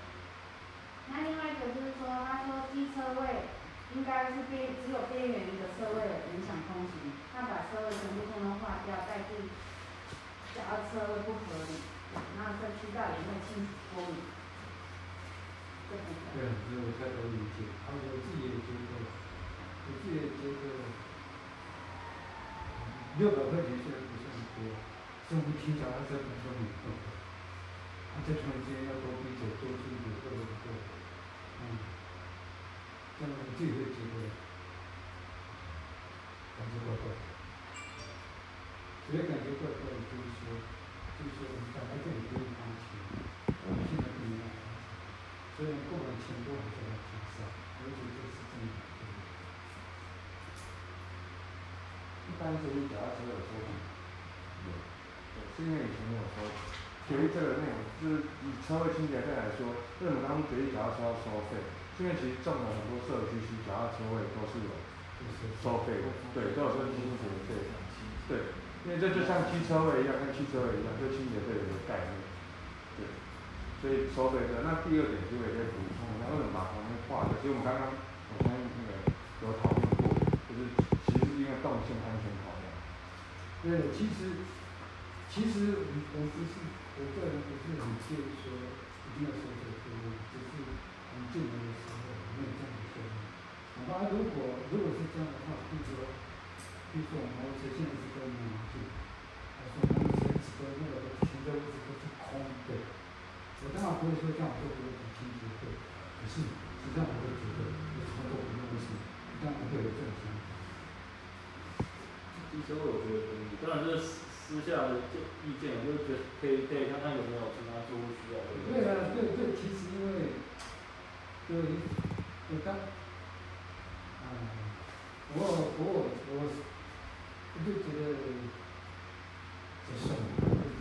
Speaker 3: 那另外一个就是说，他说机车位应该是边只有边缘一个车位影响通行，他把车位全部通通划掉，代替脚踏车位不合理，然后再去到也没有清楚说明这部
Speaker 5: 对
Speaker 3: 分。
Speaker 5: 啊，所以我才能理解，他们有自己的结构，有自己的结构，六百块钱虽然不是很多，生不听讲，但是很说明白。他在长时间要多比走多出去，多多多，嗯，这样有自己的结构，感觉怪怪的，只要感觉怪怪的，就是说，就是说我们本来这里不用花钱，现在不一样。虽然购买钱多，还是很少，我觉得是这样。
Speaker 4: 一般是你脚踏车有收费，对，是因为以前没有收。决议这个内容就是以车位清洁费来说，为什么当初决议脚踏车要收费？是因为其实纵了很多社区，其实脚踏车位都是有收费的，对，都有收清洁费。对，因为这就像汽车位一样，跟汽车位一样，对清洁费有个概念。对，所以收费的那第二点，其实我也可以补充一下，为什么把旁边划掉？其实我们刚刚我相信那个有讨论过，就是其实是因为动线安全考量。
Speaker 5: 对，其实其实我我不是我个人不是很介意说一定要说这个科目，只是我们进门的时候我们有这样的说明。好吧，如果如果是这样的话，比如说比如说我们摩托车现在是跟我们去，我说摩托车只跟那个停车位置都是空的，我当然不会说这样做不会很清洁对，可是实际上我会觉得有时候我们为什么这样会有这种想法？
Speaker 6: 机车位我觉得可以，当然这是私下的意见，我就觉得可以可以看看有没有其他住户需要。
Speaker 5: 对啊，对对，其实因为，对，我刚，啊，我我我我就觉得接受，就是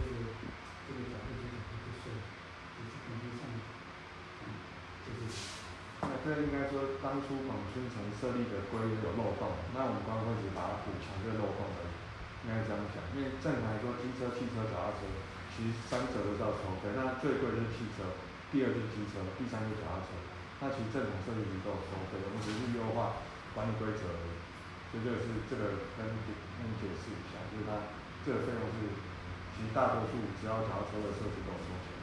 Speaker 5: 这个角度就是接受，就是感觉上，就是
Speaker 4: 那这应该说当初广宣城设立的规约有漏洞，那我们刚刚会只把它补强这漏洞而已，应该这样讲。因为正常来说，机车、汽车、脚踏车，其实三者都是要收费，那最贵就是汽车，第二就是机车，第三就是脚踏车。那其实正常设计局都有收费，我们只是优化管理规则而已。所以这个是这个跟解跟你解释一下，就是它这个费用是，其实大多数只要脚踏车的设计都有收钱。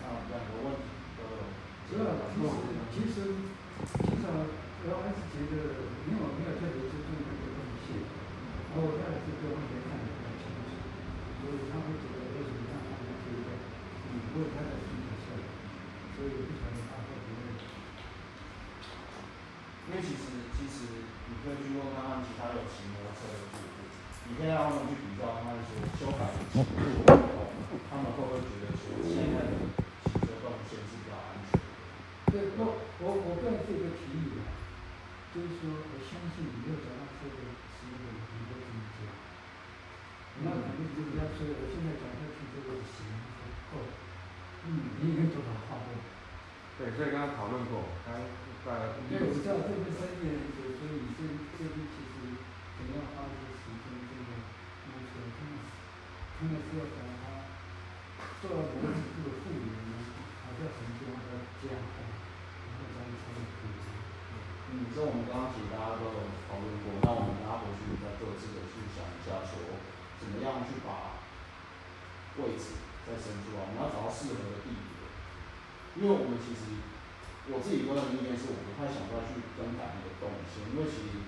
Speaker 2: 那我们两个问题都有，
Speaker 5: 主要其实其实其实我还是觉得没有没有特别注重这个东西，然后我还是对问题看得很清楚。所以他会觉得为什么让他们觉得你为他的需求设想，所以不晓得他会不会。
Speaker 2: 因为其实其实你可以去问看看其他有骑摩托车的住户，你可以让他们去比较，看看说修改了骑路以后，他们会不会觉得说现在的骑车动线是比较安全的？
Speaker 5: 对，我我我个人这个提议啊，就是说我相信你没有找到这个职业的你会怎么做？那肯定就是要说，我现在转过去这个行不够，嗯，你也做到话费。
Speaker 4: 对，所以刚刚讨论过，刚刚大家
Speaker 5: 对，我知道这个三年很久，所以这这边其实怎样花这个时间，这个那个真的是真的是要把它做到某个程度的复原呢，还是要从这样的这样看，然后咱们才能复原。
Speaker 2: 嗯，这我们刚刚其实大家都有讨论过，那我们大家回去再各自的去想一下，说怎么样去把位置再伸出来，我们要找到适合的地点。因为我们其实我自己个人意见是我不太想再去更改那个动线，因为其实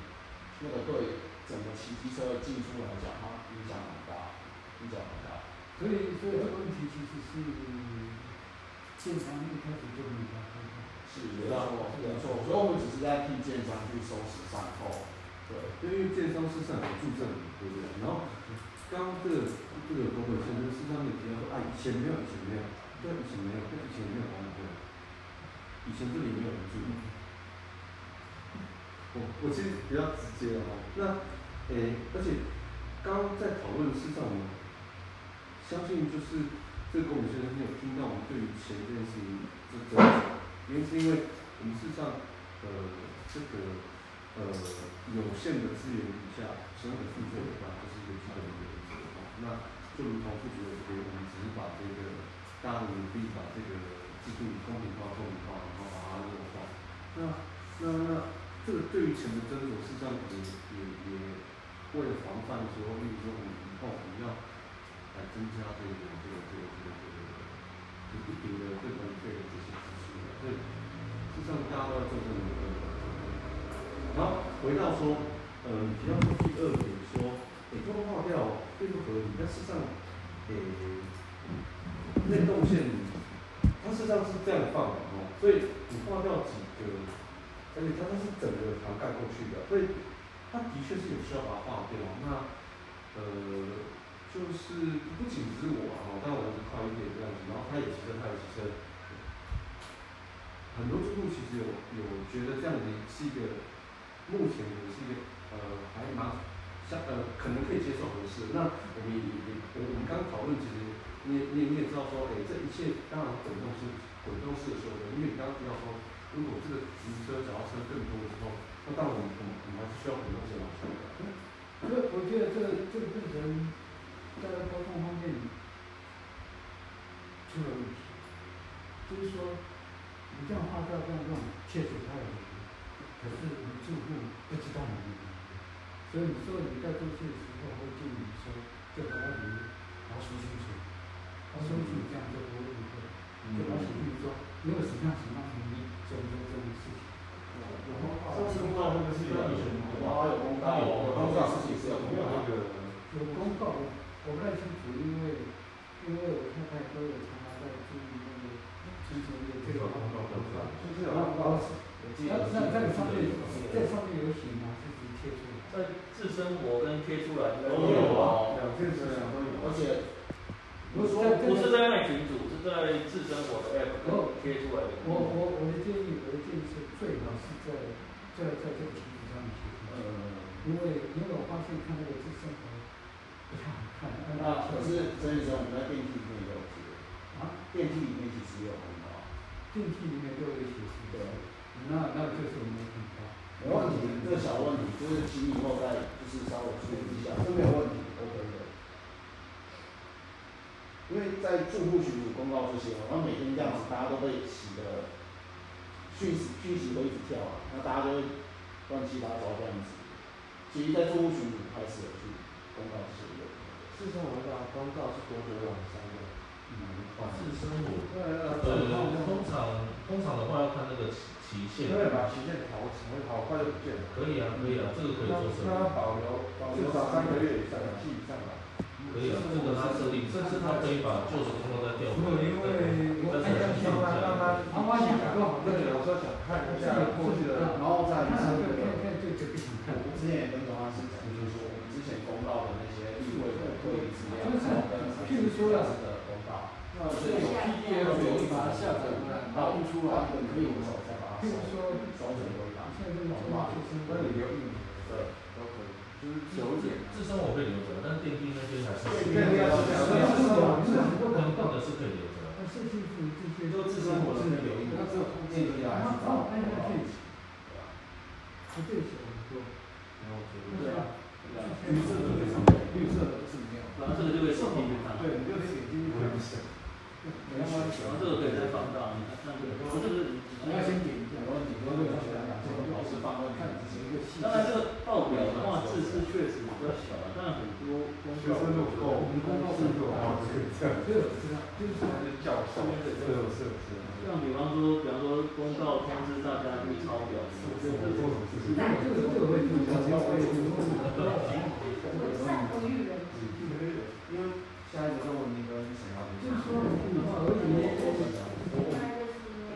Speaker 2: 那个对整个骑机车的进出来讲，它影响很大，影响很大。
Speaker 5: 所以所以这个问题其实是建商一开始就没有考虑到。
Speaker 2: 是没错，没错。所以我们只是在替建商去收拾善后，对，
Speaker 4: 因为建商是上有住证，对不对？然后刚刚这个这个工会先生是他们提到说啊，以前没有，以前没有，对，以前没有，对，以前没有，完全没有，以前这里没有人住。我我其实比较直接了哈，那诶、而且刚刚在讨论市场，我相信就是这个我们先生没有听到我们对于钱这件事情这这，原因是因为我们事实上呃这个呃有限的资源底下，使用的负责的话，就是一个基本的原则哈。那就如同负责的我们只是把这个大家努力把这个制度公平化、透明化，然后把它弱化。那那那这个对于钱的斟酌，事实上也也也为了防范说，例如说我们以后我们要来增加这个这个这个这个这个这个一定的这个这个这些支出，所以事实上大家都要做这个呃努力。然后呃回到说，嗯，提到说第二点说，诶、欸，动化掉并不合理，但事实上，诶、内动线它事实上是这样放的哦，所以你划掉几个，而且它它是整个涵盖过去的，所以它呃的确是有需要把它划掉。那呃，就是不仅只是我啊，哦当然我是跨一点这样子，然后他也骑车，他也骑车。很多住户其实有有觉得这样子是一个目前可能是一个呃还蛮像呃可能可以接受的事。那我们也也我我们刚讨论，其实你也你也你也知道说，哎、这一切当然滚动式滚动式的修正，因为你刚刚提到说，如果这个骑车、脚踏车更多的时候，那当然我们我们我们还是需要滚动式来修改。
Speaker 5: 这我觉得这个这个变成在沟通方面出了问题，就是说你这样画掉这样弄，确实它有原因，可是我们住户不知道你的原因，所以你说你在做事的时候，会建议你说这个问题要说清楚，要说清楚这样就不会误会，就把什么说没有什么样什么样的原因做做这种事情，然后
Speaker 2: 上次碰到那个是要有啊，有公告，有公告事情是有公告的。
Speaker 5: 有公告，我不太清楚，因为因为我太太都有常常在注意那个基础的这个公告
Speaker 4: 就是
Speaker 5: 然
Speaker 4: 有
Speaker 5: 后老师，
Speaker 2: 我记
Speaker 5: 那
Speaker 2: 得
Speaker 5: 那那个上面
Speaker 2: 是
Speaker 5: 这上面有写吗？就是贴出来。
Speaker 6: 在自生活跟贴出来
Speaker 2: 都
Speaker 6: 都
Speaker 2: 有
Speaker 6: 有啊。
Speaker 2: 啊，
Speaker 4: 两件事情都有。
Speaker 2: 而且
Speaker 5: 不是在
Speaker 6: 不是在卖群主，是在自生活的 app
Speaker 5: 哦
Speaker 6: 贴出来的。
Speaker 5: 我我我的建议，我的建议是最好是在在在这个群组上面写出来，
Speaker 2: 呃，
Speaker 5: 因为因为我发现看那个自生活不太好看，
Speaker 2: 那可是所以说我们在电梯里面也有贴，
Speaker 5: 啊，
Speaker 2: 电梯里面其实也有公告。
Speaker 5: 电梯里面都有写出来，那那就是我们的广告。
Speaker 2: 没问题，这个小问题就是请以后再就是稍微注意一下，这没有问题，OK 的。因为在住户群组公告这些，然后每天这样子，大家都被洗的讯息讯息都一直跳啊，那大家就会乱七八糟这样子。其实，在住户群组开始有去公告这些有，
Speaker 4: 事实上，我们把公告是多久往上的？
Speaker 2: 蛮
Speaker 9: 自身我
Speaker 4: 对啊，
Speaker 9: 呃通常通常的话要看那个期期
Speaker 4: 因
Speaker 9: 限，
Speaker 4: 为把期限调整，好快就不见了。
Speaker 9: 可以啊可以啊，这个可以
Speaker 4: 那
Speaker 9: 做什
Speaker 4: 那要
Speaker 9: 么？
Speaker 4: 保留保留三个月以上，两季以上吧。
Speaker 5: 嗯
Speaker 14: 可以啊，这个是设定，甚至他可以把旧的工作再调回
Speaker 4: 没有，
Speaker 14: 来，
Speaker 4: 因为我
Speaker 14: 再重
Speaker 4: 按下
Speaker 14: 新
Speaker 4: 上来，让他
Speaker 5: 他挖
Speaker 4: 想够
Speaker 5: 墙
Speaker 4: 好，那个老师想看一下过去的，
Speaker 2: 然后再
Speaker 5: 看
Speaker 2: 一
Speaker 5: 了
Speaker 2: 次
Speaker 5: 就
Speaker 2: 那
Speaker 5: 看
Speaker 2: 个。
Speaker 5: 看就就不想看
Speaker 2: 我之前也跟董老师讲，就是说我们之前公告的那些立委的会议资料，
Speaker 5: 就是譬如说啊
Speaker 2: 的公告，
Speaker 5: 那
Speaker 2: 所以有
Speaker 5: PDF 有一把它下载过来，然
Speaker 2: 然后
Speaker 5: 后
Speaker 2: 印出来，你可以手再把它
Speaker 5: 譬
Speaker 2: 收
Speaker 5: 如说
Speaker 2: 收整个档，
Speaker 5: 现在这种情况就是
Speaker 4: 那里留意
Speaker 2: 对，
Speaker 4: 都可以，就是九点。
Speaker 14: 自身我会留着，但电梯那些还是
Speaker 4: 对对对
Speaker 14: 不能动的是可以留着。
Speaker 5: 那设计图这
Speaker 2: 也
Speaker 5: 些
Speaker 2: 就自身我是没有印，那这个附近的
Speaker 5: 然
Speaker 2: 还是
Speaker 5: 后帮
Speaker 2: 照
Speaker 5: 我看一下这
Speaker 2: 对
Speaker 5: 里，不对写很多，
Speaker 2: 对啊，对啊，
Speaker 5: 绿色的非常多，绿色的是没有，
Speaker 9: 然后这个就会手机去看，
Speaker 5: 对，你就得写进去看，没关系，
Speaker 9: 然后这个可以再放大，你看那这个，不是不是，
Speaker 5: 你要先点一下，
Speaker 2: 然后你
Speaker 5: 然
Speaker 2: 跟
Speaker 5: 后
Speaker 2: 那个
Speaker 5: 就要
Speaker 2: 学
Speaker 5: 写
Speaker 2: 长讲，老师放
Speaker 5: 两个，
Speaker 2: 问
Speaker 5: 看
Speaker 2: 看
Speaker 5: 之前一个细节，
Speaker 9: 当然这个报表的话字是确实比较小了，但很多工作
Speaker 8: 学生都够，我们工作是够啊，这样，
Speaker 5: 这个我知道，就是
Speaker 4: 他是教授，
Speaker 8: 这个是是，
Speaker 9: 像比方说，比方说公告通知大家去抄表，
Speaker 8: 这个做什么事情？
Speaker 5: 这个这个我也不知道，我也不知道。
Speaker 3: 为善不欲人知。
Speaker 2: 因为下一节课文明跟沈耀平
Speaker 5: 就是说，嗯我而且
Speaker 3: 应该就是
Speaker 8: 我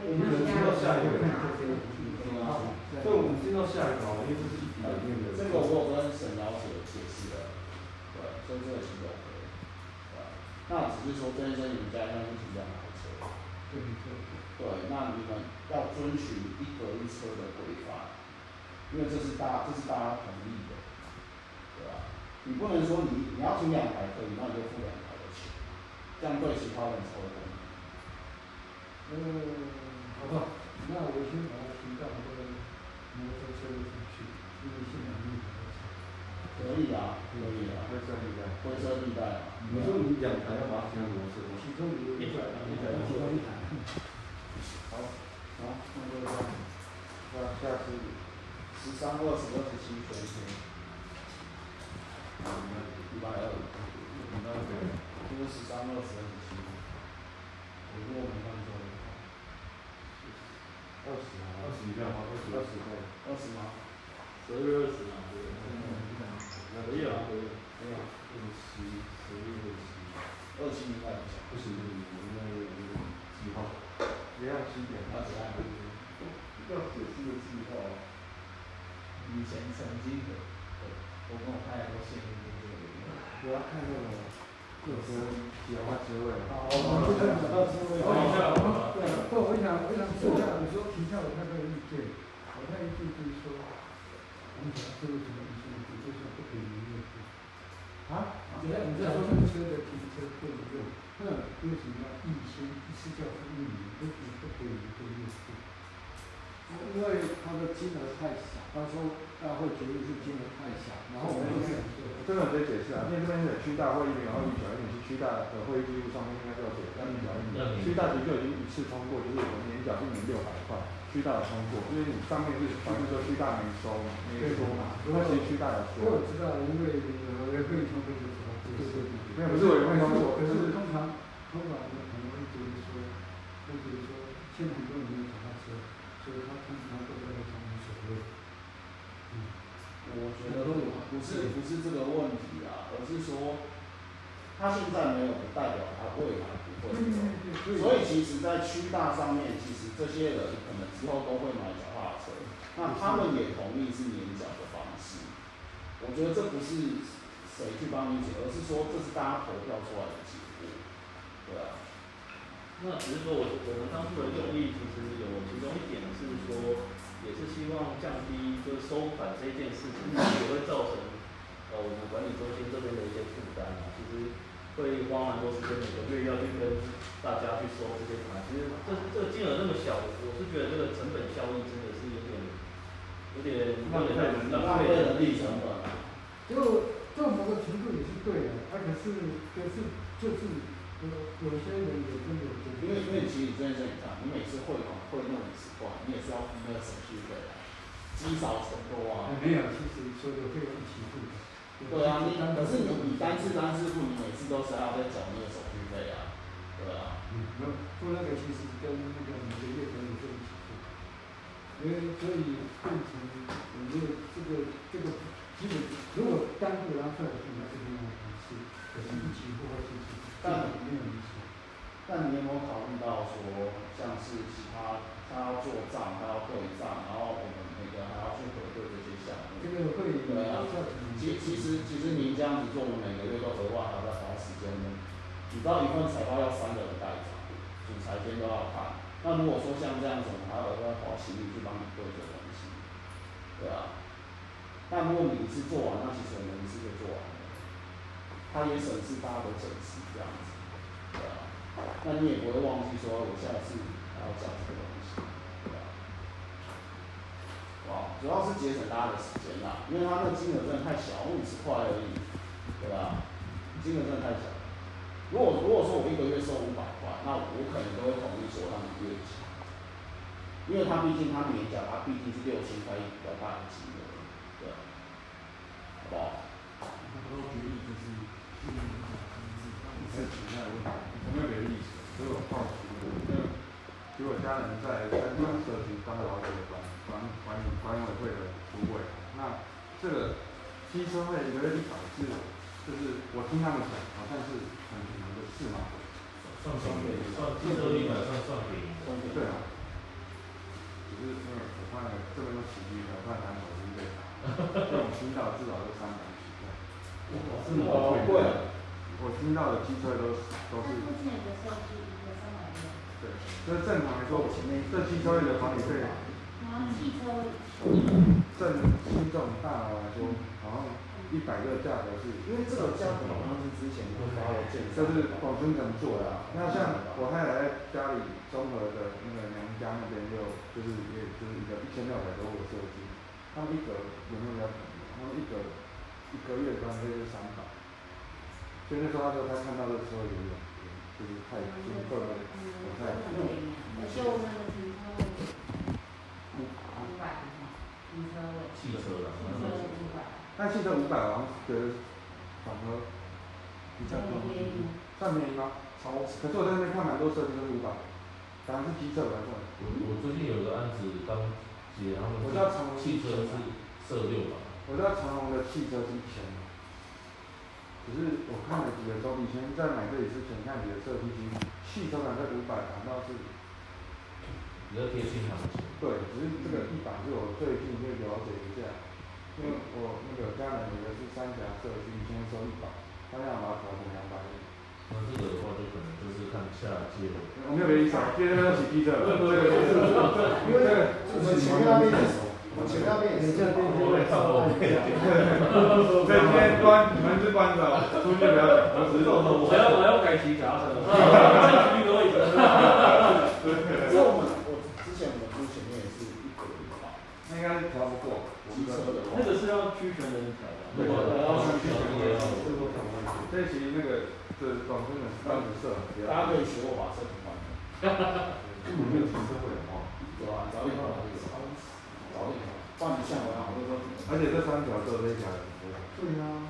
Speaker 3: 因为
Speaker 8: 们能进到下一个，
Speaker 2: 对啊，
Speaker 8: 所以我们进到下一个，因为这是一笔两面的。
Speaker 2: 这个我有跟沈老师解释的，对，所以这个是有的，对，那只是说这件事情在那是比较难车，
Speaker 5: 对对，
Speaker 2: 对，那你们要遵循一格一车的规范，因为这是大这是大家同意的，对吧？你不能说你你要停两台可以，那你就付两台的钱，这样对其他人抽风。
Speaker 5: 嗯，好吧，那我先把它提到这个摩托车上去，因为现在没有摩托车。
Speaker 2: 可以啊，可以啊，
Speaker 4: 会设立的。
Speaker 2: 灰色地带啊，
Speaker 8: 你说你两台要把它形成模式，我
Speaker 5: 其中有一台，其中一台。
Speaker 2: 好，好，那就这样，那下次十三、二十、二十七全天，一百二，一百二，就是十三、二十、二十七，我如果没看错的话，
Speaker 8: 二十二十一辆吗？二十
Speaker 4: 二
Speaker 8: 二
Speaker 4: 十
Speaker 8: 十。
Speaker 4: 块。
Speaker 2: 二十吗？
Speaker 9: 十二月二十嘛，对
Speaker 8: 嗯
Speaker 9: 不对？可以啊，可以。
Speaker 2: 没有，
Speaker 8: 二十十六二十，
Speaker 2: 二七应该有讲，
Speaker 8: 不行不行，我们那个计划，
Speaker 4: 也要七点。
Speaker 2: 那怎样？要解释的计划哦，以前曾经的，对我跟我太太都陷入这个里面。
Speaker 4: 我要看那个各科企划职位。
Speaker 2: 好，
Speaker 8: 啊
Speaker 5: 我就想到是为
Speaker 14: 哦
Speaker 5: 对，不，我想我想说一下，你说提一下我那个意见，我那意见就是说，我们讲这个什么意见，就是不可以营业费。啊？只要你在说停车的停车费用，那为什么要预先一次交付一年，为什么不可以一个月付？
Speaker 2: 因为他的金额太小，他说大会决议是金额太小，然后我们就是
Speaker 4: 这个可以解释啊，因为这边是区大会议然后预小一点是区大的会议记录上面应该就有写，但预小
Speaker 9: 嗯
Speaker 4: 一点，区大的就已经一次通过，就是我们年缴一年六百块，区大的通过，因为你上面是反正说区大没收嘛，没说嘛，那其实区大有说，
Speaker 5: 我知道，因为我也会通过这个，对对对。
Speaker 4: 没有不是委员会通过，
Speaker 5: 可
Speaker 4: 就是是
Speaker 5: 通常，通常我们可能会觉得说，会觉得说，现在很多人没有脚踏车，所以他通常都在讲无所谓。
Speaker 2: 我觉得不是不是这个问题啊，而是说他现在没有，不代表他未来不会
Speaker 8: 嗯
Speaker 2: 有。所以其实，在区大上面，其实这些人可能之后都会买脚踏车，那他们也同意是年缴的方式。我觉得这不是谁去帮你解，而是说这是大家投票出来的结果，对啊。
Speaker 9: 那只是说我我们当初的用意，其实有其中一点是说，也是希望降低就是收款这件事情，也会造成呃我们管理中心这边的一些负担啊，其实会花蛮多时间，每个月要去跟大家去收这些款，其实这这个金额那么小，我是觉得这个成本效益真的是有点有点有点
Speaker 2: 浪费人力成本啊。
Speaker 5: 就就某个程度也是对的，啊，可是可是就是有有些人也真的觉得，
Speaker 2: 因为因为其实这件事情上，你每次汇款汇那五十块，你也是要付那个手续费啊，积少成多啊。
Speaker 5: 没有，其实所有费用一起付的。
Speaker 2: 对啊，你可是你你单次单次付，你每次都是还要再缴那个手续费啊。对啊，
Speaker 5: 嗯，那付那个其实跟那个每个月都有一起付，因为所以变成我们这个这个这个
Speaker 8: 基本如果单独拉出来的话，那是另外一回事。可是，一起或是一起，这个没有影响。
Speaker 2: 但你有没有考虑到说，像是其他他要做账，他要对账，然后我们每个还要去核对这些项目
Speaker 8: 这。个会比
Speaker 2: 对啊
Speaker 8: 较可能
Speaker 2: 其其实其实您这样子做，我们每个月都额外还要再花时间呢。你知道一份财报要三个人带着，主裁监都要看。那如果说像这样子，我们还要额外花心力去帮你对这个东西，对啊。但如果你一次做完，那其实我们一次就做完了，它也省事，大家都省事这样子，对啊。那你也不会忘记说，我下次还要讲这个东西，对啊。哇，啊主要是节省大家的时间啦，因为它那金额真的太小，五十块而已，对吧？金额真的太小。如果如果说我一个月收五百块，那我可能都会同意说让你月缴，因为它毕竟它年缴，它毕竟是六千块一比较大的金额，对啊，好不好？
Speaker 8: 他都决议就是一年一百分之一次
Speaker 4: 是存在的问题，我没有给例子，所以我好奇问题。如果家人在山上社区当劳委管管管管委会的主委，那这个机车会一个月导致，就是我听他们讲，好像是很可能的事嘛。
Speaker 9: 算算给算汽车旅馆算算给你的。
Speaker 4: 对啊。只是因为我看了这边都起立了，我看南口是被打，这种听到至少都三百起跳。
Speaker 2: 这么贵啊，
Speaker 4: 我听到的机车都是都
Speaker 3: 那
Speaker 4: 是
Speaker 3: 目前的收据一个三百六，
Speaker 4: 对，就是正常来说，我前面这汽车类的管理费，
Speaker 3: 然后汽车
Speaker 4: 正轻重大来说，好像一百个价格是，
Speaker 2: 因为这个价格好像是之前不发的建设，
Speaker 4: 就是广深能做的、啊。那像我太太在家里综合的那个娘家那边就就是也就是一个一千六百多的设计，他们一格有没有比较便宜？他们一格一个月管理费是三百，所以那时候他说他看到的时候有点就是太
Speaker 8: 哎
Speaker 4: 就是够了，
Speaker 3: 嗯
Speaker 4: 我太
Speaker 3: 很便宜，而且我们的停车位五百停车位，
Speaker 9: 汽车啦，
Speaker 3: 停车位五百，
Speaker 4: 那现在五百好像觉得反而
Speaker 8: 比较
Speaker 3: 很
Speaker 8: 多。
Speaker 3: 便宜。
Speaker 4: 算便宜吗？超，可是我在那边看蛮多设计都是五百，反而是机车来算。
Speaker 9: 我我最近有一个案子当姐，他们
Speaker 4: 我知道长隆
Speaker 9: 是啊汽车是设六吧，
Speaker 4: 我知道长隆的汽车是一千嘛，可是我看了几个周，以前在买这里之前看几个设计师，汽车版在五百，反倒是
Speaker 9: 比较贴近行情。
Speaker 4: 对，只是这个一百是我最近就了解一下，因为我那个家人有的是三峡社区，先收一百，他让我把它调成两百一。
Speaker 9: 那这个的话，就可能就是看下届了。
Speaker 4: 我没有意思啊，今天要洗机车，对对对，
Speaker 2: 因为我们前面那边，我们前面那边也
Speaker 8: 等
Speaker 2: 是
Speaker 8: 一下，
Speaker 2: 啊
Speaker 8: 对对对，稍等一下。
Speaker 4: 我今天关你们是关着，出去不要讲，我只是说。
Speaker 6: 我还要我还要改骑脚踏车，这骑都已经。
Speaker 2: 所以我们我之前我们住前面也是一格一百，
Speaker 4: 那应该是调不过，我
Speaker 2: 机
Speaker 4: 们
Speaker 2: 车的
Speaker 6: 那。
Speaker 2: 话
Speaker 6: 个是要区权人才的，
Speaker 9: 如果要去小啊的话，
Speaker 4: 这其实那个是广东的三不色，
Speaker 2: 大家可以学我把车停完，
Speaker 4: 我没有停车位哦，
Speaker 2: 对吧？早点好，早点好，不然你像我一样，我就说，
Speaker 4: 而且这三条只有这一条停车，
Speaker 2: 对啊，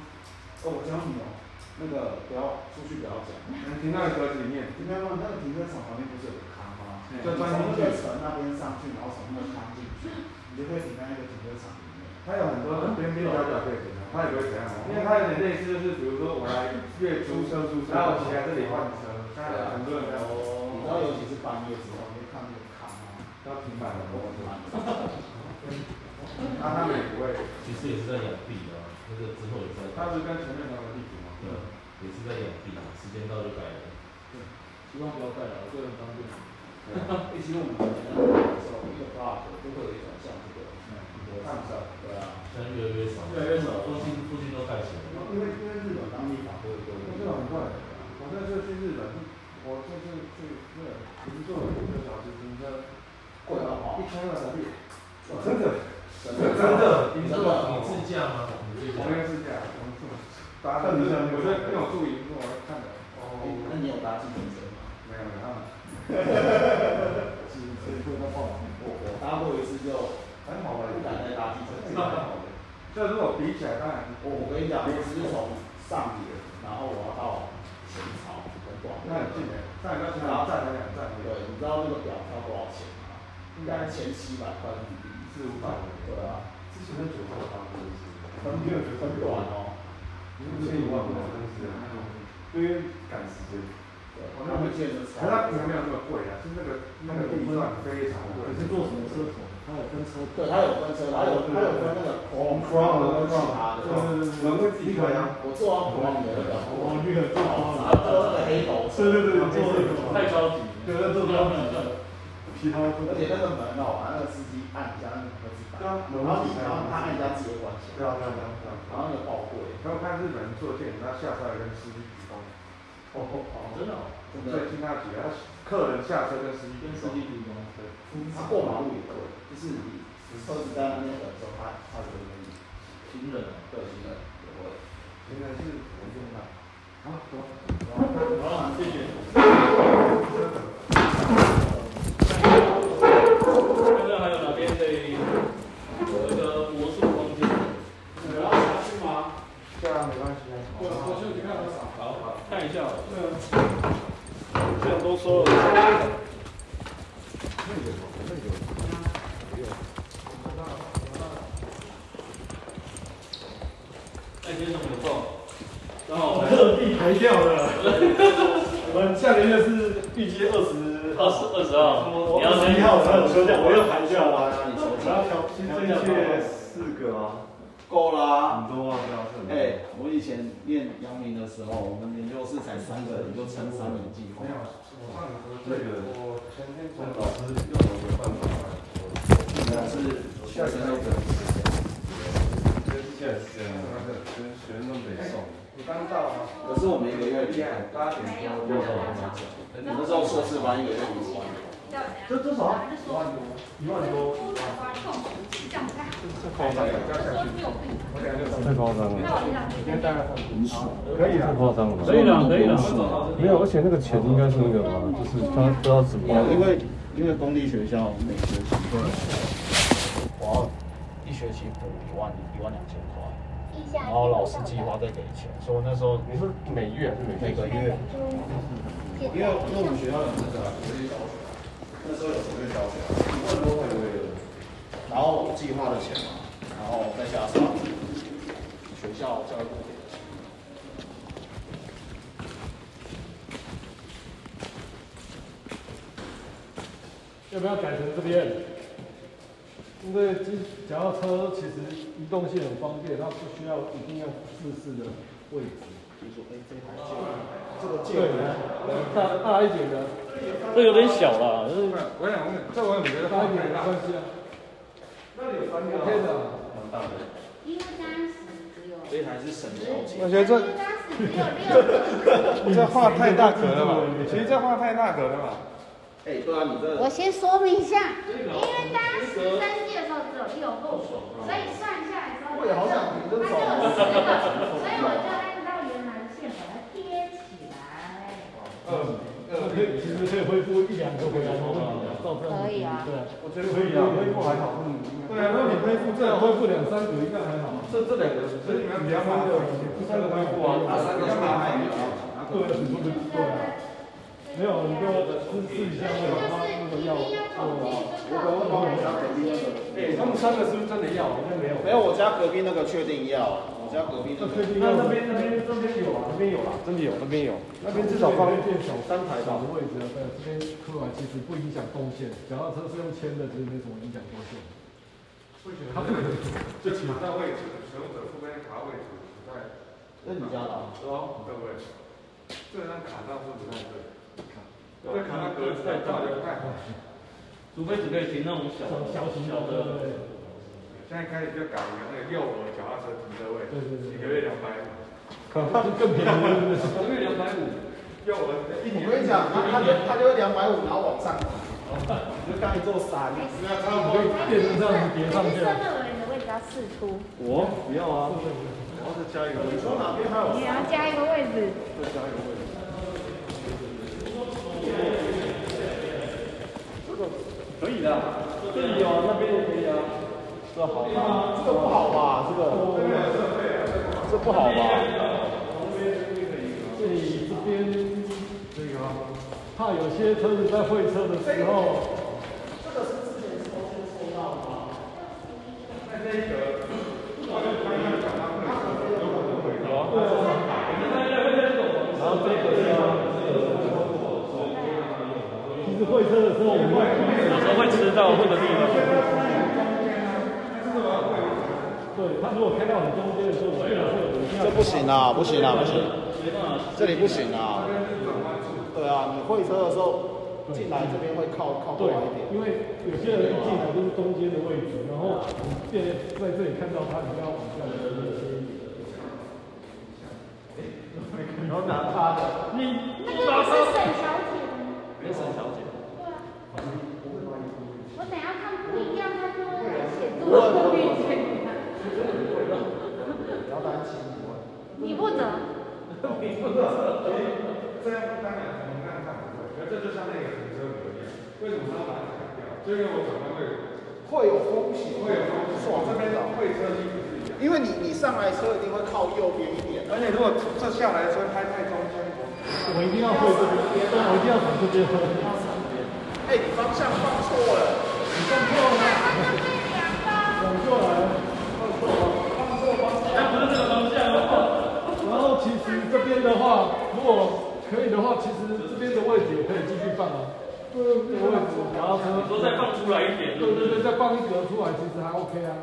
Speaker 2: 哦，我教你哦，那个不要出去不要讲，
Speaker 4: 能停到格子里面，
Speaker 2: 你没有那个停车场旁边不是有个坑吗？
Speaker 4: 嗯
Speaker 2: 就钻进去从那边上去，然后从那个坑进去，你就会停在那个停车场里面。
Speaker 4: 它有很多边边角角可以停啊，它也不会怎样啊，因为它有点类似就是比如说我来月租车租车，然后我骑来这里换车，当然很多人在
Speaker 2: 你知道，尤其是半夜之后，你会看那个坑啊，
Speaker 4: 要停满了，
Speaker 2: 我们
Speaker 4: 那他们也不会，
Speaker 9: 其实也是在养地啊，那个之后也是在
Speaker 4: 他
Speaker 9: 改，
Speaker 4: 是跟前面两个地图嘛，
Speaker 9: 对啊，也是在养地啊，时间到就改了。
Speaker 6: 希望不要带了，这很方便。
Speaker 2: 一起我们那个时候一个 block 就会有一种像这个停车场
Speaker 4: 看不，到，
Speaker 2: 对啊。
Speaker 9: 现在越来越少，
Speaker 2: 越来越少
Speaker 9: 附近附近都盖起来了。
Speaker 2: 因为因为日本当地法规规
Speaker 4: 我
Speaker 2: 定，
Speaker 4: 这种很快，我这次去日本，我这次去那个银座有一个小时停车，
Speaker 2: 贵到爆
Speaker 4: 一千二台币，
Speaker 2: 真
Speaker 4: 的。
Speaker 2: 真的
Speaker 4: 真的，
Speaker 9: 你自你自驾吗？你
Speaker 4: 我
Speaker 9: 自驾
Speaker 4: 那。个是这样，我们住，搭上车，我是因为我住银座，我看的。
Speaker 2: 那你有搭计程车吗？
Speaker 4: 没有没有，他们
Speaker 8: 是是会到爆满。
Speaker 2: 我我搭过一次就
Speaker 4: 很好玩
Speaker 2: 不敢再搭计程车。
Speaker 4: 就如果比起来，当然，
Speaker 2: 我我跟你讲，我是从上野，然后我要到浅草，很短。
Speaker 4: 那很近的，上一个桥站了两站，
Speaker 2: 对，你知道那个表要多少钱吗？两千七百块日币。
Speaker 4: 四五百的，
Speaker 2: 对啊，
Speaker 5: 之前的九号房就是
Speaker 2: 很没有觉得很短哦，
Speaker 4: 五千以外不能公司啊，因为赶时间，
Speaker 2: 我那会见得
Speaker 4: 可是它平常没有那么贵啊，就是那个那个地段非常贵。
Speaker 8: 你是做什么车种？它有分车
Speaker 2: 对，它有分车，它有它有分那个 Chrome 跟其他的。
Speaker 4: 门会自己开啊，
Speaker 2: 我做完 Chrome 的那个，
Speaker 8: 哦，那个
Speaker 2: 然后做那个黑头
Speaker 8: 对对
Speaker 2: 车，
Speaker 8: 对，做那
Speaker 9: 太高级
Speaker 8: 个，
Speaker 9: 了。
Speaker 8: 有的做标准的，皮套
Speaker 2: 而且那个门哦，把那个司机按一下，那个车子打
Speaker 4: 对，啊，门
Speaker 2: 然后
Speaker 4: 会
Speaker 2: 你
Speaker 4: 自己
Speaker 2: 然
Speaker 4: 开
Speaker 2: 后
Speaker 4: 啊，
Speaker 2: 他按一下直接关起
Speaker 4: 对
Speaker 2: 来，
Speaker 4: 啊对啊对啊。
Speaker 2: 然后那个爆贵，
Speaker 4: 然后看日本人坐电影，他下车还跟司机比方，
Speaker 9: 哦，真的哦，
Speaker 2: 真
Speaker 4: 最
Speaker 2: 的，
Speaker 4: 近他举他客人下车跟司机
Speaker 9: 跟
Speaker 4: 比
Speaker 9: 司
Speaker 4: 方，
Speaker 9: 机比吗？
Speaker 2: 他过马路也贵，就是你车子在那边等的时候，他他就会给你
Speaker 9: 平等啊。
Speaker 2: 对，真的也会。
Speaker 4: 原来是我用的。
Speaker 9: 好了，谢谢。看看还有哪边可以有一个魔术空间？
Speaker 2: 你要下去吗？
Speaker 4: 对啊，没关系啊。
Speaker 2: 我我去你看我啥？
Speaker 9: 好，看一下哦。
Speaker 2: 对啊。
Speaker 9: 这样都说了。那先生有空，然后
Speaker 8: 特地排掉的。我们下个月是预计二十
Speaker 9: 二十二十号，你要
Speaker 8: 一
Speaker 9: 先
Speaker 8: 号才有休假，我又排
Speaker 2: 需要吗？让你
Speaker 8: 我要调
Speaker 4: 新政界四个啊，
Speaker 2: 够啦。
Speaker 4: 很多啊，不要是。
Speaker 2: 哎、我以前念阳明的时候，我们研究室才三个人，就撑三年进攻
Speaker 4: 没。有，我上你说这个，我前天从
Speaker 15: 老师用我的办法，
Speaker 2: 但是
Speaker 4: 下
Speaker 2: 学
Speaker 4: 个
Speaker 2: 生都
Speaker 4: 月。
Speaker 15: 跟现在是这样，那个跟学生都得送。
Speaker 4: 你刚到啊？
Speaker 2: 可是我们一个月
Speaker 4: 厉
Speaker 2: 厉
Speaker 4: 害
Speaker 2: 害，，
Speaker 4: 八点
Speaker 3: 没有，
Speaker 4: 多。
Speaker 3: 没有
Speaker 2: 我们那时候硕士班一个月五万，
Speaker 4: 这多少？一万多，一万多。
Speaker 8: 啊
Speaker 4: 太夸张了，不要下去。我等下就
Speaker 7: 太夸张了，
Speaker 4: 今天大概上去。可以
Speaker 7: 太
Speaker 4: 啊。
Speaker 7: 夸张了。
Speaker 9: 可以了，可以了。
Speaker 7: 没有，而且那个钱应该是那个吧，就是他不知道怎么花的。
Speaker 2: 因为因为公立学校每学期都有，我要一学期补一万一万两千块，然后老师计划再给钱，所以我那时候
Speaker 7: 你说每月还是每
Speaker 2: 每个月，因为因为我们学校有那个直接教学，那时候有直接教学，一万多块一个月，然后我计划的钱嘛，然后再加上学校教育部给的钱。
Speaker 8: 要不要改成这边？因为这脚踏车其实移动性很方便，它不需要一定要自式的位置。比如说，哎，这台这个对，大大一点的，
Speaker 9: 这有点小了，就是
Speaker 4: 我想问，这我也觉得
Speaker 8: 大一点没关系啊，OK 的。
Speaker 3: 因为当时只有，
Speaker 2: 这台是省小姐，
Speaker 4: 我觉得这
Speaker 3: 因为当时只有六个。
Speaker 4: 这话太大格了吧？其实这话太大格了吧？
Speaker 2: 哎，对啊，你这
Speaker 3: 我先说明一下，因为当时登记的时候只有六户，所以算下来之后，
Speaker 2: 我也好想
Speaker 3: 它就有十个，所以我就按照原来的线把它贴起来。
Speaker 8: 呃，可以，其实可以恢复一两个回来没问题的，照这样子
Speaker 3: 可以啊
Speaker 8: 对，
Speaker 4: 我觉得可以啊，恢复还好。
Speaker 8: 对啊，那你恢复这样恢复两三个应该还好。
Speaker 4: 这这两个，所以你们比较麻烦一点，这个恢复啊，
Speaker 2: 拿三个
Speaker 4: 比
Speaker 2: 去
Speaker 4: 较麻烦
Speaker 2: 卖
Speaker 4: 一
Speaker 2: 你
Speaker 4: 点。
Speaker 2: 啊，
Speaker 8: 对啊，你说的对啊，没有，你给我试试一下那个他那个药，
Speaker 4: 哎，他们三个是不是真的要？应该没有。
Speaker 2: 没有，我家隔壁那个确定要，我家隔壁那
Speaker 8: 那
Speaker 2: 个
Speaker 8: 确定
Speaker 4: 那
Speaker 8: 要
Speaker 4: 那边那边那边有啊，那边有啊，真的有，那边有，那边至少放
Speaker 8: 变小
Speaker 4: 三台
Speaker 8: 小
Speaker 4: 吧
Speaker 8: 的。位置，对，这边刻完其实不影响动线，脚踏车是用牵的，其实没什么影响动线。
Speaker 4: 他不能，就请在位置，使用者附边卡位置不在，
Speaker 2: 那你家的啊，
Speaker 4: 哦，各位，这张卡上是不太对，这卡上格子太大了，不太好。
Speaker 9: 除非只可以停那种小的
Speaker 8: 小型
Speaker 9: 小
Speaker 8: 的
Speaker 9: 的，
Speaker 4: 现在开始就改一个那个幼儿脚踏车停车位，
Speaker 8: 对对对
Speaker 4: 一个月两百 五，
Speaker 8: 就更便宜了。
Speaker 9: 一个月两百五，
Speaker 4: 幼儿一
Speaker 2: 我
Speaker 4: 年
Speaker 2: 跟你讲，他他就他就两百五，然后往上爬，你就当一座山。
Speaker 4: 我不要啊，我要再加一个位置，
Speaker 2: 从哪边还有？
Speaker 3: 你要加一个位置，
Speaker 4: 再加一个位置。
Speaker 9: 可以的，这里有，那边也可以啊。这好吗？
Speaker 2: 这个不好吧？这个这不好吧？
Speaker 8: 这里这边这个，
Speaker 4: 啊
Speaker 8: 怕有些车子在会车的时候，
Speaker 4: 这个
Speaker 5: 或我们
Speaker 16: 有时候会吃到或者是
Speaker 5: 对他如果开到很中间的时候，我们会有一定要
Speaker 2: 这不行啊，不行啊，不行，
Speaker 16: 没办法
Speaker 2: 这里不行啊。对啊，你会车的时候进来这边会靠靠过
Speaker 5: 对
Speaker 2: 来一点，。
Speaker 5: 因为有些人一进来都是中间的位置，然后店在这里看到他，你要往下的那些。
Speaker 2: 然后哪怕的，
Speaker 7: 那个不是沈小姐的吗？
Speaker 16: 没沈小姐，
Speaker 7: 对啊。我等一下看不一样，他说写
Speaker 2: 我
Speaker 7: 作不一样。
Speaker 2: 不要担心我。
Speaker 7: 你不能。
Speaker 4: 这样不当然我们看看不会，那这就像那个停车格一样，为什么他要把它改掉？就因为我转弯会
Speaker 2: 会有风险，
Speaker 4: 会有风险，
Speaker 2: 是往
Speaker 4: 这
Speaker 2: 这
Speaker 4: 边
Speaker 2: 边走。
Speaker 4: 会车距不是一样，
Speaker 2: 因为你你上来车一定会靠右边一点，
Speaker 4: 而且如果这下来的时候开太中间，
Speaker 5: 我一定要会这边，但我一定要走这边。
Speaker 2: 哎、你方向放错了，
Speaker 16: 但不是这个方向哦。
Speaker 5: 然后其实这边的话，如果可以的话，其实这边的位置也可以继续放啊。对，这个位置，然后车
Speaker 16: 你说再放出来一点，对
Speaker 5: 对
Speaker 16: 不
Speaker 5: 对
Speaker 16: 对
Speaker 5: 对，？再放一格出来，其实还 OK 啊。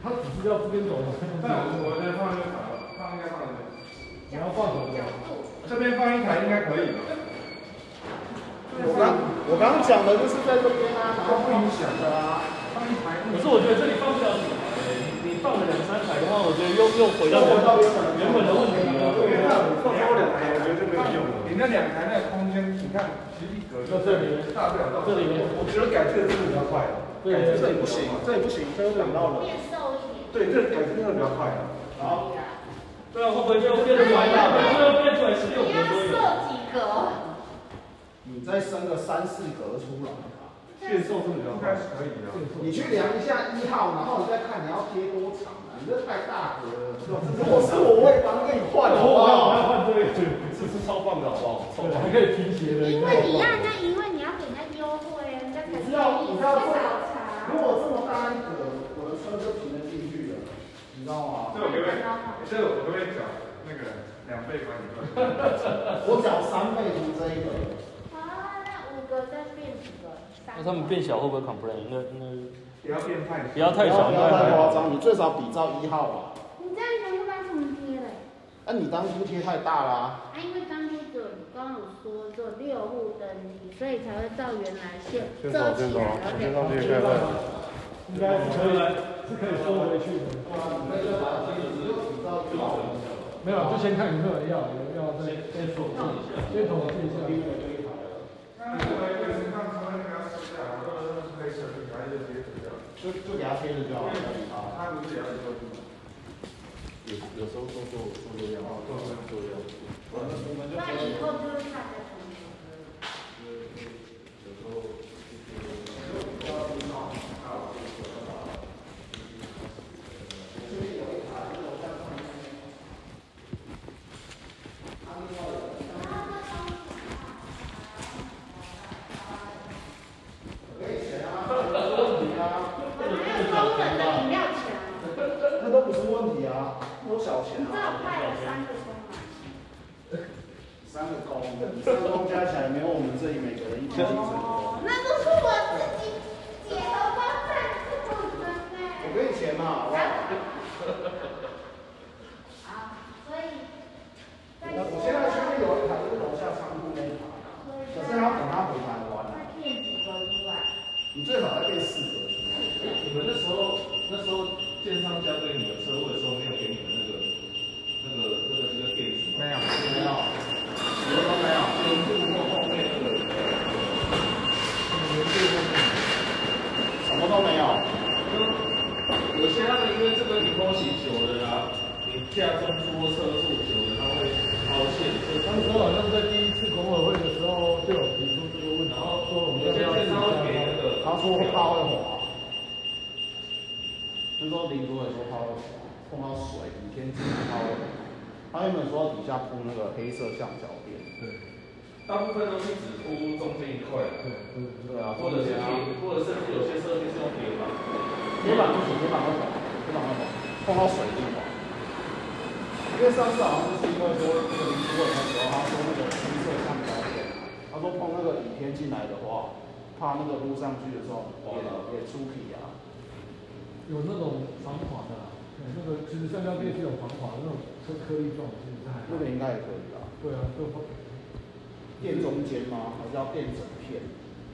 Speaker 5: 他只是要这边走嘛，
Speaker 4: 但我我的放就好了，放应该放的，
Speaker 5: 你要放什么？
Speaker 4: 这边放一台应该可以吧？
Speaker 2: 我刚我刚刚讲的就是在这边啊，然后不影响的啊。
Speaker 16: 可是我觉得这里放不了几台，你放了两三台的话，我觉得又又回到原原本的问题了。
Speaker 4: 那我放多两台，我觉得就没有用了。你那两台那个空间，你看，其实一格就大不了到
Speaker 5: 这里面
Speaker 4: 我觉得改这个是比较快的。
Speaker 5: 对
Speaker 2: 哎
Speaker 5: 对
Speaker 2: 这
Speaker 5: 对，
Speaker 2: 里不行，这里不行，这又挡到了。
Speaker 3: 变瘦一点。
Speaker 4: 对，这改这个比较快的。
Speaker 2: 好，
Speaker 16: 对啊，会不会就变成完了？最后变出来十六
Speaker 3: 你
Speaker 16: 格
Speaker 3: 要
Speaker 16: 左右。
Speaker 3: 瘦几格哦？
Speaker 2: 你再升个三四格出来。啊
Speaker 4: 变瘦是比较快，可以的。
Speaker 2: 你去量一下一号，然后你再看你要贴多长啊，你这太大格了。如果是我，我也帮跟你换，好不
Speaker 5: 我我要我
Speaker 2: 好？
Speaker 5: 要换这个，
Speaker 16: 这是超棒的好不好？
Speaker 5: 对，还可以提鞋的。
Speaker 3: 因为你让人家，因为你要给人家优惠，人家才愿
Speaker 2: 你
Speaker 3: 意
Speaker 2: 知道你知道
Speaker 3: 少
Speaker 2: 如
Speaker 3: 查。
Speaker 2: 果这么大一格，我的车就停得进去了，你知道吗？
Speaker 4: 这我可不可以？这我可不可以讲那个两倍管理费？
Speaker 2: 我缴三倍从这一格。
Speaker 3: 好啊，那五格再变几个？三格
Speaker 16: 那他们变小会不会 complain？应该应
Speaker 4: 不要变态
Speaker 16: 该，不要
Speaker 2: 不
Speaker 16: 太
Speaker 2: 要
Speaker 16: 小，
Speaker 2: 不要太夸张，你最少比照一号啊吧。
Speaker 7: 你这样全部搬重贴了。
Speaker 2: 那、你当初贴太大啦、
Speaker 7: 啊，因为刚开始你刚有说做六户登记，所以才会照原来线
Speaker 4: 先走
Speaker 7: 遮
Speaker 4: 先
Speaker 7: 起
Speaker 4: 走
Speaker 7: 来，然后给空
Speaker 4: 先上去
Speaker 7: 间
Speaker 4: 看看。
Speaker 5: 应该是可以，是可以收回去的。没有，就先看有没有要，有没有再先统计，先统计一下。
Speaker 4: 那我也会是让他们给他撕下来，或者是可以舍弃，还是直接撕掉？
Speaker 2: 就就给它贴着就好了。
Speaker 4: 他不是也要做吗？
Speaker 9: 有有时候动作做这样，动作做这样，
Speaker 7: 那以后就会看在同一个。
Speaker 9: 有时候就是
Speaker 7: 还有工人的饮料墙，
Speaker 2: 那都不是问题啊，多少钱
Speaker 7: 你知道
Speaker 2: 啊？
Speaker 7: 派了三个工人。
Speaker 2: 三个工，三个工加起来没有我们这里每个人一天
Speaker 7: 哦，那都是我自己解头发散自己的
Speaker 2: 我
Speaker 7: 呢。
Speaker 2: 给你钱嘛，好不好？
Speaker 7: 好，所以，但是
Speaker 2: 我现在前面有一台，就是楼下仓库那一台，可是要等他回台湾啊，
Speaker 7: 那骗几个以外，
Speaker 2: 你最少要变四个出来。
Speaker 9: 你们那时候那时候建商交给你们车位的时候，没有给你们那个那个那个那个电子
Speaker 4: 没
Speaker 9: 吗？
Speaker 4: 有，
Speaker 9: 没有，
Speaker 4: 什么都没有。
Speaker 9: 就是后后面那个
Speaker 2: 什么都没有，
Speaker 9: 有些他们因为这个你拖洗久了啦，你下中出或车速久了，他会凹陷，所以
Speaker 5: 当时好像在第一次工委会的时候就有提出这个问题，然后说我们要
Speaker 9: 有
Speaker 5: 不
Speaker 9: 些
Speaker 5: 要
Speaker 9: 建商会给那
Speaker 5: 试
Speaker 9: 个，
Speaker 2: 他说怕会滑，那时候林主委说怕会滑，碰到水，雨天气怕会滑。他原本说底下铺那个黑色橡胶垫，
Speaker 9: 大部分都是只凸中间一块，
Speaker 2: 对啊，
Speaker 9: 或者是铁，或者甚至有些设计是用铁板。
Speaker 2: 铁板不行，铁板会滑，铁板会滑，碰到水就滑。因为上次好像是因为说那个林主委的时候，他说那个黑色橡胶垫，他他说碰那个雨天进来的话，怕那个撸上去的时候
Speaker 3: 滑倒
Speaker 2: 也也出皮啊。
Speaker 4: 有那种防滑的啦，对那个其实橡胶垫是有防滑的那种颗颗粒状，其实是还
Speaker 2: 那
Speaker 4: 好
Speaker 2: 个。应该也可以啊。
Speaker 4: 对啊，就防
Speaker 2: 垫中间吗？还是要垫整片？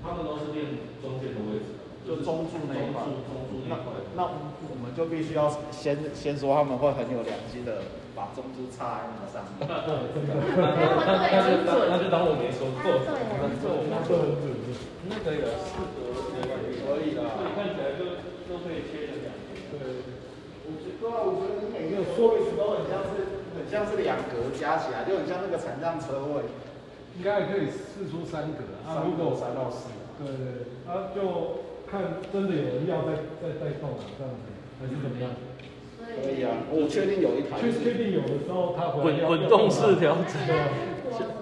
Speaker 9: 他们都是练中间的位置，
Speaker 2: 就中柱那一块
Speaker 9: 中柱中柱那
Speaker 2: 那
Speaker 9: 一块。
Speaker 2: 那我们就必须要先先说他们会很有良心的把中珠插在那上面。
Speaker 7: 然后我对
Speaker 9: 那
Speaker 7: 很
Speaker 9: 就当
Speaker 7: 准，
Speaker 9: 那就当我没说
Speaker 7: 他
Speaker 9: 过。
Speaker 7: 对很准，
Speaker 4: 那就很准。
Speaker 9: 那可以啊了，
Speaker 2: 可以
Speaker 3: 所以
Speaker 9: 啊
Speaker 2: 啦。
Speaker 3: 看起来就都可以切成两边。
Speaker 2: 我觉得，对啊，我觉得你每个说位置都很像是很像是两格加起来，就很像那个残障车位，
Speaker 4: 应该还可以试出三格
Speaker 2: 三
Speaker 4: 啊。如
Speaker 2: 到
Speaker 4: 果
Speaker 2: 三到四啊。
Speaker 4: 对对，对啊就看真的有人要再再再动啊，这样子还是怎么样？
Speaker 2: 可以啊，我确定有一台
Speaker 4: 确确
Speaker 2: 是，
Speaker 4: 定有的时候他回来
Speaker 9: 滚
Speaker 4: 要
Speaker 9: 滚动式调
Speaker 7: 但
Speaker 9: 整。
Speaker 7: 是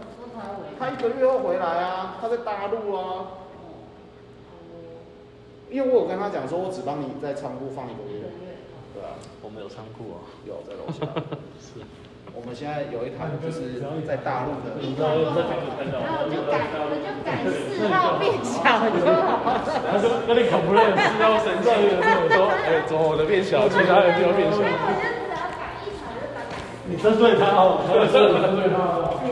Speaker 7: 他出国出国回来，
Speaker 2: 他一个月后回来啊，他在大陆啊。因为我有跟他讲说，我只帮你在仓库放一个
Speaker 7: 一个
Speaker 2: 月，
Speaker 7: 月。
Speaker 2: 对啊，
Speaker 9: 我们有仓库啊，
Speaker 2: 有在楼下。
Speaker 9: 是。
Speaker 2: 我们现在有一台就是在大陆的，
Speaker 7: 然后我就改，我就改四号变小就好了。
Speaker 9: 他说有点搞不认，知道神奇了。我说，哎，怎么我的变小，其他人就要变
Speaker 7: 所以？
Speaker 9: 小
Speaker 7: 我就只要改一场就把它改四
Speaker 4: 你针对他哦，你针对他哦。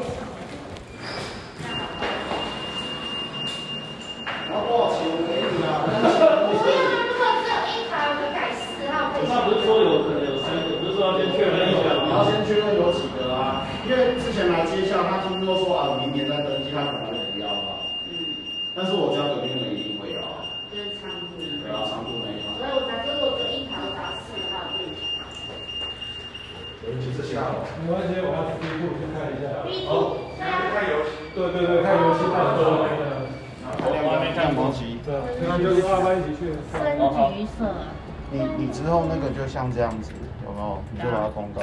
Speaker 2: 然后多少钱我给你啊？
Speaker 7: 不要，如果只有一场，我就改四号变
Speaker 3: 那
Speaker 7: 小。
Speaker 3: 不是说有可能有三个，不是说要先确认一下
Speaker 2: 你要
Speaker 3: 吗？
Speaker 2: 先确认有几个啊，因为之前来接校，他听说说啊，我明年再登记，他可能也不要了。
Speaker 7: 嗯，
Speaker 2: 但是我只要隔壁那个一定会要啊，
Speaker 7: 就是仓库。
Speaker 2: 对啊，仓库那一
Speaker 7: 所以我才说我只有一场，我找四号变小。
Speaker 2: 其实下楼。
Speaker 4: 没关系，我要第一步去看一下。
Speaker 7: B two，对啊，
Speaker 4: 对对对，看游戏大哥那个，
Speaker 2: 我还没看过。
Speaker 4: 对，那就是大家一起去看。
Speaker 7: 深橘色。
Speaker 2: 你你之后那个就像这样子，有没有？你就把它公告。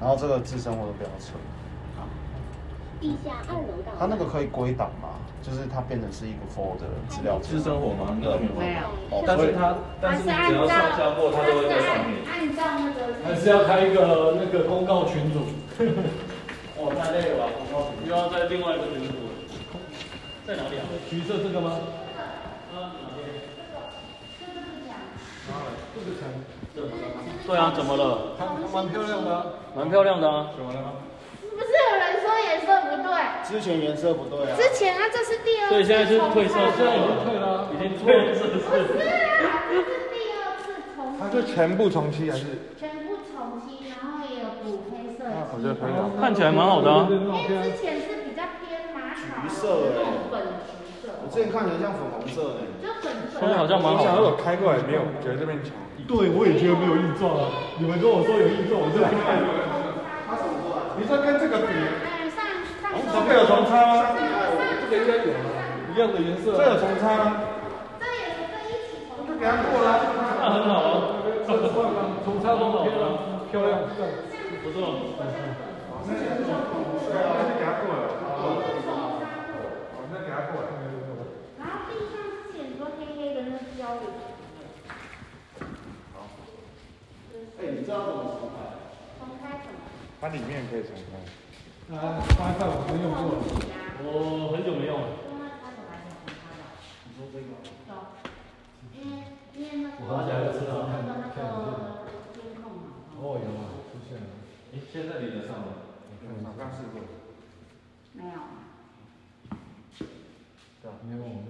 Speaker 2: 然后这个自身我都不要吹，
Speaker 17: 地下二楼到。
Speaker 2: 它那个可以归档嘛，就是它变成是一个 folder 资料夹。
Speaker 9: 是生活吗？应该没有吧。
Speaker 7: 没有。
Speaker 9: 但是他，但是你只要上下过，他就会在上面。
Speaker 7: 按照那个。
Speaker 4: 还是要开一个那个公告 群组，
Speaker 2: 哦，太累了吧，公告
Speaker 3: 又要在另外一个群组，在哪里啊？
Speaker 4: 橘色这个吗？这个墙，
Speaker 3: 对啊，怎么了？
Speaker 4: 它它蛮漂亮的啊。
Speaker 3: 蛮漂亮的啊。
Speaker 7: 不是有人说颜色不对？
Speaker 2: 之前颜色不对啊。
Speaker 7: 之前啊，这是第二次重看。
Speaker 3: 所以现在是褪色
Speaker 4: 现在已经退了啊，
Speaker 3: 已经退了，是不
Speaker 7: 不
Speaker 3: 是？
Speaker 7: 是啊，这是第二次重
Speaker 18: 它是全部重漆还是？
Speaker 7: 全部重漆，然后也有补黑色
Speaker 18: 我
Speaker 7: 系。
Speaker 18: 觉得可以啊。
Speaker 3: 看起来蛮好的啊
Speaker 4: 对对对
Speaker 7: 因
Speaker 4: 对
Speaker 7: 为
Speaker 4: 对
Speaker 7: 之前是比较偏玛卡
Speaker 2: 橘色欸
Speaker 7: 那种粉橘色，
Speaker 2: 我之前看起来像粉红色的。
Speaker 7: 就粉粉。
Speaker 3: 现在好像蛮
Speaker 18: 我想
Speaker 3: 好
Speaker 18: 如
Speaker 3: 的。
Speaker 18: 果开过来没有，觉得这边墙
Speaker 4: 对，我也觉得没有异状啊。你们跟我说有异状，我就不看。
Speaker 2: 它怎么做啊？
Speaker 18: 你说跟这个比，
Speaker 7: 哎上上周
Speaker 18: 这个有重差吗？
Speaker 4: 这
Speaker 7: 哦
Speaker 4: 个应该有啊，一样的颜色
Speaker 18: 这有
Speaker 4: 啊。
Speaker 18: 重差吗？
Speaker 7: 这也是这一起重
Speaker 2: 就给它过 啦。
Speaker 3: 那很好啊，
Speaker 4: 这个算吗？重差都漂亮，漂亮。对
Speaker 3: 不错。
Speaker 18: 那就给他过来。哦，那给他过来。
Speaker 7: 然后地上是很多黑黑的那胶的。
Speaker 2: 哎，你知道怎么重拍？
Speaker 7: 重开什么？
Speaker 18: 它里面可以重开。
Speaker 4: 啊，发散我没用过。
Speaker 7: 重启啊
Speaker 3: 我很久没用了。
Speaker 7: 用那它怎么来讲重开的？
Speaker 2: 你说这个？
Speaker 7: 有，因为因为那个
Speaker 18: 我好像有知道
Speaker 7: 那个那个监控嘛。
Speaker 4: 哦，有啊，出现了。
Speaker 9: 哎，现在连得上吗？
Speaker 18: 我刚试过。
Speaker 7: 没有。
Speaker 4: 没有网络。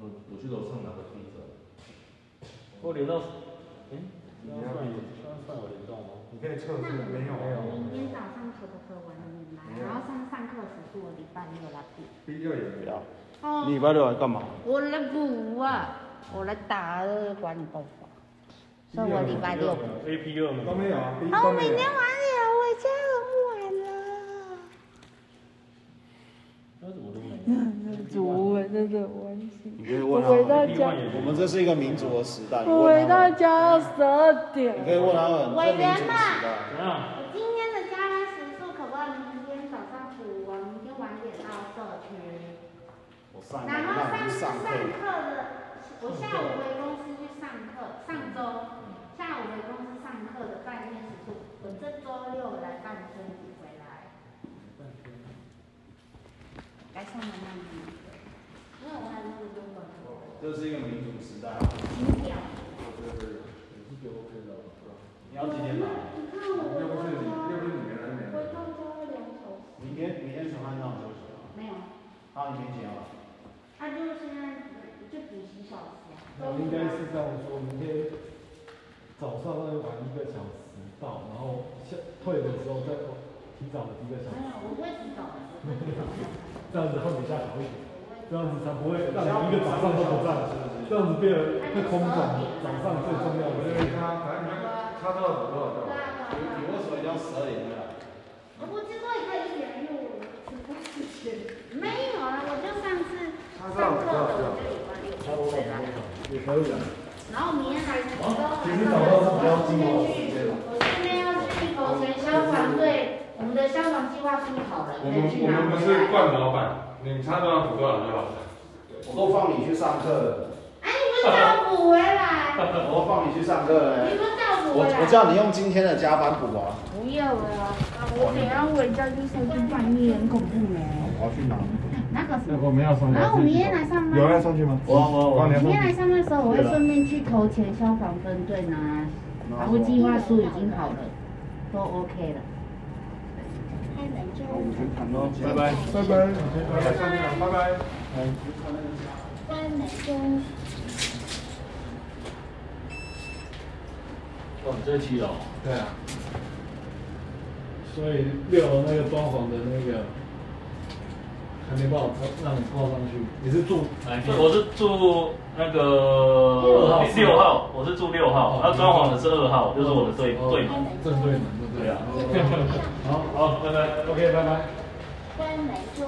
Speaker 9: 我我去楼上拿个梯子。
Speaker 3: 我连到，哎，
Speaker 18: 你
Speaker 3: 刚
Speaker 18: 要
Speaker 3: 刚算有，刚刚算有连到吗？
Speaker 18: 你可以测
Speaker 7: 那
Speaker 18: 试
Speaker 7: 我
Speaker 18: 没有啊？
Speaker 7: 明天早上可不可以晚一点来？然后上上课时是我礼拜六来补。
Speaker 18: B 六也没有。
Speaker 7: 哦，
Speaker 2: 你礼拜六来干嘛？
Speaker 7: 我来补啊，我来打管理办法，所以我礼拜六补。
Speaker 3: A P 二
Speaker 18: 都没有啊，B
Speaker 7: 哦，
Speaker 18: 都
Speaker 7: 我
Speaker 18: 没
Speaker 7: 明天
Speaker 18: 有。
Speaker 7: 晚点，我家很晚了。
Speaker 3: 那怎么都没有？
Speaker 19: 主文那种问题，
Speaker 2: 你可以
Speaker 19: 我
Speaker 2: 问
Speaker 19: 回到
Speaker 2: 他。
Speaker 19: 家，
Speaker 2: 我们这是一个民族的时代，你
Speaker 19: 我回
Speaker 2: 问他
Speaker 19: 到
Speaker 2: 们。
Speaker 19: 家要十二点。
Speaker 2: 你可以问他们，这民族的时代。
Speaker 3: 怎样？
Speaker 7: 我今天的加班时数可不可以明天早上补完？明天晚点到社区。
Speaker 2: 我上
Speaker 7: 然后上
Speaker 2: 课
Speaker 7: 次
Speaker 2: 上
Speaker 7: 上
Speaker 2: 课。
Speaker 7: 课的，我下午回公司去上课，上周下午回公司上课的半天时数，我这周六来半天回来。
Speaker 6: 这是一个民主时代。你要几点买？
Speaker 4: 又不是你，又不是你原来买的。
Speaker 2: 明天明天陈汉让多少？
Speaker 3: 没有，
Speaker 2: 啊，你明天啊？
Speaker 3: 他就现在就补习小时啊。
Speaker 8: 我应该是这样说，明天早上再晚一个小时到，然后下退的时候再提早了一个小
Speaker 3: 没有，
Speaker 8: 时，
Speaker 3: 我不会洗澡的，我不会洗澡的。
Speaker 8: 这样子会比较好一点，这样子才不会让你一个早上都不站，这样子变得会空转，早上最重要的。
Speaker 4: 因为他反正他到了多少
Speaker 3: 对啊对啊对啊
Speaker 2: 你为什么一定要十二点啊？
Speaker 3: 我之所以可以一点，因为我吃饭之前没有啊，我就上次上课的我就有关有关水啦。
Speaker 8: 也可以啊，
Speaker 3: 然后明天还是
Speaker 8: 其实早上是不要经过时间的。
Speaker 3: 我现在要去狗城消防队，我们的消防计划书好了，
Speaker 20: 我们
Speaker 3: 再去
Speaker 20: 我
Speaker 3: 拿
Speaker 20: 们不
Speaker 3: 回
Speaker 20: 是
Speaker 3: 来。
Speaker 20: 惯老板，你差多少补多少就好了。
Speaker 2: 我都放你去上课了，
Speaker 3: 哎，你不是叫我补回来？
Speaker 2: 我都放你去上课了
Speaker 3: 你。不是叫我补
Speaker 2: 我
Speaker 3: 回来？
Speaker 2: 我叫你用今天的加班补啊！
Speaker 3: 不要了，我等下回家就送去半夜，很恐怖哎。
Speaker 2: 我要去拿。
Speaker 3: 那个什么，
Speaker 5: 我们要送
Speaker 3: 然后我明天来上班
Speaker 5: 有。要送去吗？
Speaker 2: 我我我
Speaker 5: 帮你
Speaker 3: 明
Speaker 5: 送
Speaker 3: 天
Speaker 5: 去。
Speaker 3: 来上班的时候，我会顺便去投钱消防分队拿，然后计划书已经好了，都 OK 了。
Speaker 1: 开门之后，
Speaker 2: 拜拜。
Speaker 5: 拜拜，拜拜，拜拜。
Speaker 1: 关门中，
Speaker 7: 哇，你在七楼？
Speaker 8: 对啊。所以六楼那个装潢的那个还没办法让你挂上去，你是住哪
Speaker 7: 对，哎我是住那个六号，我是住六
Speaker 9: 哦
Speaker 7: 号，他装潢的是二号，就是我的对对门。
Speaker 8: 正对门对不
Speaker 7: 对啊。
Speaker 8: 好，好，拜拜，OK，拜拜。
Speaker 1: 关门中。